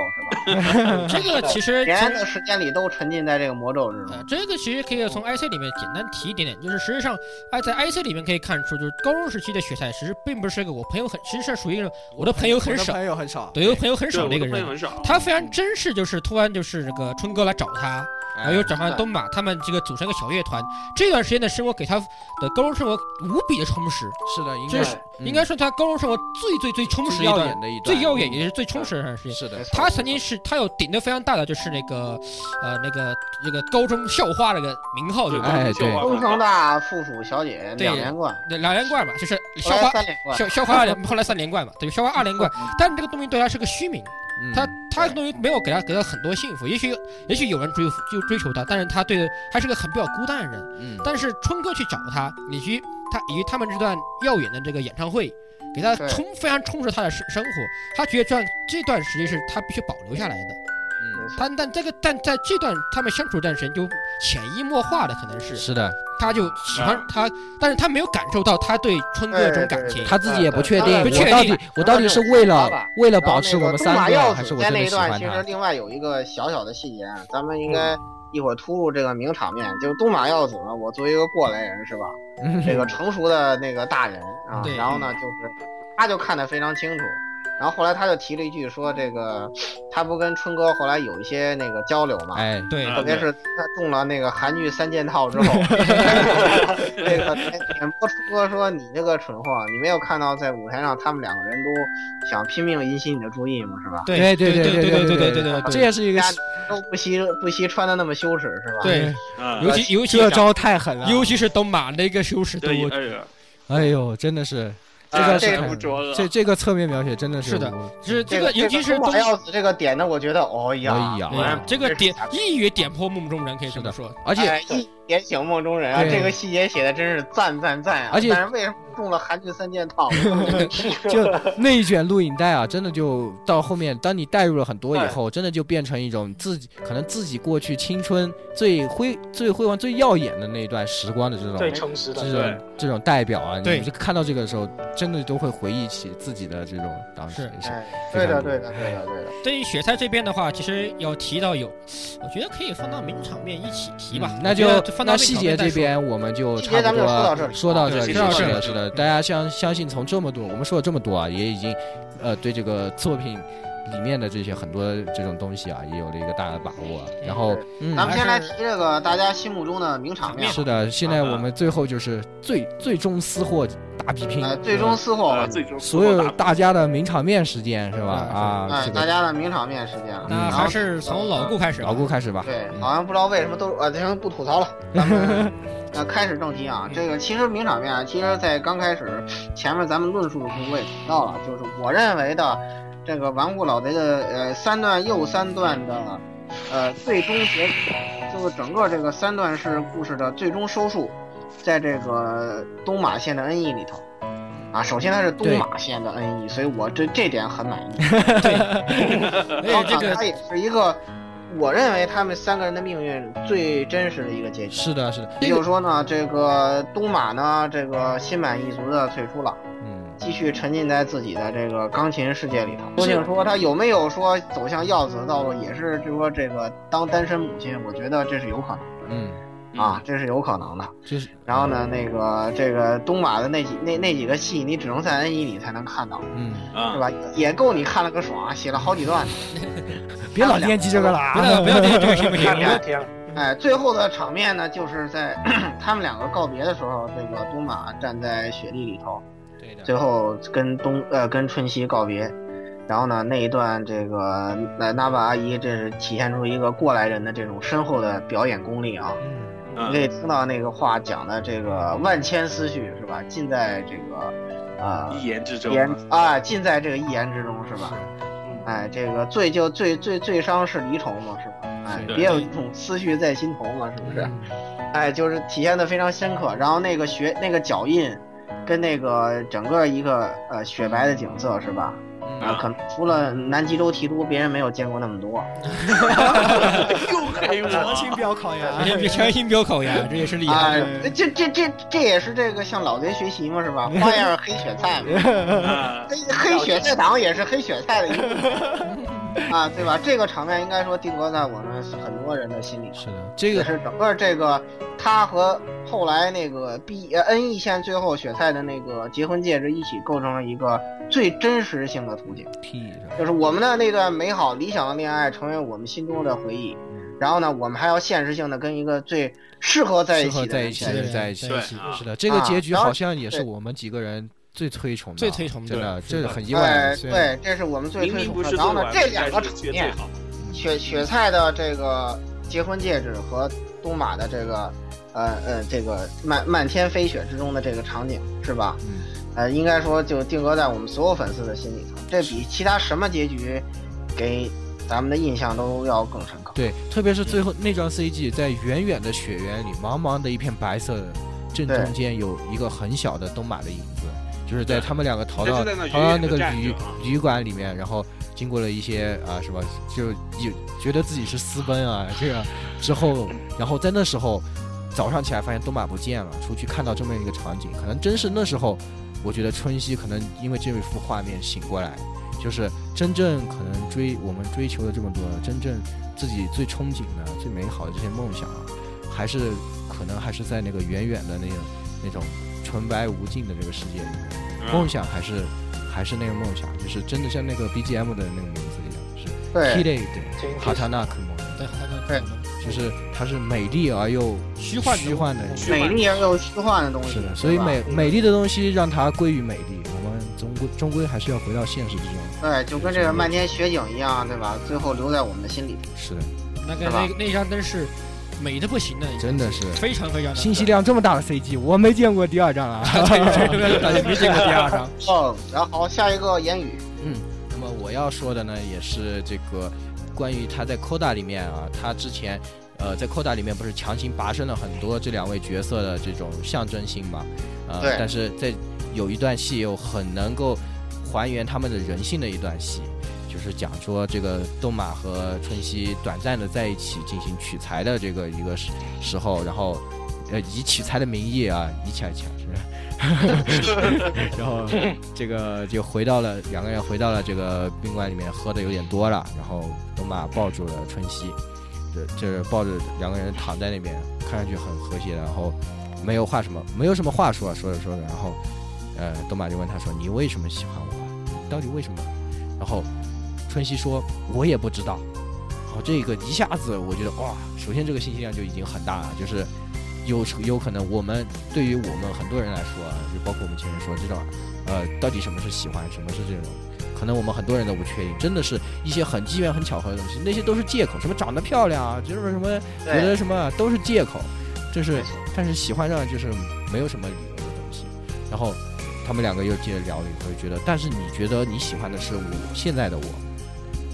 是吧？
这个其实
哎
连
从
的时间里都沉浸在这个魔咒之中
呃，。
嗯
这个其实可以从 IC 里面简单提一点点，就是实际上，哎，在 IC 里面可以看出，就是高中时期的雪菜，其实并不是一个我朋友很，其实是属于一种我的朋友很
我的
少，
朋友很少，
对，我朋友很
对，
少
我
的一
的
个
朋友
人。
很少，
他非常珍视，就是突然就是那个春哥来找他，然后又找上
对
东马，他们这个组成一个小乐团。这段时间的生活给他的高中生活无比的充实，
是的，应
这
该
是
嗯
应该说他高中生活最最最充实
最
的一
耀
段
眼，的一段，嗯
最耀眼也是最充实的一段时间。
是的
没，错
他曾经是他有顶的非常大的就是那个，呃，那个那个高中校花那个名号，对吧？
哎
就
对
啊
东城大附属小姐
对
两连冠，
那两连冠嘛，就是
后
校
来
花
三连冠。
校校花二连，后来三连冠嘛，对，校花二连冠。但这个东西对他是个虚名，
嗯
他他这个东西没有给他给他很多幸福，也许也许有人追就追求他，但是他对他是个很比较孤单的人。
嗯
但是春哥去找他，以及他以及他们这段耀眼的这个演唱会，给他
对
充非常充实他的生生活，他觉得这段这段时间是他必须保留下来的。
嗯
但但这个但在这段他们相处这段时间，就潜移默化的可能是
是的，
他就喜欢他，但是他没有感受到他对春哥这种感情。
他自己也不确定
对，对对
我到底我到底是为了为了呃保持我们三
然后那
个，
个
还是
东
我
马
真
耀子间那
的
一
喜
段，
欢
其
他
实？另外有一个小小的细节，啊，咱们应该一会儿突入这个名场面。就是东马耀子呢，我作为一个过来人是吧，
嗯
这个成熟的那个大人啊
对，
然后呢，就是他就看得非常清楚。然后后来他就提了一句说，这个他不跟春哥后来有一些那个交流 嘛，
哎，
对
啊
特别
对
是他中了那个韩剧三件套之后，那个点播出哥说你这个蠢货，你没有看到在舞台上他们两个人都想拼命引起你的注意吗？是吧？
对
对
对
对
对
对
对
对
对
对
这也是一个
大家都不惜不惜穿的那么羞耻是吧？，
对，
嗯，
尤其尤其
这招太狠了，
尤其是东马那个羞耻度，
对，哎呀，
哎呦，真的是这
啊
个
这
是
个不说了，
这这个侧面描写真的
是的是这个，尤其是东
马耀子这个点呢，我觉得哦呀，
哎呀
哎呀这个点一语点破梦中人，可以这么
是
说。
而且
哎，一点醒梦中人啊，
对
这个细节写的真是赞赞赞啊！
而且
但是为什么中了韩剧三件套？
就那一卷录影带啊，真的就到后面，当你带入了很多
哎
以后，真的就变成一种自己可能自己过去青春最辉最辉煌、最耀眼的那一段时光的这种
最充实的
这
对
种这种代表啊，
对
你就看到这个的时候，真的都会回忆起自己的这种当时
是
也是
哎，
非
对
常
的，
有
对的，对的，对的。
对于雪菜这边的话，其实要提到有，我觉得可以放到名场面一起提吧
嗯。
我
那
觉得
就
放到
那
名
细
场
节
面再
这
说
边我们就
细
差
节
不
咱们就说到
多
这里
说到
对
这里，
细
是
节
的，
说
是
到
的，
这
是
里
呃，大家相相信从这么多，我们说了这么多啊，也已经呃对这个作品里面的这些很多这种东西啊，也有了一个大的把握。然后，嗯，
咱们先来提这个大家心目中的名场面。
是的，现在我们最后就是最最终私货大比拼
哎，，最终
呃
私货
啊，，最终
所有大家的名场面时间是吧？
嗯
啊，
哎，
这
大
个
家的名场面时间了。
那
然
还
后
是从老顾开始吧。
老顾开始吧。
对，
嗯
好像不知道为什么都啊，行，不吐槽了，咱 们呃开始正题啊。这个其实名场面啊，其实在刚开始前面咱们论述的时候我也提到了，就是我认为的这个顽固老贼的呃三段又三段的呃最终结果，就是整个这个三段式故事的最终收束，在这个东马县的恩义里头。啊，首先它是东
对
马县的恩义，所以我这这点很满意。
哎，这个
它也是一个，我认为他们三个人的命运最真实的一个结局。
是的，是的，
也就是说呢，这个东马呢，这个心满意足的退出了，
嗯，
继续沉浸在自己的这个钢琴世界里头。究竟说他有没有说走向耀子的道路，也是就是说这个当单身母亲，我觉得这是有可能
嗯，
的啊，这是有可能的。
就是
然后呢，那个这个东马的那几那那几个戏，你只能在 N 一里才能看到，
嗯，
是
啊，
吧？也够你看了个爽啊，写了好几段呢。
别老惦记这个了
不要
啊！
不要 这个这个行不行
看？两天，
哎，最后的场面呢，就是在 他们两个告别的时候，这个东马站在雪地里头，
对的，
最后跟东呃跟春熙告别。然后呢，那一段这个呃纳瓦阿姨，这是体现出一个过来人的这种深厚的表演功力啊。
嗯，
你可以听到那个话讲的这个万千思绪是吧？尽在这个啊、
一言之
一
中
言啊，尽在这个一言之中是吧？哎，这个最就最最最伤是离愁嘛，是吧？哎，
是的
别有一种思绪在心头嘛，是不是？
嗯
哎，就是体现的非常深刻。然后那个雪那个脚印，跟那个整个一个呃雪白的景色是吧？
嗯
啊，可能除了南极洲提督，别人没有见过那么多。
又黑
强 行
我，
飙烤呀！
这是强行飙口呀，这也是厉
啊
害。，
这这这这也是这个向老贼学习嘛，是吧？花样黑雪菜嘛。
啊
黑黑雪菜党也是黑雪菜的一部 分啊，对吧？这个场面应该说定格在我们很多人的心里，
是的，这
也
个
是整个这个他和后来那个 B 呃 N E 线最后雪菜的那个结婚戒指一起构成了一个最真实性的图景，
屁是吧？
就是我们的那段美好理想的恋爱成为我们心中的回忆。然后呢，我们还要现实性的跟一个最适合在
适
一起
合
的
在一
人
起
在一
的
起
人在一起
对，啊
是的，这个结局
然后
好像也是
对
我们几个人最推崇的，
最推崇的
真的，
是
这
的
是很意
哎
外。，虽然，
对，这是我们最
明
推
明
崇
不
的。
是
然
最
后呢
晚，，
这
但
两
是
个场
却
面
最，好。
雪雪菜的这个结婚戒指和东马的这个，呃呃，这个漫漫天飞雪之中的这个场景是吧？
嗯，
呃，应该说就定格在我们所有粉丝的心里头，这比其他什么结局给咱们的印象都要更深刻。
对，特别是最后那张 CG，在远远的雪原里，茫茫的一片白色，正
对
中间有一个很小的东马的影子，就是在
对
他们两个逃
他就
到
在那
逃到
远远
那个
地站
旅
着啊
旅馆里面，然后经过了一些啊什么，就有觉得自己是私奔啊这个之后，然后在那时候早上起来发现东马不见了，出去看到这么一个场景，可能真是那时候，我觉得春熙可能因为这一幅画面醒过来，就是真正可能追我们追求的这么多，真正自己最憧憬的、最美好的这些梦想啊，还是可能还是在那个远远的那个那种纯白无尽的这个世界里面。梦想还是还是那个梦想，就是真的像那个 BGM 的那个名字一样，是 k i
对
d e d
挺
h a t a n a k
对，他们
对
就是它是美丽而又
虚幻的
虚幻的，
虚幻
美丽而又虚幻的东西，
是
对
的。
吧
所以美美丽的东西让它归于美丽，我们终归终归还是要回到现实之中。
对，就跟这个漫天雪景一样，对吧？最后留在我们的心里。
是的，
那个那那张灯是美的不行的，
真的是
非常非常的
信息量这么大的 CG，我没见过第二张啊。
大家没见过第二 张，
哦，然后下一个言语，
那么我要说的呢，也是这个关于他在 Coda 里面啊，他之前呃在 Coda 里面不是强行拔升了很多这两位角色的这种象征性嘛？呃
对，
但是在有一段戏又很能够还原他们的人性的一段戏。就是讲说这个东马和春熙短暂的在一起进行取材的这个一个时时候，然后，呃，以取材的名义啊，以起来起来是吧？ 然后这个就回到了两个人回到了这个宾馆里面，喝的有点多了，然后东马抱住了春熙，这这抱着两个人躺在那边，看上去很和谐，然后没有话什么，没有什么话说，说着说着，然后呃，东马就问他说：“你为什么喜欢我？到底为什么？”然后春熙说：“我也不知道。”好，这个一下子我觉得哇，首先这个信息量就已经很大了，就是有有可能我们对于我们很多人来说啊，就包括我们前面说这种，呃，到底什么是喜欢，什么是这种，可能我们很多人都不确定，真的是一些很机缘、很巧合的东西，那些都是借口，什么长得漂亮啊，就是什么觉得什么啊都是借口，这是但是喜欢上就是没有什么理由的东西。然后他们两个又接着聊了一会儿，觉得但是你觉得你喜欢的是我现在的我，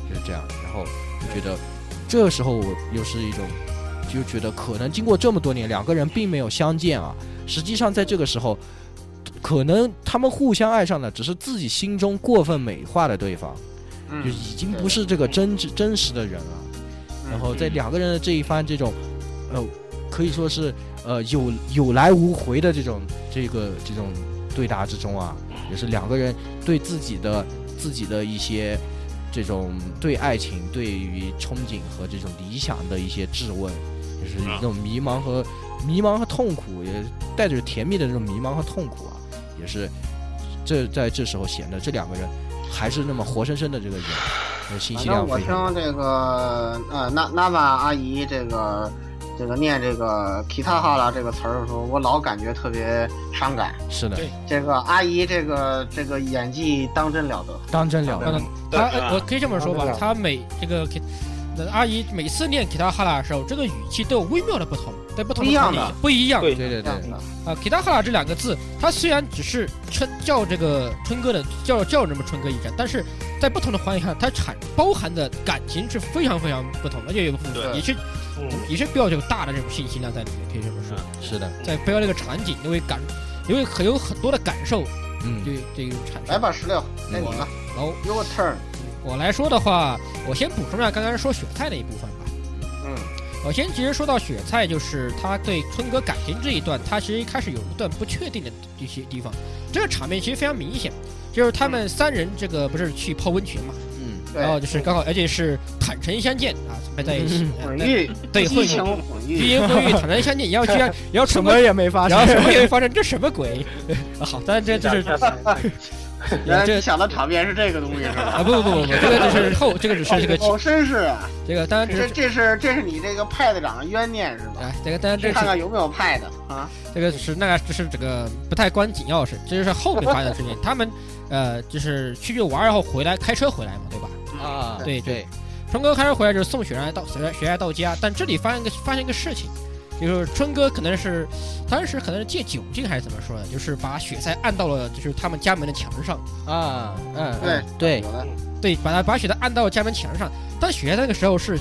就是这样，然后。就觉得这时候我又是一种，就觉得可能经过这么多年，两个人并没有相见啊。实际上在这个时候，可能他们互相爱上的只是自己心中过分美化的对方，就已经不是这个真挚真实的人了。
嗯
然后在两个人的这一番这种，呃，可以说是呃有有来无回的这种这个这种对答之中啊，也是两个人对自己的自己的一些。这种对爱情、对于憧憬和这种理想的一些质问，就是那种迷茫和迷茫和痛苦，也带着甜蜜的这种迷茫和痛苦啊，也是这在这时候显得这两个人还是那么活生生的这个人，呃信
反
息
正
量
我
非
听
常大。
这个呃娜娜瓦阿姨这个这个念这个“皮塔哈拉”这个词儿的时候，我老感觉特别伤感。
是的，
对
这个阿姨这个这个演技当真了得。
当真了
可
得
能。他
对啊
呃我可以这么说吧，他每这个给那阿姨每次念吉他哈拉的时候，这个语气都有微妙的不同，在不同
不一样
场景
的
下不一样。
对
对对对，
啊，吉他哈拉这两个字，它虽然只是称叫这个春哥的叫叫这么春哥一战，但是在不同的环境下，它产包含的感情是非常非常不同的，而且有
对
也是
嗯，
也是比较有大的这种信息量在里面，可以这么说，
是的，
在背后这个场景，你会感，你会很有很多的感受，
嗯，
对嗯这个产生。
来吧，，石榴，该你了
然后
，Your turn。
我来说的话，我先补充一下刚刚说雪菜那一部分吧。
嗯，
我先其实说到雪菜，就是他对春哥感情这一段，他其实一开始有一段不确定的一些地方，这个场面其实非常明显，就是他们三人这个不是去泡温泉嘛，
嗯，
对
然后就是刚好，而且是坦诚相见啊，没在一起，
混
呃
浴，
对
激
混
情
浴，
混
低
浴。
音混浴，坦诚相见，也要 去，也要
什
春哥
么，也没发
然后什
生。
么也没发生，这什么鬼？ 啊好，当然这 就是
原来
这
你想的场面是这个东西是吧？
啊不不不不，不这个就是后，这个只是这个
哦，绅士啊，
这个当然只
这
是
这是这是你这个派的长的冤念是吧？
哎，这个当然这
去
是
看看有没有派的啊？
这个是那个就是这个不太关紧要的事，这就是后面发生的事情。他们呃就是去就玩，然后回来开车回来嘛，对吧？
啊，
对
对，
春哥开车回来就是送雪爱到雪爱雪爱到家，但这里发现一个发现一个事情，就是春哥可能是当时可能是借酒劲还是怎么说呢，就是把雪菜按到了就是他们家门的墙上，
啊，嗯，
对
对，
有的，
对，把他把雪菜按到了家门墙上。但雪菜那个时候是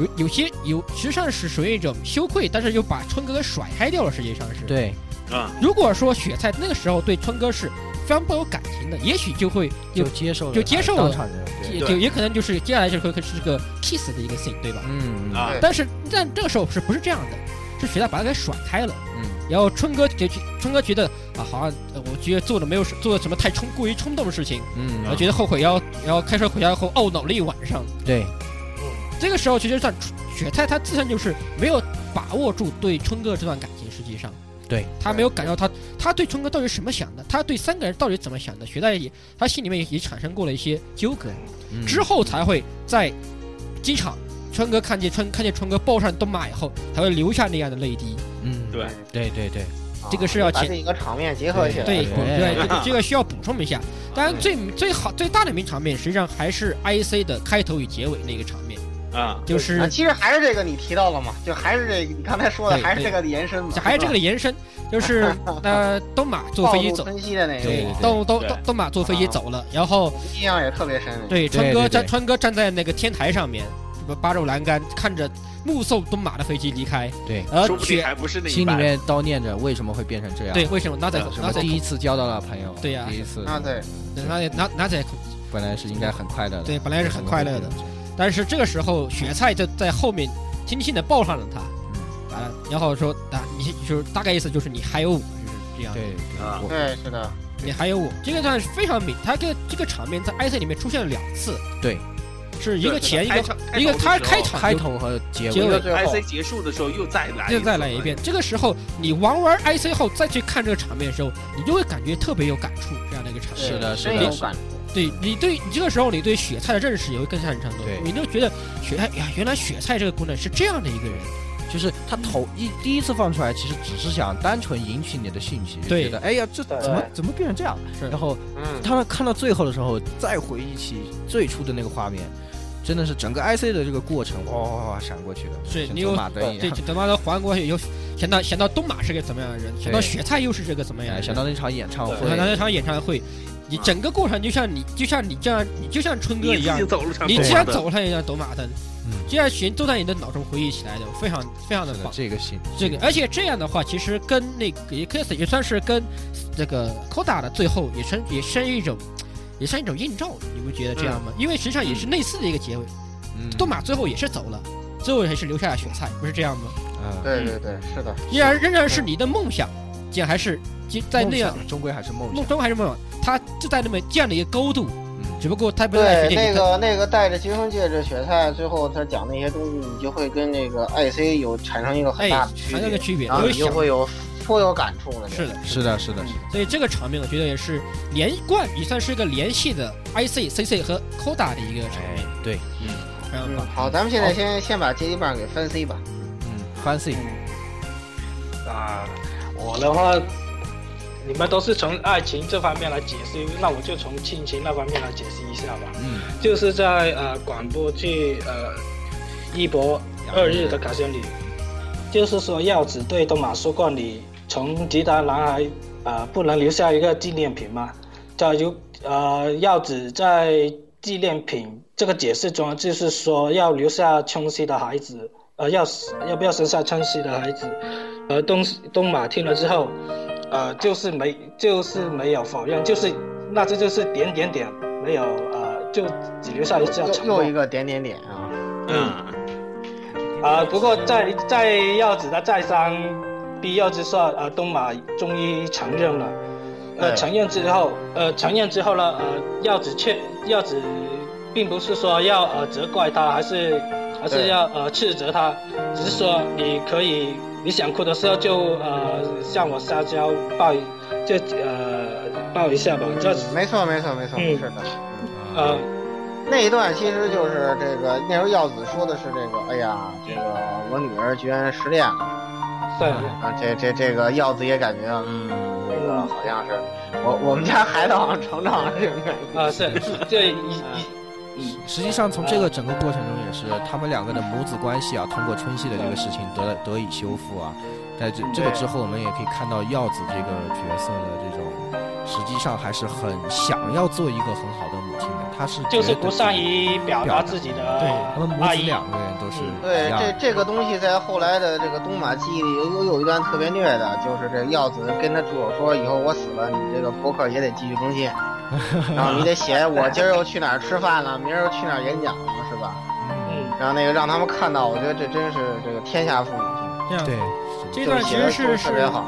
有有些有实际上是属于一种羞愧，但是又把春哥给甩开掉了，实际上是。
对，
嗯，
如果说雪菜那个时候对春哥是非常抱有感情的，也许就会
就接受了，
就接受了
当场的，对
也就也可能就是接下来就会是这个 kiss 的一个 scene，对吧？
嗯
啊
嗯
但是但这个时候是不是这样的？是雪菜把他给甩开了，
嗯，
然后春哥觉春哥觉得啊，好像呃我觉得做的没有做的什么太冲过于冲动的事情，
嗯
然
嗯，
后觉得后悔，然后然后开车回家后哦懊恼了一晚上。
对，
这个时候其实算雪菜她自身就是没有把握住对春哥这段感情，实际上。
对
他没有感到他，他对春哥到底是什么想的？他对三个人到底怎么想的？雪菜也，他心里面也也产生过了一些纠葛，
嗯
之后才会在机场，春哥看见春看见春哥抱上东马以后，才会流下那样的泪滴。
嗯，
对
对对对，
这个是要
把
前
这一个场面结合起来。
对
对
对，这个这个需要补充一下。 当然最最好最大的名场面，实际上还是 I C 的开头与结尾那个场面，
啊，
就
啊，
是
其实还是这个你提到了嘛，就还是这个你刚才说的，
对
还是这个的延伸嘛，
还是这个的延伸， 就是呃东马坐飞机
暴
走
露，春熙的那个，
对
对，
东东
对
东东马坐飞机
啊
走了，然后。
我印象也特别深。，
对，川
对
哥
对
站，
对
川哥站在那个天台上面，什么扒住栏杆，看着目送东马的飞机离开。
对
然后
说不定
雪，
还不是那一
心里
半。
面叨念着为什么会变成这样，
对，，为什么拿在
呃什
拿
么
在
第一次交到了朋友，
对呀
第一次
啊对，
拿在拿拿在，
本来是应该很快乐的，
对，本来是很快乐的，
嗯，
但是这个时候雪菜就在后面轻轻的抱上了他，
嗯
啊，然后说啊，你就是大概意思就是你还有我，就是这样，
对，对，
啊
我
对，是的，
你还有我，这个段是非常明，他这个这个场面在 IC 里面出现了两次，
对，
是一个前一
开
个
场
一个他
开
开
头
开头
场就
的时候
和结
结
尾
尾
到最后
IC 结束的时候又再来
又
次
再来一
哎
遍。，这个时候你玩完 IC 后再去看这个场面的时候，你就会感觉特别有感触，这样的一个场面。
是的，是
真有
的，
感触。
对你对你这个时候你对雪菜的认识也会更上一层楼
对，
你就觉得雪菜呀，原来雪菜这个姑娘是这样的一个人。
就是他头一第一次放出来，其实只是想单纯引起你的兴趣，就
对
觉得哎呀这
对
怎么怎么变成这样？
是
然后
嗯，
他们看到最后的时候，再回忆起最初的那个画面，真的是整个 IC 的这个过程，哇哇哇哇闪过去的，
是
像
你
走
有
马啊灯一
对，
样。
就等到他还过去以后，想到想到东马是个怎么样的人，想到
对
雪菜又是这个怎么样
哎，
的人，
想到那场演唱会，啊
我看他那场演唱会，你整个过程就像你就像你这样，你就像春哥
你
一
自
样
己，走路上
你
走
既然
的
走上一辆走马灯，
嗯
这样全都在你的脑中回忆起来的，非常非常的
是的
棒。
这个戏，
这个，而且这样的话，其实跟那个也可以也算是跟这个 Koda 的最后也算也算一种。也算一种映照，你不觉得这样吗？因为实际上也是类似的一个结尾，
嗯，
东马最后也是走了，最后还是留下了雪菜，不是这样吗？
啊，
对对对，是的，
嗯
依然仍然是你的梦想，竟然还是就在那样
梦想终归还是梦
梦
想，
中还是梦想，他就在那么这样的一个高度，
嗯，
只不过他不是在
对
学，
那
电影
个那个戴着结婚戒指雪菜，最后他讲那些东西，你就会跟那个 IC 有产生一个
哎
很大的，区
还有一个
别，
区别，
然后
有
你就
想
会有颇有感触了。
是的，
是的，是的，是的，
所以这个场面我觉得也是连贯，也算是一个联系的 IC、CC 和 Koda 的一个场面，
对，哎
非常
嗯
棒。，
好，咱们现在先先把阶级棒给翻 C 吧。
嗯，Fancy，
啊，我的话，你们都是从爱情这方面来解释，那我就从亲情那方面来解释一下吧。
嗯，
就是在呃广播剧呃一博二日的卡森里，就是说耀子对东马说过，你从吉他男孩呃不能留下一个纪念品吗？假如呃耀子在纪念品这个解释中，就是说要留下冲西的孩子，呃要要不要生下冲西的孩子？而东东马听了之后，呃，就是没就是没有否认，就是那这就是点点点没有呃，就只留下一下沉
又
默
又一。个点点点啊！
嗯，
啊、不过在在耀子的再三逼要之下，呃，东马终于承认了。呃，
对
承认之后，呃，承认之后呢，呃，耀子却耀子并不是说要呃责怪他，还是还是
对
要呃斥责他，只是说你可以你想哭的时候就呃向我撒娇抱一，就呃抱一下吧，这
没错，没错，没错，
嗯
是的。嗯
呃
那一段其实就是这个，那时候耀子说的是这个，哎呀，这个我女儿居然失恋了
对，
啊！这这这个耀子也感觉啊，嗯，这个好像是我我们家孩子好像成长了这种感觉。
啊、是 这一一。
实际上，从这个整个过程中也是他们两个的母子关系啊，通过春熙的这个事情得了得以修复啊。在
嗯
这这个之后，我们也可以看到耀子这个角色的这种，实际上还是很想要做一个很好的母亲的，她是
就是
觉得
不善于嗯表达
表达
自己的
对
他们母
爱
子
意。
两个人都是
对
一，样
这这个东西在后来的这个东马记忆里又有一段特别虐的，就是这耀子跟他助手说，以后我死了，你这个博客也得继续更新，然后你得写我今儿又去哪儿吃饭了，明儿又去哪儿演讲了，是吧？
嗯，
然后那个让他们看到，我觉得这真是这个天下父母心。
这样
对，
这
就
段
是
其
写得
实是
都
是
特别好，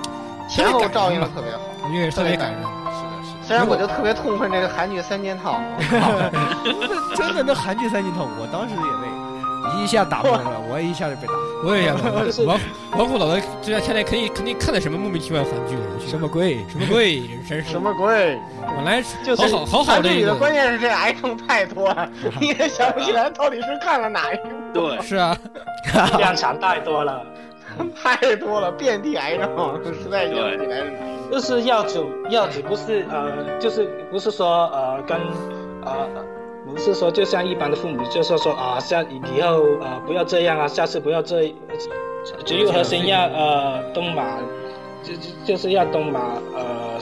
前后照应的特别好。
我觉得也是特别感人。
虽然我就特别痛恨这个韩剧三 件套，
那 真的那韩剧三镜头，我当时也被 一下打懵了，我也一下就被打懵了，
我 也想，王王虎老的这段现在可以肯定看的什么莫名其妙的韩剧了，我去
什么鬼？
什么鬼，真是
什么鬼？
本来
就
好
是
好好好
韩
的
剧
一
里的关
个，
键是这癌症太多了，你也想不起来到底是看了哪一部，
对，
是啊，
量产太多了。
太多了，遍地癌症，实在想不起来是哪一部。
就是耀子，耀子不是呃，就是不是说呃跟呃，不是说就像一般的父母，就是说啊、下以后呃不要这样啊，下次不要这，只有核心要呃东马，就就就是要东马呃，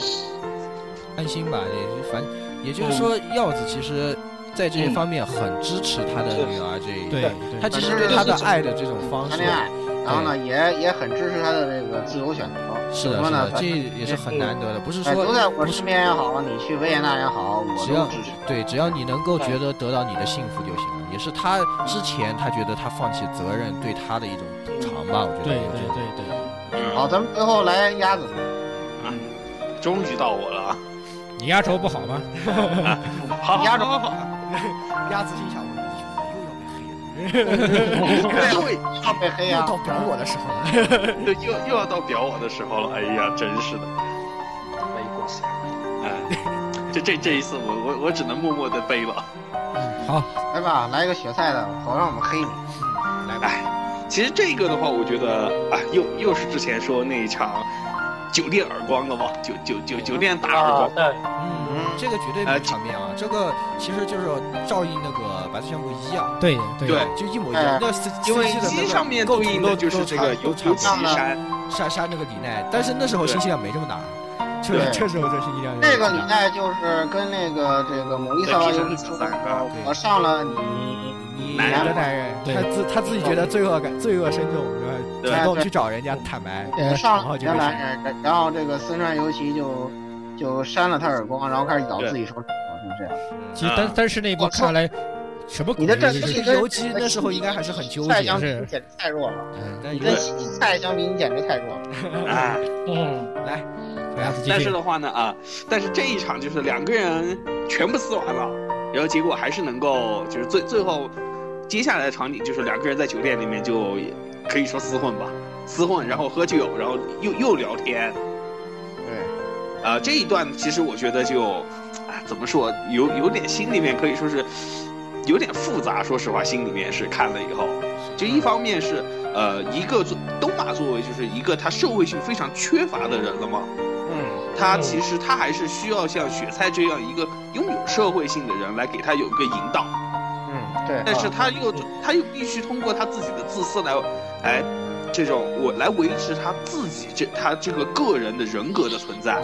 安心吧，也就反，也
嗯
就是说，耀子其实在这一方面很支持他的女儿
嗯
这一
对
对，他
对，
其实对他的爱的这种方式
谈，恋爱，然后呢，也也很支持他的这个自由选择。
是
怎
的，
么
是
呢
的，这也是很难得的，不是
哎，都在
说
我
不
身
是
边也好，你去维也纳也好，我
只
都
要
支持。
对，只要你能够觉得得到你的幸福就行了。也是他之前他觉得他放弃责任对他的一种补偿
嗯
吧，我觉得。
对
我
对
觉得
对对，
嗯
好，咱们最后来鸭子。
嗯终于到我了啊！
你压轴不好吗？
好，
压轴
好好好，
鸭子心想，
对，要被黑
要
啊！
到表我的时候了。
又又又要到表我的时候了，哎呀，真是的，
背过谁？
哎，这这这一次我我我只能默默的背了。
来吧，来一个雪菜的，好让我们黑你。
其实这个的话，我觉得啊，又又是之前说那一场酒店耳光了吧？酒酒酒酒店大耳
啊，
光，
对，
嗯，这个绝对没场面啊，这个其实就是照应那个白色相簿一啊，
对的对的
对，
就一模一样。
哎
那 C
因为
C 的那
机
个
上面
构
对
图
应
都
的就是
都
这
差不
个游
多
游
都
骑
差不多
山，
杀杀那个李奈，但是那时候
对
信息量没这么大，确
对
确实 我这信息量
这个你那就是跟那个这个某一萨瓦游戏说的，
啊
我上了你，
你
男
男
人
的男人，
对
他自他自己觉得罪恶感罪恶深重，
对
然后主动去找人家坦白，
我呃上
然后
了你
就
的
被
男人，然后这个四川游骑就就扇了他耳光，然后开始咬自己手指头，是不是？
其实
啊
但但是那一波看来，什么
你的战
鬼就
斗
是
力
是
跟
尤其那时候应该还是很纠结嗯
菜相比
是嗯
你简直太弱了，
但
你
是
跟西菜相比你简直太弱了。
啊。
嗯，
大家继
但
续
是的话呢，啊，但是这一场就是两个人全部撕完了，然后结果还是能够，就是最最后接下来的场景就是两个人在酒店里面就可以说厮混吧，厮混，然后喝酒，然后又又聊天，
对，
啊、这一段其实我觉得就啊，怎么说，有有点心里面可以说是有点复杂。说实话，心里面是看了以后，就一方面是呃，一个作东马作为就是一个他社会性非常缺乏的人了嘛，
嗯，
他其实他还是需要像雪菜这样一个拥有社会性的人来给他有个引导，
嗯，对。
但是他又他又必须通过他自己的自私来，来这种我来维持他自己这他这个个人的人格的存在。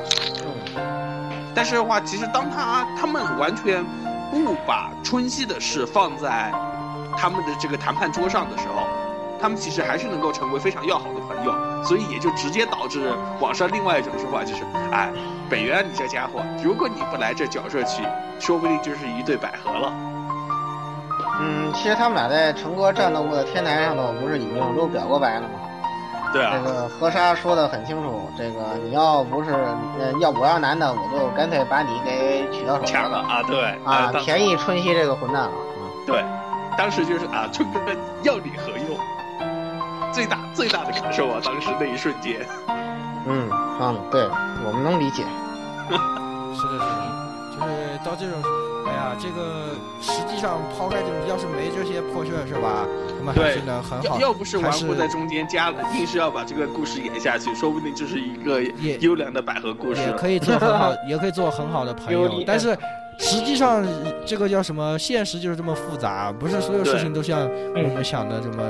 但是的话，其实当他他们完全不把春熙的事放在他们的这个谈判桌上的时候，他们其实还是能够成为非常要好的朋友，所以也就直接导致网上另外一种说法就是，哎，北原你这家伙，如果你不来这角社区，说不定就是一对百合了。
嗯，其实他们俩在成哥战斗过的天台上头，不是已经都表过白了吗？
对
这，个河沙说的很清楚，这个你要不是，呃，要我要男的，我就干脆把你给娶到手
抢了啊，对
啊，
当
便宜春熙这个混蛋了。嗯
对，当时就是啊，春哥要你何用？最大最大的感受啊，当时那一瞬间，
嗯嗯，对，我们能理解。
是的，是的，就是到这种，哎呀，这个实际上抛开这种，要是没这些破事儿是吧？他们还
对
是能很
要
好，
要不是
还
顽固
是
在中间加了，硬是要把这个故事演下去，说不定就是一个
也
优良的百合故事
也
了。
可以做很好，也可以做很好的朋
有
友
理。
但是实际上，这个叫什么？现实就是这么复杂，啊不是所有事情都像
嗯
我们想的这么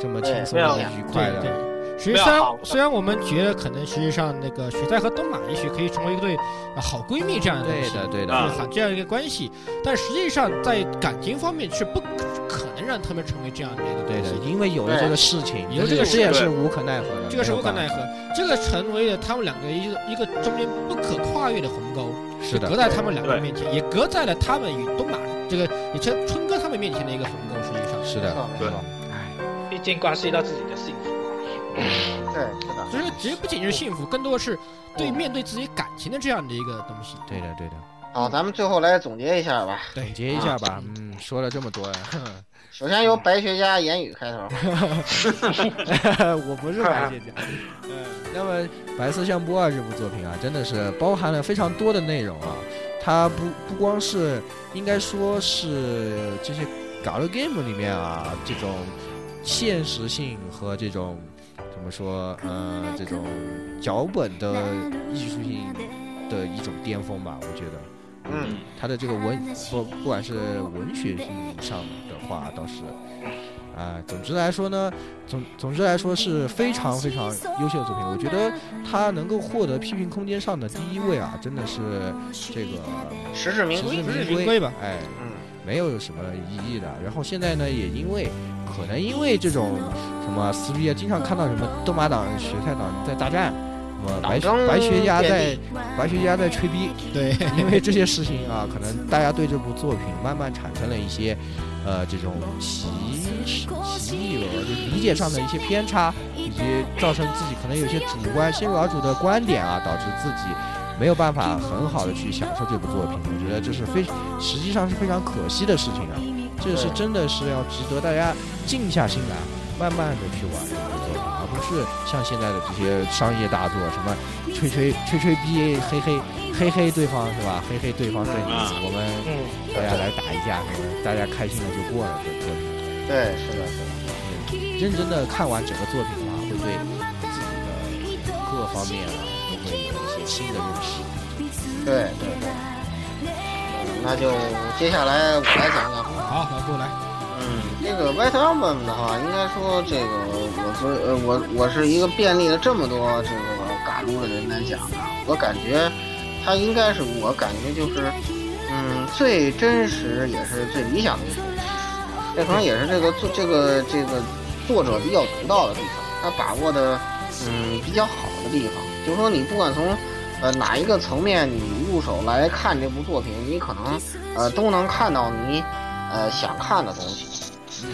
这么轻松
没有
愉快
对
的。
实际
没有
上
好，
虽然我们觉得可能实际上那个雪菜和东马也许可以成为一对呃好闺蜜这样的东
对
西，
的，对
就是
的
啊。
很这样一个关系，但实际上在感情方面是不可可能让他们成为这样的一个
对
东
的
西，，
因为有了这个事情，
有这个
这也
事
是无可奈何的。
这个是无可奈
何。
何，这个成为了他们两个一个一个中间不可跨越的鸿沟，
是的
隔，在他们两个
对
面前，也隔在了他们与东马这个也春春哥他们面前的一个鸿沟，实际上
是的，
没
没
错
错。
毕竟关系到自己的幸福。
对，是的。
所以说，其实不仅是幸福，更多的是对面对自己感情的这样的一个东西。
对的，对的。
好，咱们最后来总结一下吧。
总结一下吧，嗯，说了这么多，
首先由白学家言语开头。
我不是白谢家。嗯，那么《白色相簿二》这部作品啊，真的是包含了非常多的内容啊。它不不光是，应该说是这些 g a l game 里面啊，这种现实性和这种怎么说，呃，这种脚本的艺术性的一种巅峰吧，我觉得。
嗯，
它的这个文不不管是文学性上的话，倒是，啊、总之来说呢，总总之来说是非常非常优秀的作品。我觉得它能够获得批评空间上的第一位啊，真的是这个
实至名
实
归。
至
实至
名
名
归
归吧，
哎，
嗯，
没有什么意义的。然后现在呢，也因为可能因为这种什么撕逼啊，经常看到什么斗马党、学太党在大战，什么白
党争
白学家在
遍
白学家在吹逼，
对，
因为这些事情啊， 可能大家对这部作品慢慢产生了一些，呃，这种歧视、歧义了，就理解上的一些偏差，以及造成自己可能有些主观、先入为主的观点啊，导致自己没有办法很好的去享受这部作品。我觉得这是非，实际上是非常可惜的事情啊。这是
对
真的是要值得大家静下心来，慢慢的去玩这个作品，而不是像现在的这些商业大作，什么吹吹吹吹逼，嘿嘿嘿嘿对方是吧？嘿嘿对方对你，
嗯
我们
嗯，
大家来打一架，那个大家开心了就过了这个作品。
对，是的，是的。
认真的看完整个作品的话，会对自己的各方面啊都会有一些新的认 识。
对对对，嗯那就接下来我来讲讲。
好，老顾来，
嗯，这个 White Album 的话，应该说这个我作呃我我是一个便历了这么多这个嘎撸的人来讲啊，我感觉它应该是我感觉就是嗯最真实也是最理想的一首，这可能也是这个作这个这个作者比较独到的地方，他把握的嗯比较好的地方，就是说你不管从呃哪一个层面你入手来看这部作品，你可能呃都能看到你呃想看的东西。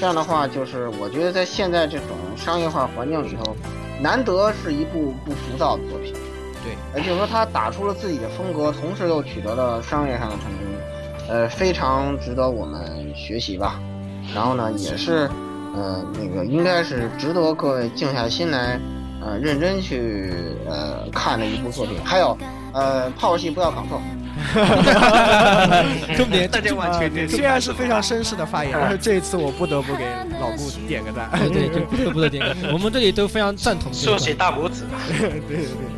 这样的话，就是我觉得在现在这种商业化环境里头，难得是一部不浮躁的作品。
对，
也就是说他打出了自己的风格，同时又取得了商业上的成功，呃，非常值得我们学习吧。然后呢，也是，呃，那个应该是值得各位静下心来，呃，认真去呃看的一部作品。还有，呃，泡戏不要搞错，
重点
大家完全对
虽然是非常绅士的发言，但是这一次我不得不给老顾点个赞。
对对，就 不得不得点个，我们这里都非常赞同这
竖
个
起
观点。
大拇指。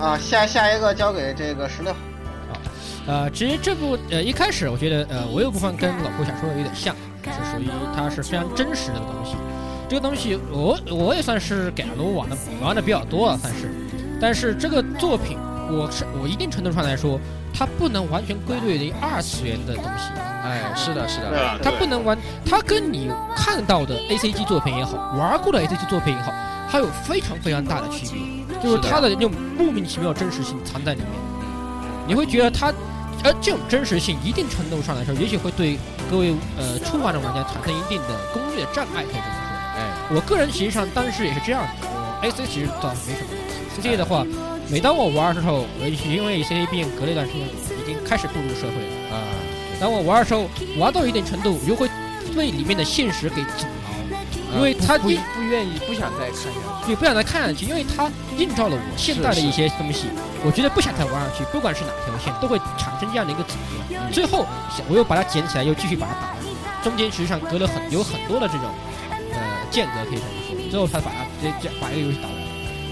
啊，下下一个交给这个石榴。
呃，其实这部呃一开始我觉得呃我有部分跟老顾想说的有点像，是属于它是非常真实的东西。这个东西我我也算是改了玩的玩的比较多啊，算是。但是这个作品，我是我一定程度上来说，它不能完全归类于二次元的东西。
哎，是的，是的，
吧？
它不能玩，它跟你看到的 A C G 作品也好，玩过的 A C G 作品也好，它有非常非常大的区别，就是它的那种莫名其妙真实性藏在里面，你会觉得它，而这种真实性一定程度上来说，也许会对各位呃初玩的玩家产生一定的攻略障碍，可以这么说。
哎，
我个人实际上当时也是这样的，我 A C 其实倒没什么，C C 的话，每当我玩的时候，我也许因为 C C 毕竟隔了一段时间，已经开始步入社会了。
啊，
当我玩的时候，玩到一定程度，我就会被里面的现实给阻挠，因为它
呃不
映
不愿意，不想再看下去。
也不想再看下去，因为它映照了我现在的一些东西，我觉得不想再玩下去，不管是哪条线，都会产生这样的一个阻力。最后我又把它捡起来，又继续把它打完，中间实际上隔了很有很多的这种呃间隔，可以这么说，最后才把它这这把这个游戏打完。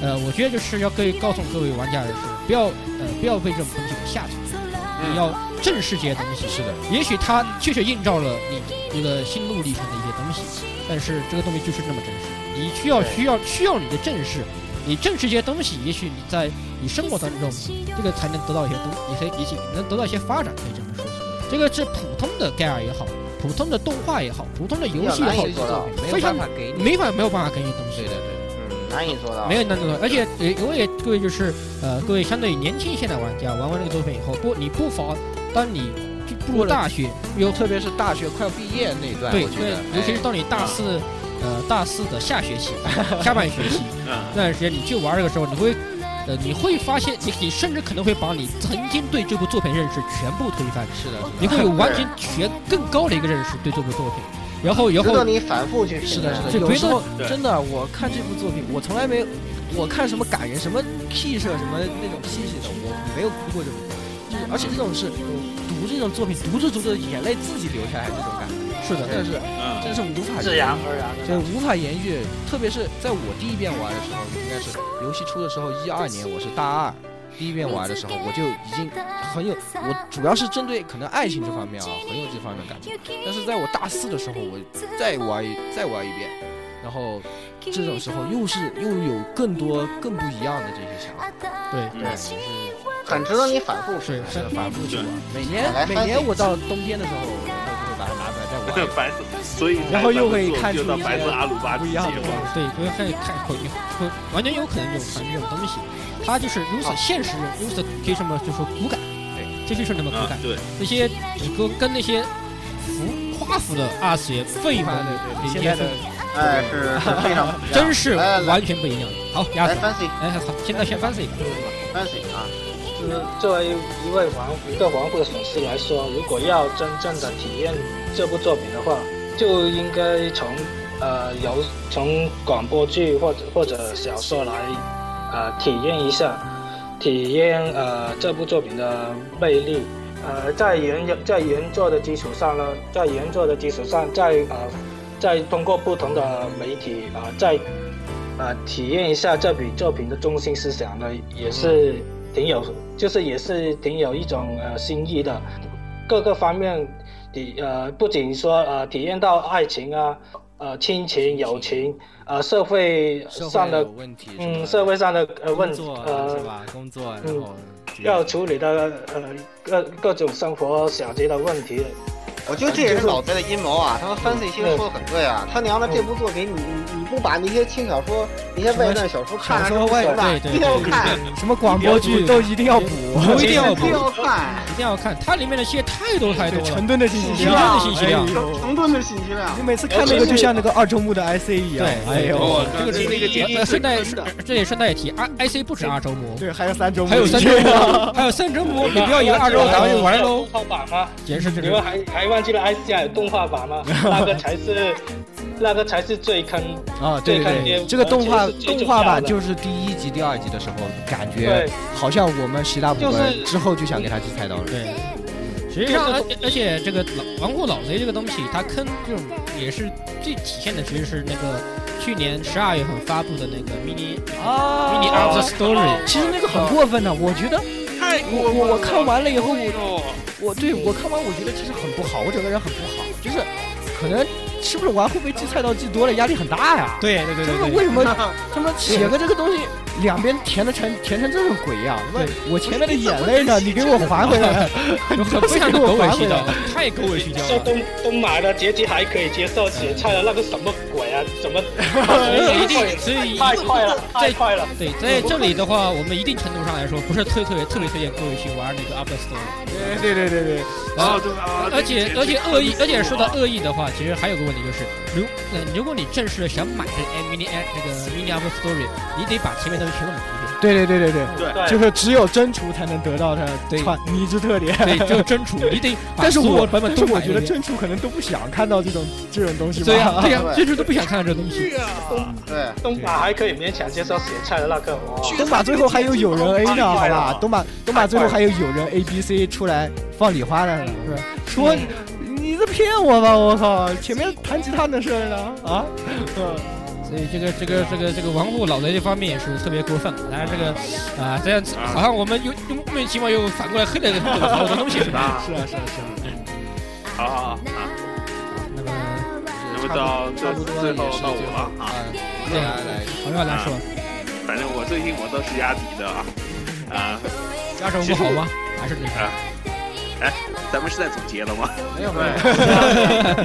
呃，我觉得就是要各位告诉各位玩家的是，不要呃不要被这种东西给吓着，你要正视这些东西。
是的，
也许它确实映照了你这个心路历程的一些东西，但是这个东西就是那么真实。你需要需要需要你的正视，你正视这些东西，也许你在你生活当中，这个才能得到一些东，也才也许你能得到一些发展，可以这么说。这个是普通的盖尔也好，普通的动画也好，普通的游戏也好
比较难以，做到
没有办法给你。
没法没有办法给你东西
对。对对，
嗯，难以做到。
没有难度的，而且呃，我也各位就是呃，各位相对于年轻一些的玩家，玩完这个作品以后，不，你不妨当你就步入大学，有
特别是大学快要毕业那段，
对，
我觉
因为
得，哎
尤其是到你大四，呃，大四的下学期、下半学期
嗯，
那段时间，你去玩这个时候，你会，呃，你会发现，你你甚至可能会把你曾经对这部作品认识全部推翻，
是的，
你会有完全全更高的一个认识对这部作品，然后然
值
后
得你反复去
是
品
的，
味
是的，
对就
有
别
时候
对
真的，我看这部作品，我从来没有，我看什么感人、什么 K 社、什么那种戏戏的，我没有哭过这种，就是而且这种是读这种作品，读着读着眼泪自己流下来这种感觉，
是的，
真的是
嗯，
真是无法
自
言
然而然
对
的，
无法言喻。特别是在我第一遍玩的时候，应该是游戏出的时候，一二年我是大二，第一遍玩的时候我就已经很有，我主要是针对可能爱情这方面啊，很有这方面感觉。但是在我大四的时候，我再玩一再玩一遍，然后这种时候又是又有更多更不一样的这些想法，
对，
嗯
对
就是
很值得你反复品
是
味。
是
是反复去玩。每
来
年每
翻
年
译
我到冬天的时候，我都会把它拿出来再玩一玩。
嗯白色，所以
然后又会看出
就到
一些
白色阿鲁巴
不
之
一
结啊
样的
婚
东西。
对，因为看看会会完全有可能这种传这种东西，它就是如此现实，如此可以什么就说骨感，对，这就是那么骨
啊
感，。
嗯
对，
那些你跟跟那些浮夸浮的二次元废
对
物
对对，现在的哎
哎，是 是非常不一样
真是
来来来
完全不一样。好，鸭
来
子，
fancy
哎，好，现在先 fancy 一个，
fancy 啊，
嗯，作为一位玩一个玩过的粉丝来说，如果要真正的体验这部作品的话，就应该从呃由从广播剧或者或者小说来呃体验一下，体验呃这部作品的魅力。呃，在原有在原作的基础上呢，在原作的基础上，再呃再通过不同的媒体啊、呃，再呃体验一下这笔作品的中心思想呢，也是挺有，就是也是挺有一种呃新意的。各个方面体呃，不仅说呃体验到爱情啊，呃亲情、友情，呃社会
社会
上的
有问题什么的，
嗯社会上的呃问
工作
啊
呃
是吧？工作，然
嗯
后这
要
个
处理的呃各各种生活小节的问题，
我觉得这也是老白的阴谋啊！他们番 C 其实说的很对啊，他娘的这部作品，你你你不把那些轻小说、那些外传小说看了
小
是
说
不
外
行的，
对对
一定要
对
看，
什么广播剧都一定要补，
我一定要
一定要看，
一定要看，它里面的戏太多太
对
多了
成，吨的信息
成吨
量
的信息量
哎呦
成吨的信息量
你。每次看那个就像那个二周目的 IC 一样，
对
哎呦，
哦，
这个
这那个
呃
第一
呃顺带
真的
这里顺带一提，I I C 不止二周目，
对，还有三周目，
还有三周
对啊
目，还有三周目，你不要以为二周目打完就完喽
动。画版吗？
解释这
你们
个，
还还忘记了 S 加有动画版吗？那个才是，那个才是最坑。
啊，对
对
对
看
对，
见
这个
而
动
且
画
是最
动
重
画
要
版
的
就是第一集、第二集的时候，感觉
对
好像我们习大普
就是
们之后就想给他去菜刀了。
对。实际上，而且而且这个老玩过老贼这个东西，它坑这种也是最体现的，其实是那个去年十二月份发布的那个 mini
哦
啊
mini after story，
其实那个很过分
啊
的，我觉得
太
我我我看完了以后，
哎
我
呦
我对我看完我觉得其实很不好，我整个人很不好，就是可能是不是玩会被记菜刀记多了，压力很大呀。
对对对
就是
对
为什么他们写个这个东西，两边填的成填成这种鬼样？
对
我前面的眼泪呢？你给我还 回来！
对， 很非常的狗尾续貂，太狗尾续 貂
说
了。
东东马的结局还可以接受，雪菜的那个什么鬼啊？怎么？
一定，所以
太快了，太快了！
对，在这里的话，我们一定程度上来说，不是特特别特别推荐各位去玩那个 Upper Story， 呃
对对对对，
哦，对啊，
而且而且恶意，而且说到
到
恶意的话，其实还有个问题就是，如呃如果你正式的想买这个 mini 那个 mini Upper Story，你得把前面东西全都买一遍。
对对对对对。就
对，
是只有真厨才能得到它
对
传迷之特点，
对， 就真除，你得把
但是
所有
我
的版本
但是
都
我
买一
觉得
遍。
真厨可能都不想看到这种这种东西吧。
对呀，对呀，啊
对
真是都不想看这东西。
啊
对，
东马还可以勉强接受雪菜的那个，哦哇
东马最后还有有人 A 呢，好
哎
太快
吧
了？
东马东马最后还有有人 A B C 出来放礼花的呢，是吧？说
嗯
你这骗我吧，我靠！前面弹吉他的事儿呢啊？
所以这个这个这个这个玩户老贼这方面也是特别过分。当然这个啊，这样子好像我们又又莫名其妙又反过来黑了这个好多东西。
啊，
是啊是啊是啊。
好好好啊，
那么
那么到
差不
最
多也
最
是
后到
最
我
后
了啊，
接下来
朋友来说，
反正我最近我都是压底的啊，啊，
压轴不好吗？还是那
嗯
个？
咱们是在总结了吗？
没有没有，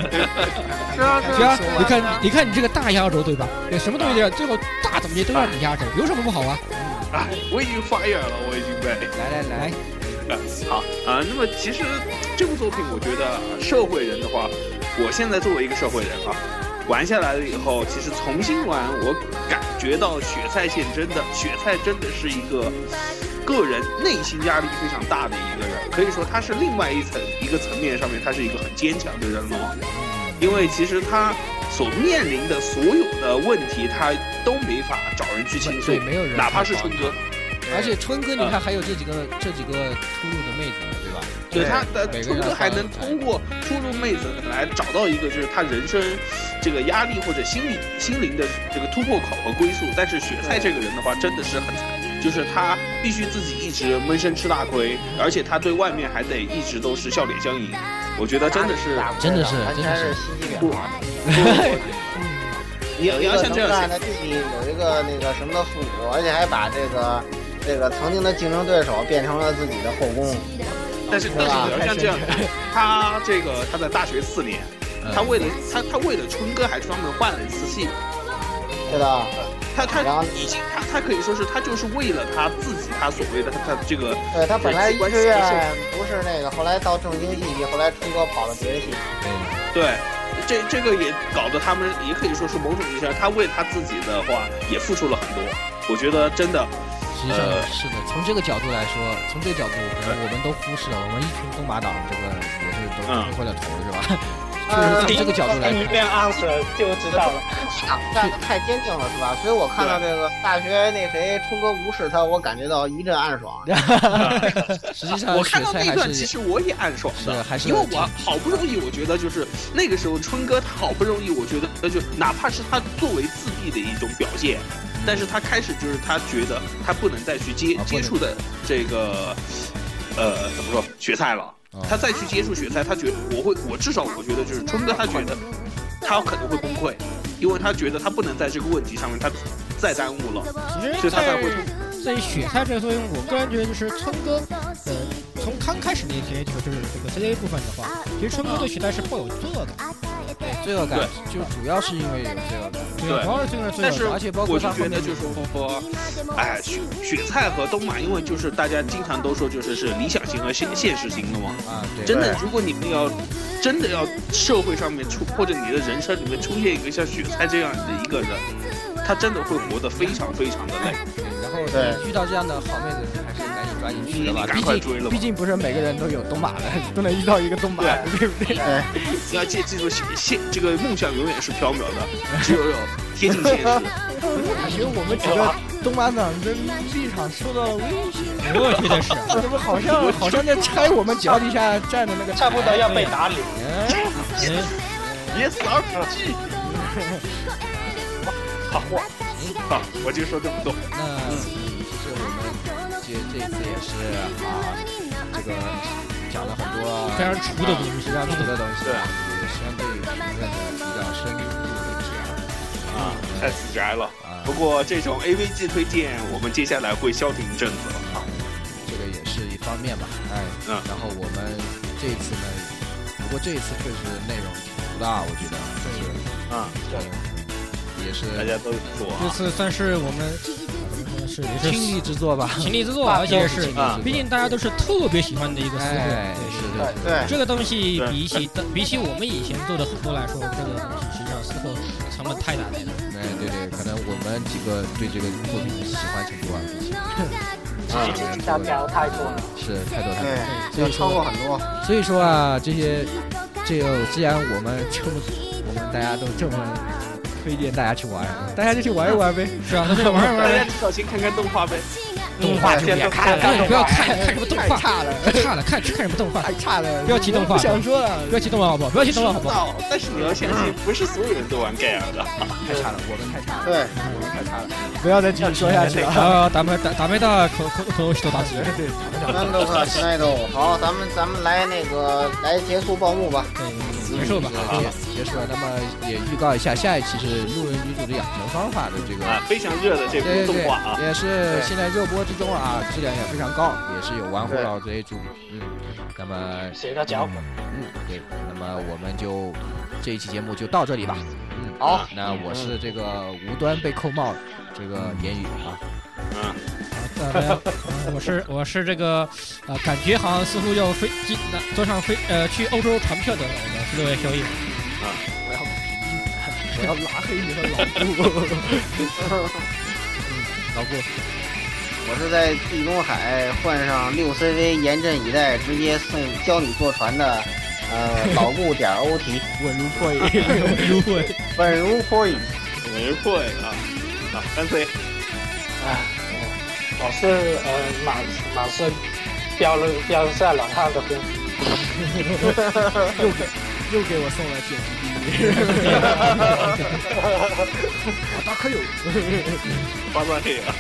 是啊
对
是
啊
啊，，
你看，你看你这个大压轴对吧？对，什么东西都要最后大总结都让你压轴，有什么不好啊？
啊，我已经 fire 了，我已经被。
来来来，
好啊、那么其实这部作品，我觉得社会人的话，我现在作为一个社会人啊，玩下来了以后，其实重新玩，我感觉到雪菜线真的，雪菜真的是一个个人内心压力非常大的一个人，可以说他是另外一层一个层面上面，他是一个很坚强的人了，因为其实他。所面临的所有的问题，他都没法找人去倾诉
对，，没有人，
哪怕是春哥，嗯
而且春哥，你看还有这几个这几个出入的妹子呢，对吧？
对他的
每个
春
人
哥
要
还
发
能通过出入妹子来找到一个就是他人生这个压力或者心理心灵的这个突破口和归宿。但是雪菜这个人的话，真的是很惨，就是他必须自己一直闷声吃大亏，而且他对外面还得一直都是笑脸相迎。我觉得真的是，
真的是
他
真
全
的是
是心机婊。
你要你要像这
有一个能干
样想，
的弟弟有一个那个什么的父母，而且还把这个这个曾经的竞争对手变成了自己的后宫。
但是但是你要像这样想，他这个他在大学四年，他为了他他为了春哥还专门换了一次系。
对的，
他
然
他
后
已经他他可以说是他就是为了他自己他所谓的他他这个
对呃他本来一
关系
志愿不
不是
是那个，后来到正经系，后来春哥跑到别的系，
对，这这个也搞得他们也可以说是某种意义上，他为他自己的话也付出了很多。我觉得真的，
实际上
呃
是的，从这个角度来说，从这个
嗯
角度，可能我们都忽视了，我们一群东马党，这个也是都冲昏了头，是吧？
呃
就是从这个角度来
听一
看，
遍 answer 就知道了。
打站得太坚定了，是吧？所以我看到这个大学那谁冲哥无视他，我感觉到一阵暗爽。
实际上
我
雪
呃看到
菜
那
还
段，
是
其实我也暗爽
是啊
的，
还是
因为
挺
我好不容易，我觉得就是那个时候春哥他好不容易，我觉得那就哪怕是他作为自闭的一种表现，但是他开始就是他觉得他不能再去接
啊不
接
能
触的这个，呃，怎么说雪菜了
啊。
他再去接触雪菜，他觉得我会，我至少我觉得就是春哥，他觉得他可能会崩溃，因为他觉得他不能在这个问题上面他再耽误了，
其
所
实
以他才
在
会
在雪菜这个作用，我个人觉得就是春哥，呃，从刚开始那些就是就是这个 CD 部分的话，其实春哥对雪菜是抱有罪恶感，
罪恶感
对，
就主要是因为有罪恶感。
啊
对
对
吧，主要是这个罪
但
恶
是
感。
啊而且包括
我是
他后
觉得
面嗯
就是说，哎，雪雪菜和东马，因为就是大家经常都说就是是理想型和现现实型的嘛。
啊，对，
真的，如果你们要真的要社会上面出或者你的人生里面出现一个像雪菜这样的一个人，他真的会活得非常非常的累。
然后
对
遇到这样的好妹子，还是赶紧抓紧去的吧。
嗯你赶快追了吧
毕竟不是每个人都有东马的，都能遇到一个东马的，对 不对？
哎，
你要记记住，现现这个梦想永远是缥缈的，只有贴近 现实。
아,
感觉我们几个东马党跟立场受到了威胁，
我也觉得是啊，
怎么好像好像在拆我们脚底下站的那个？
差不多要被打脸，
哎
嗯
Yes RPG。好话，好，我就说这么多。
那
嗯
其实我们这这次也是啊，这个讲了很多
非常粗的东西，
非常土的东西，啊，也相对评论的比较深度的解
啊，太死宅了。
啊
不，过这种 A V G 推荐，我们接下来会消停一阵子了啊。
这个也是一方面吧，哎，
嗯
然后我们这一次呢，不过这一次确实内容挺足的啊，我觉得就是
啊，
嗯也是
大家都做
这
啊。
次算是我们怎么说呢是也
倾
是
力之作吧。
情力之作，而且也是
倾力之作
啊
毕竟大家都是特别喜欢的一个思路，
哎，
对
是的，是的
对，
这个东西
对
比起比起我们以前做的很多来说，这个东西实际上似乎成本太大了。
哎，对对，可能我们几个对这个作品的喜欢程度啊，比起
嗯
叽叽喳喳太多了。
是太多太多。
对，要超过很多。
所以说啊，这些这个既然我们这么我们大家都这么推荐大家去玩，大家就去玩一玩呗。
是啊，那就 玩一
大家
玩，
至少先看看动画呗，
动画就
先
别
都
看
看
哎
了，
动
不要
画。
看看什么动
太
画，
差了，
太差了，哎看去看什么动画，
太差了，
不要提动画
我不想说了
不。要提动画好不好？不要提动画好
知
不 好？
道，但是你要相信，不是所有人都玩盖尔的。
太差了，我们太差了，
对，
我们太差了。
不要再继续说下去了。
啊，打没打打没到口口口石头 打击，
对，
难度快，难度好，咱们咱们来那个来结束报幕吧。
对，结束
嗯
吧。
结束了，那么也预告一下，下一期是路人女主的养成方法的这个，
啊，非常热的这
对对
部动画啊
对，，也是现在热播之中了啊，质量也非常高，也是有玩火老这一组，嗯，那么
谁的脚本？
嗯对，那么我们就这一期节目就到这里吧，嗯，
好，
那我是这个无端被扣帽这个言语 啊，
嗯，
呃，没有呃我是我是这个，呃，感觉好像似乎要飞机，那坐上飞呃去欧洲船票的我们六位小友，
我要我要拉黑你和老顾。
老顾
我是在地中海换上六 CV，严阵以待，直接送教你坐船的，呃，老顾点 OT，
稳如 破音。
优惠。
稳如破蚁。
没会啊。啊，干脆
哎，我我是呃马马上标了标下老汉的标。
又给又给我送了剪辑第一，我大可有。
发到这个。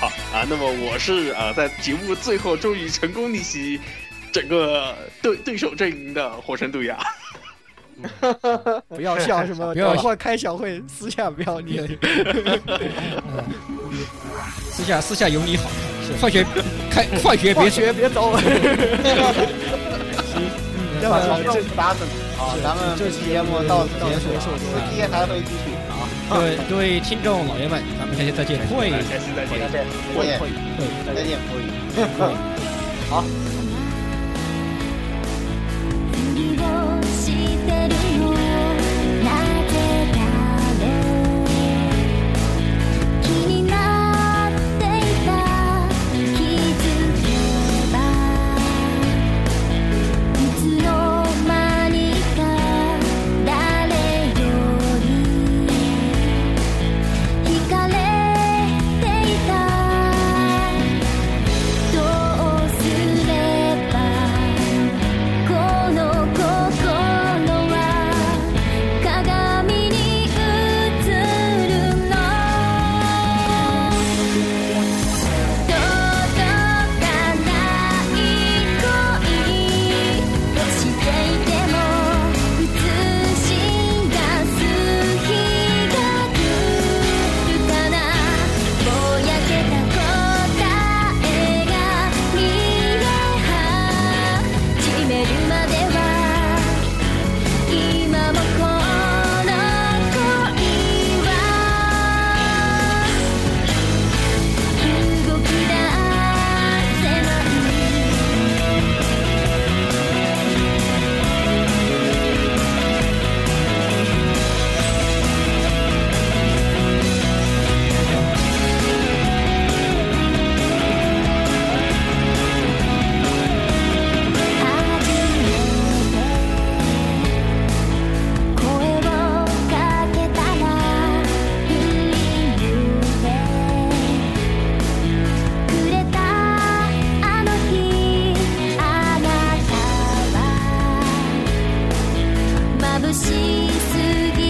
好啊， 那么我是啊，在节目最后终于成功逆袭整个对对手阵营的火神杜亚。
不要笑什么，
不要笑
等会儿开小会，私下不要你。
私下私下有你好，快学开快学别
别
学，
学别走。要
把
么
床
这
正打死你！好，啊咱们这期节目到此结束，司机还会继续啊。
各位各位听众老爷们，咱们下期再见，会。
哎
啊下期再
再
见。
见，再见，破蚁。
「釣りをしてるのなぜだろう」「気になっていた気づけば」「いつの間にか動き出せない初めて声をかけたらいい夢くれたあの日あなたは眩しすぎ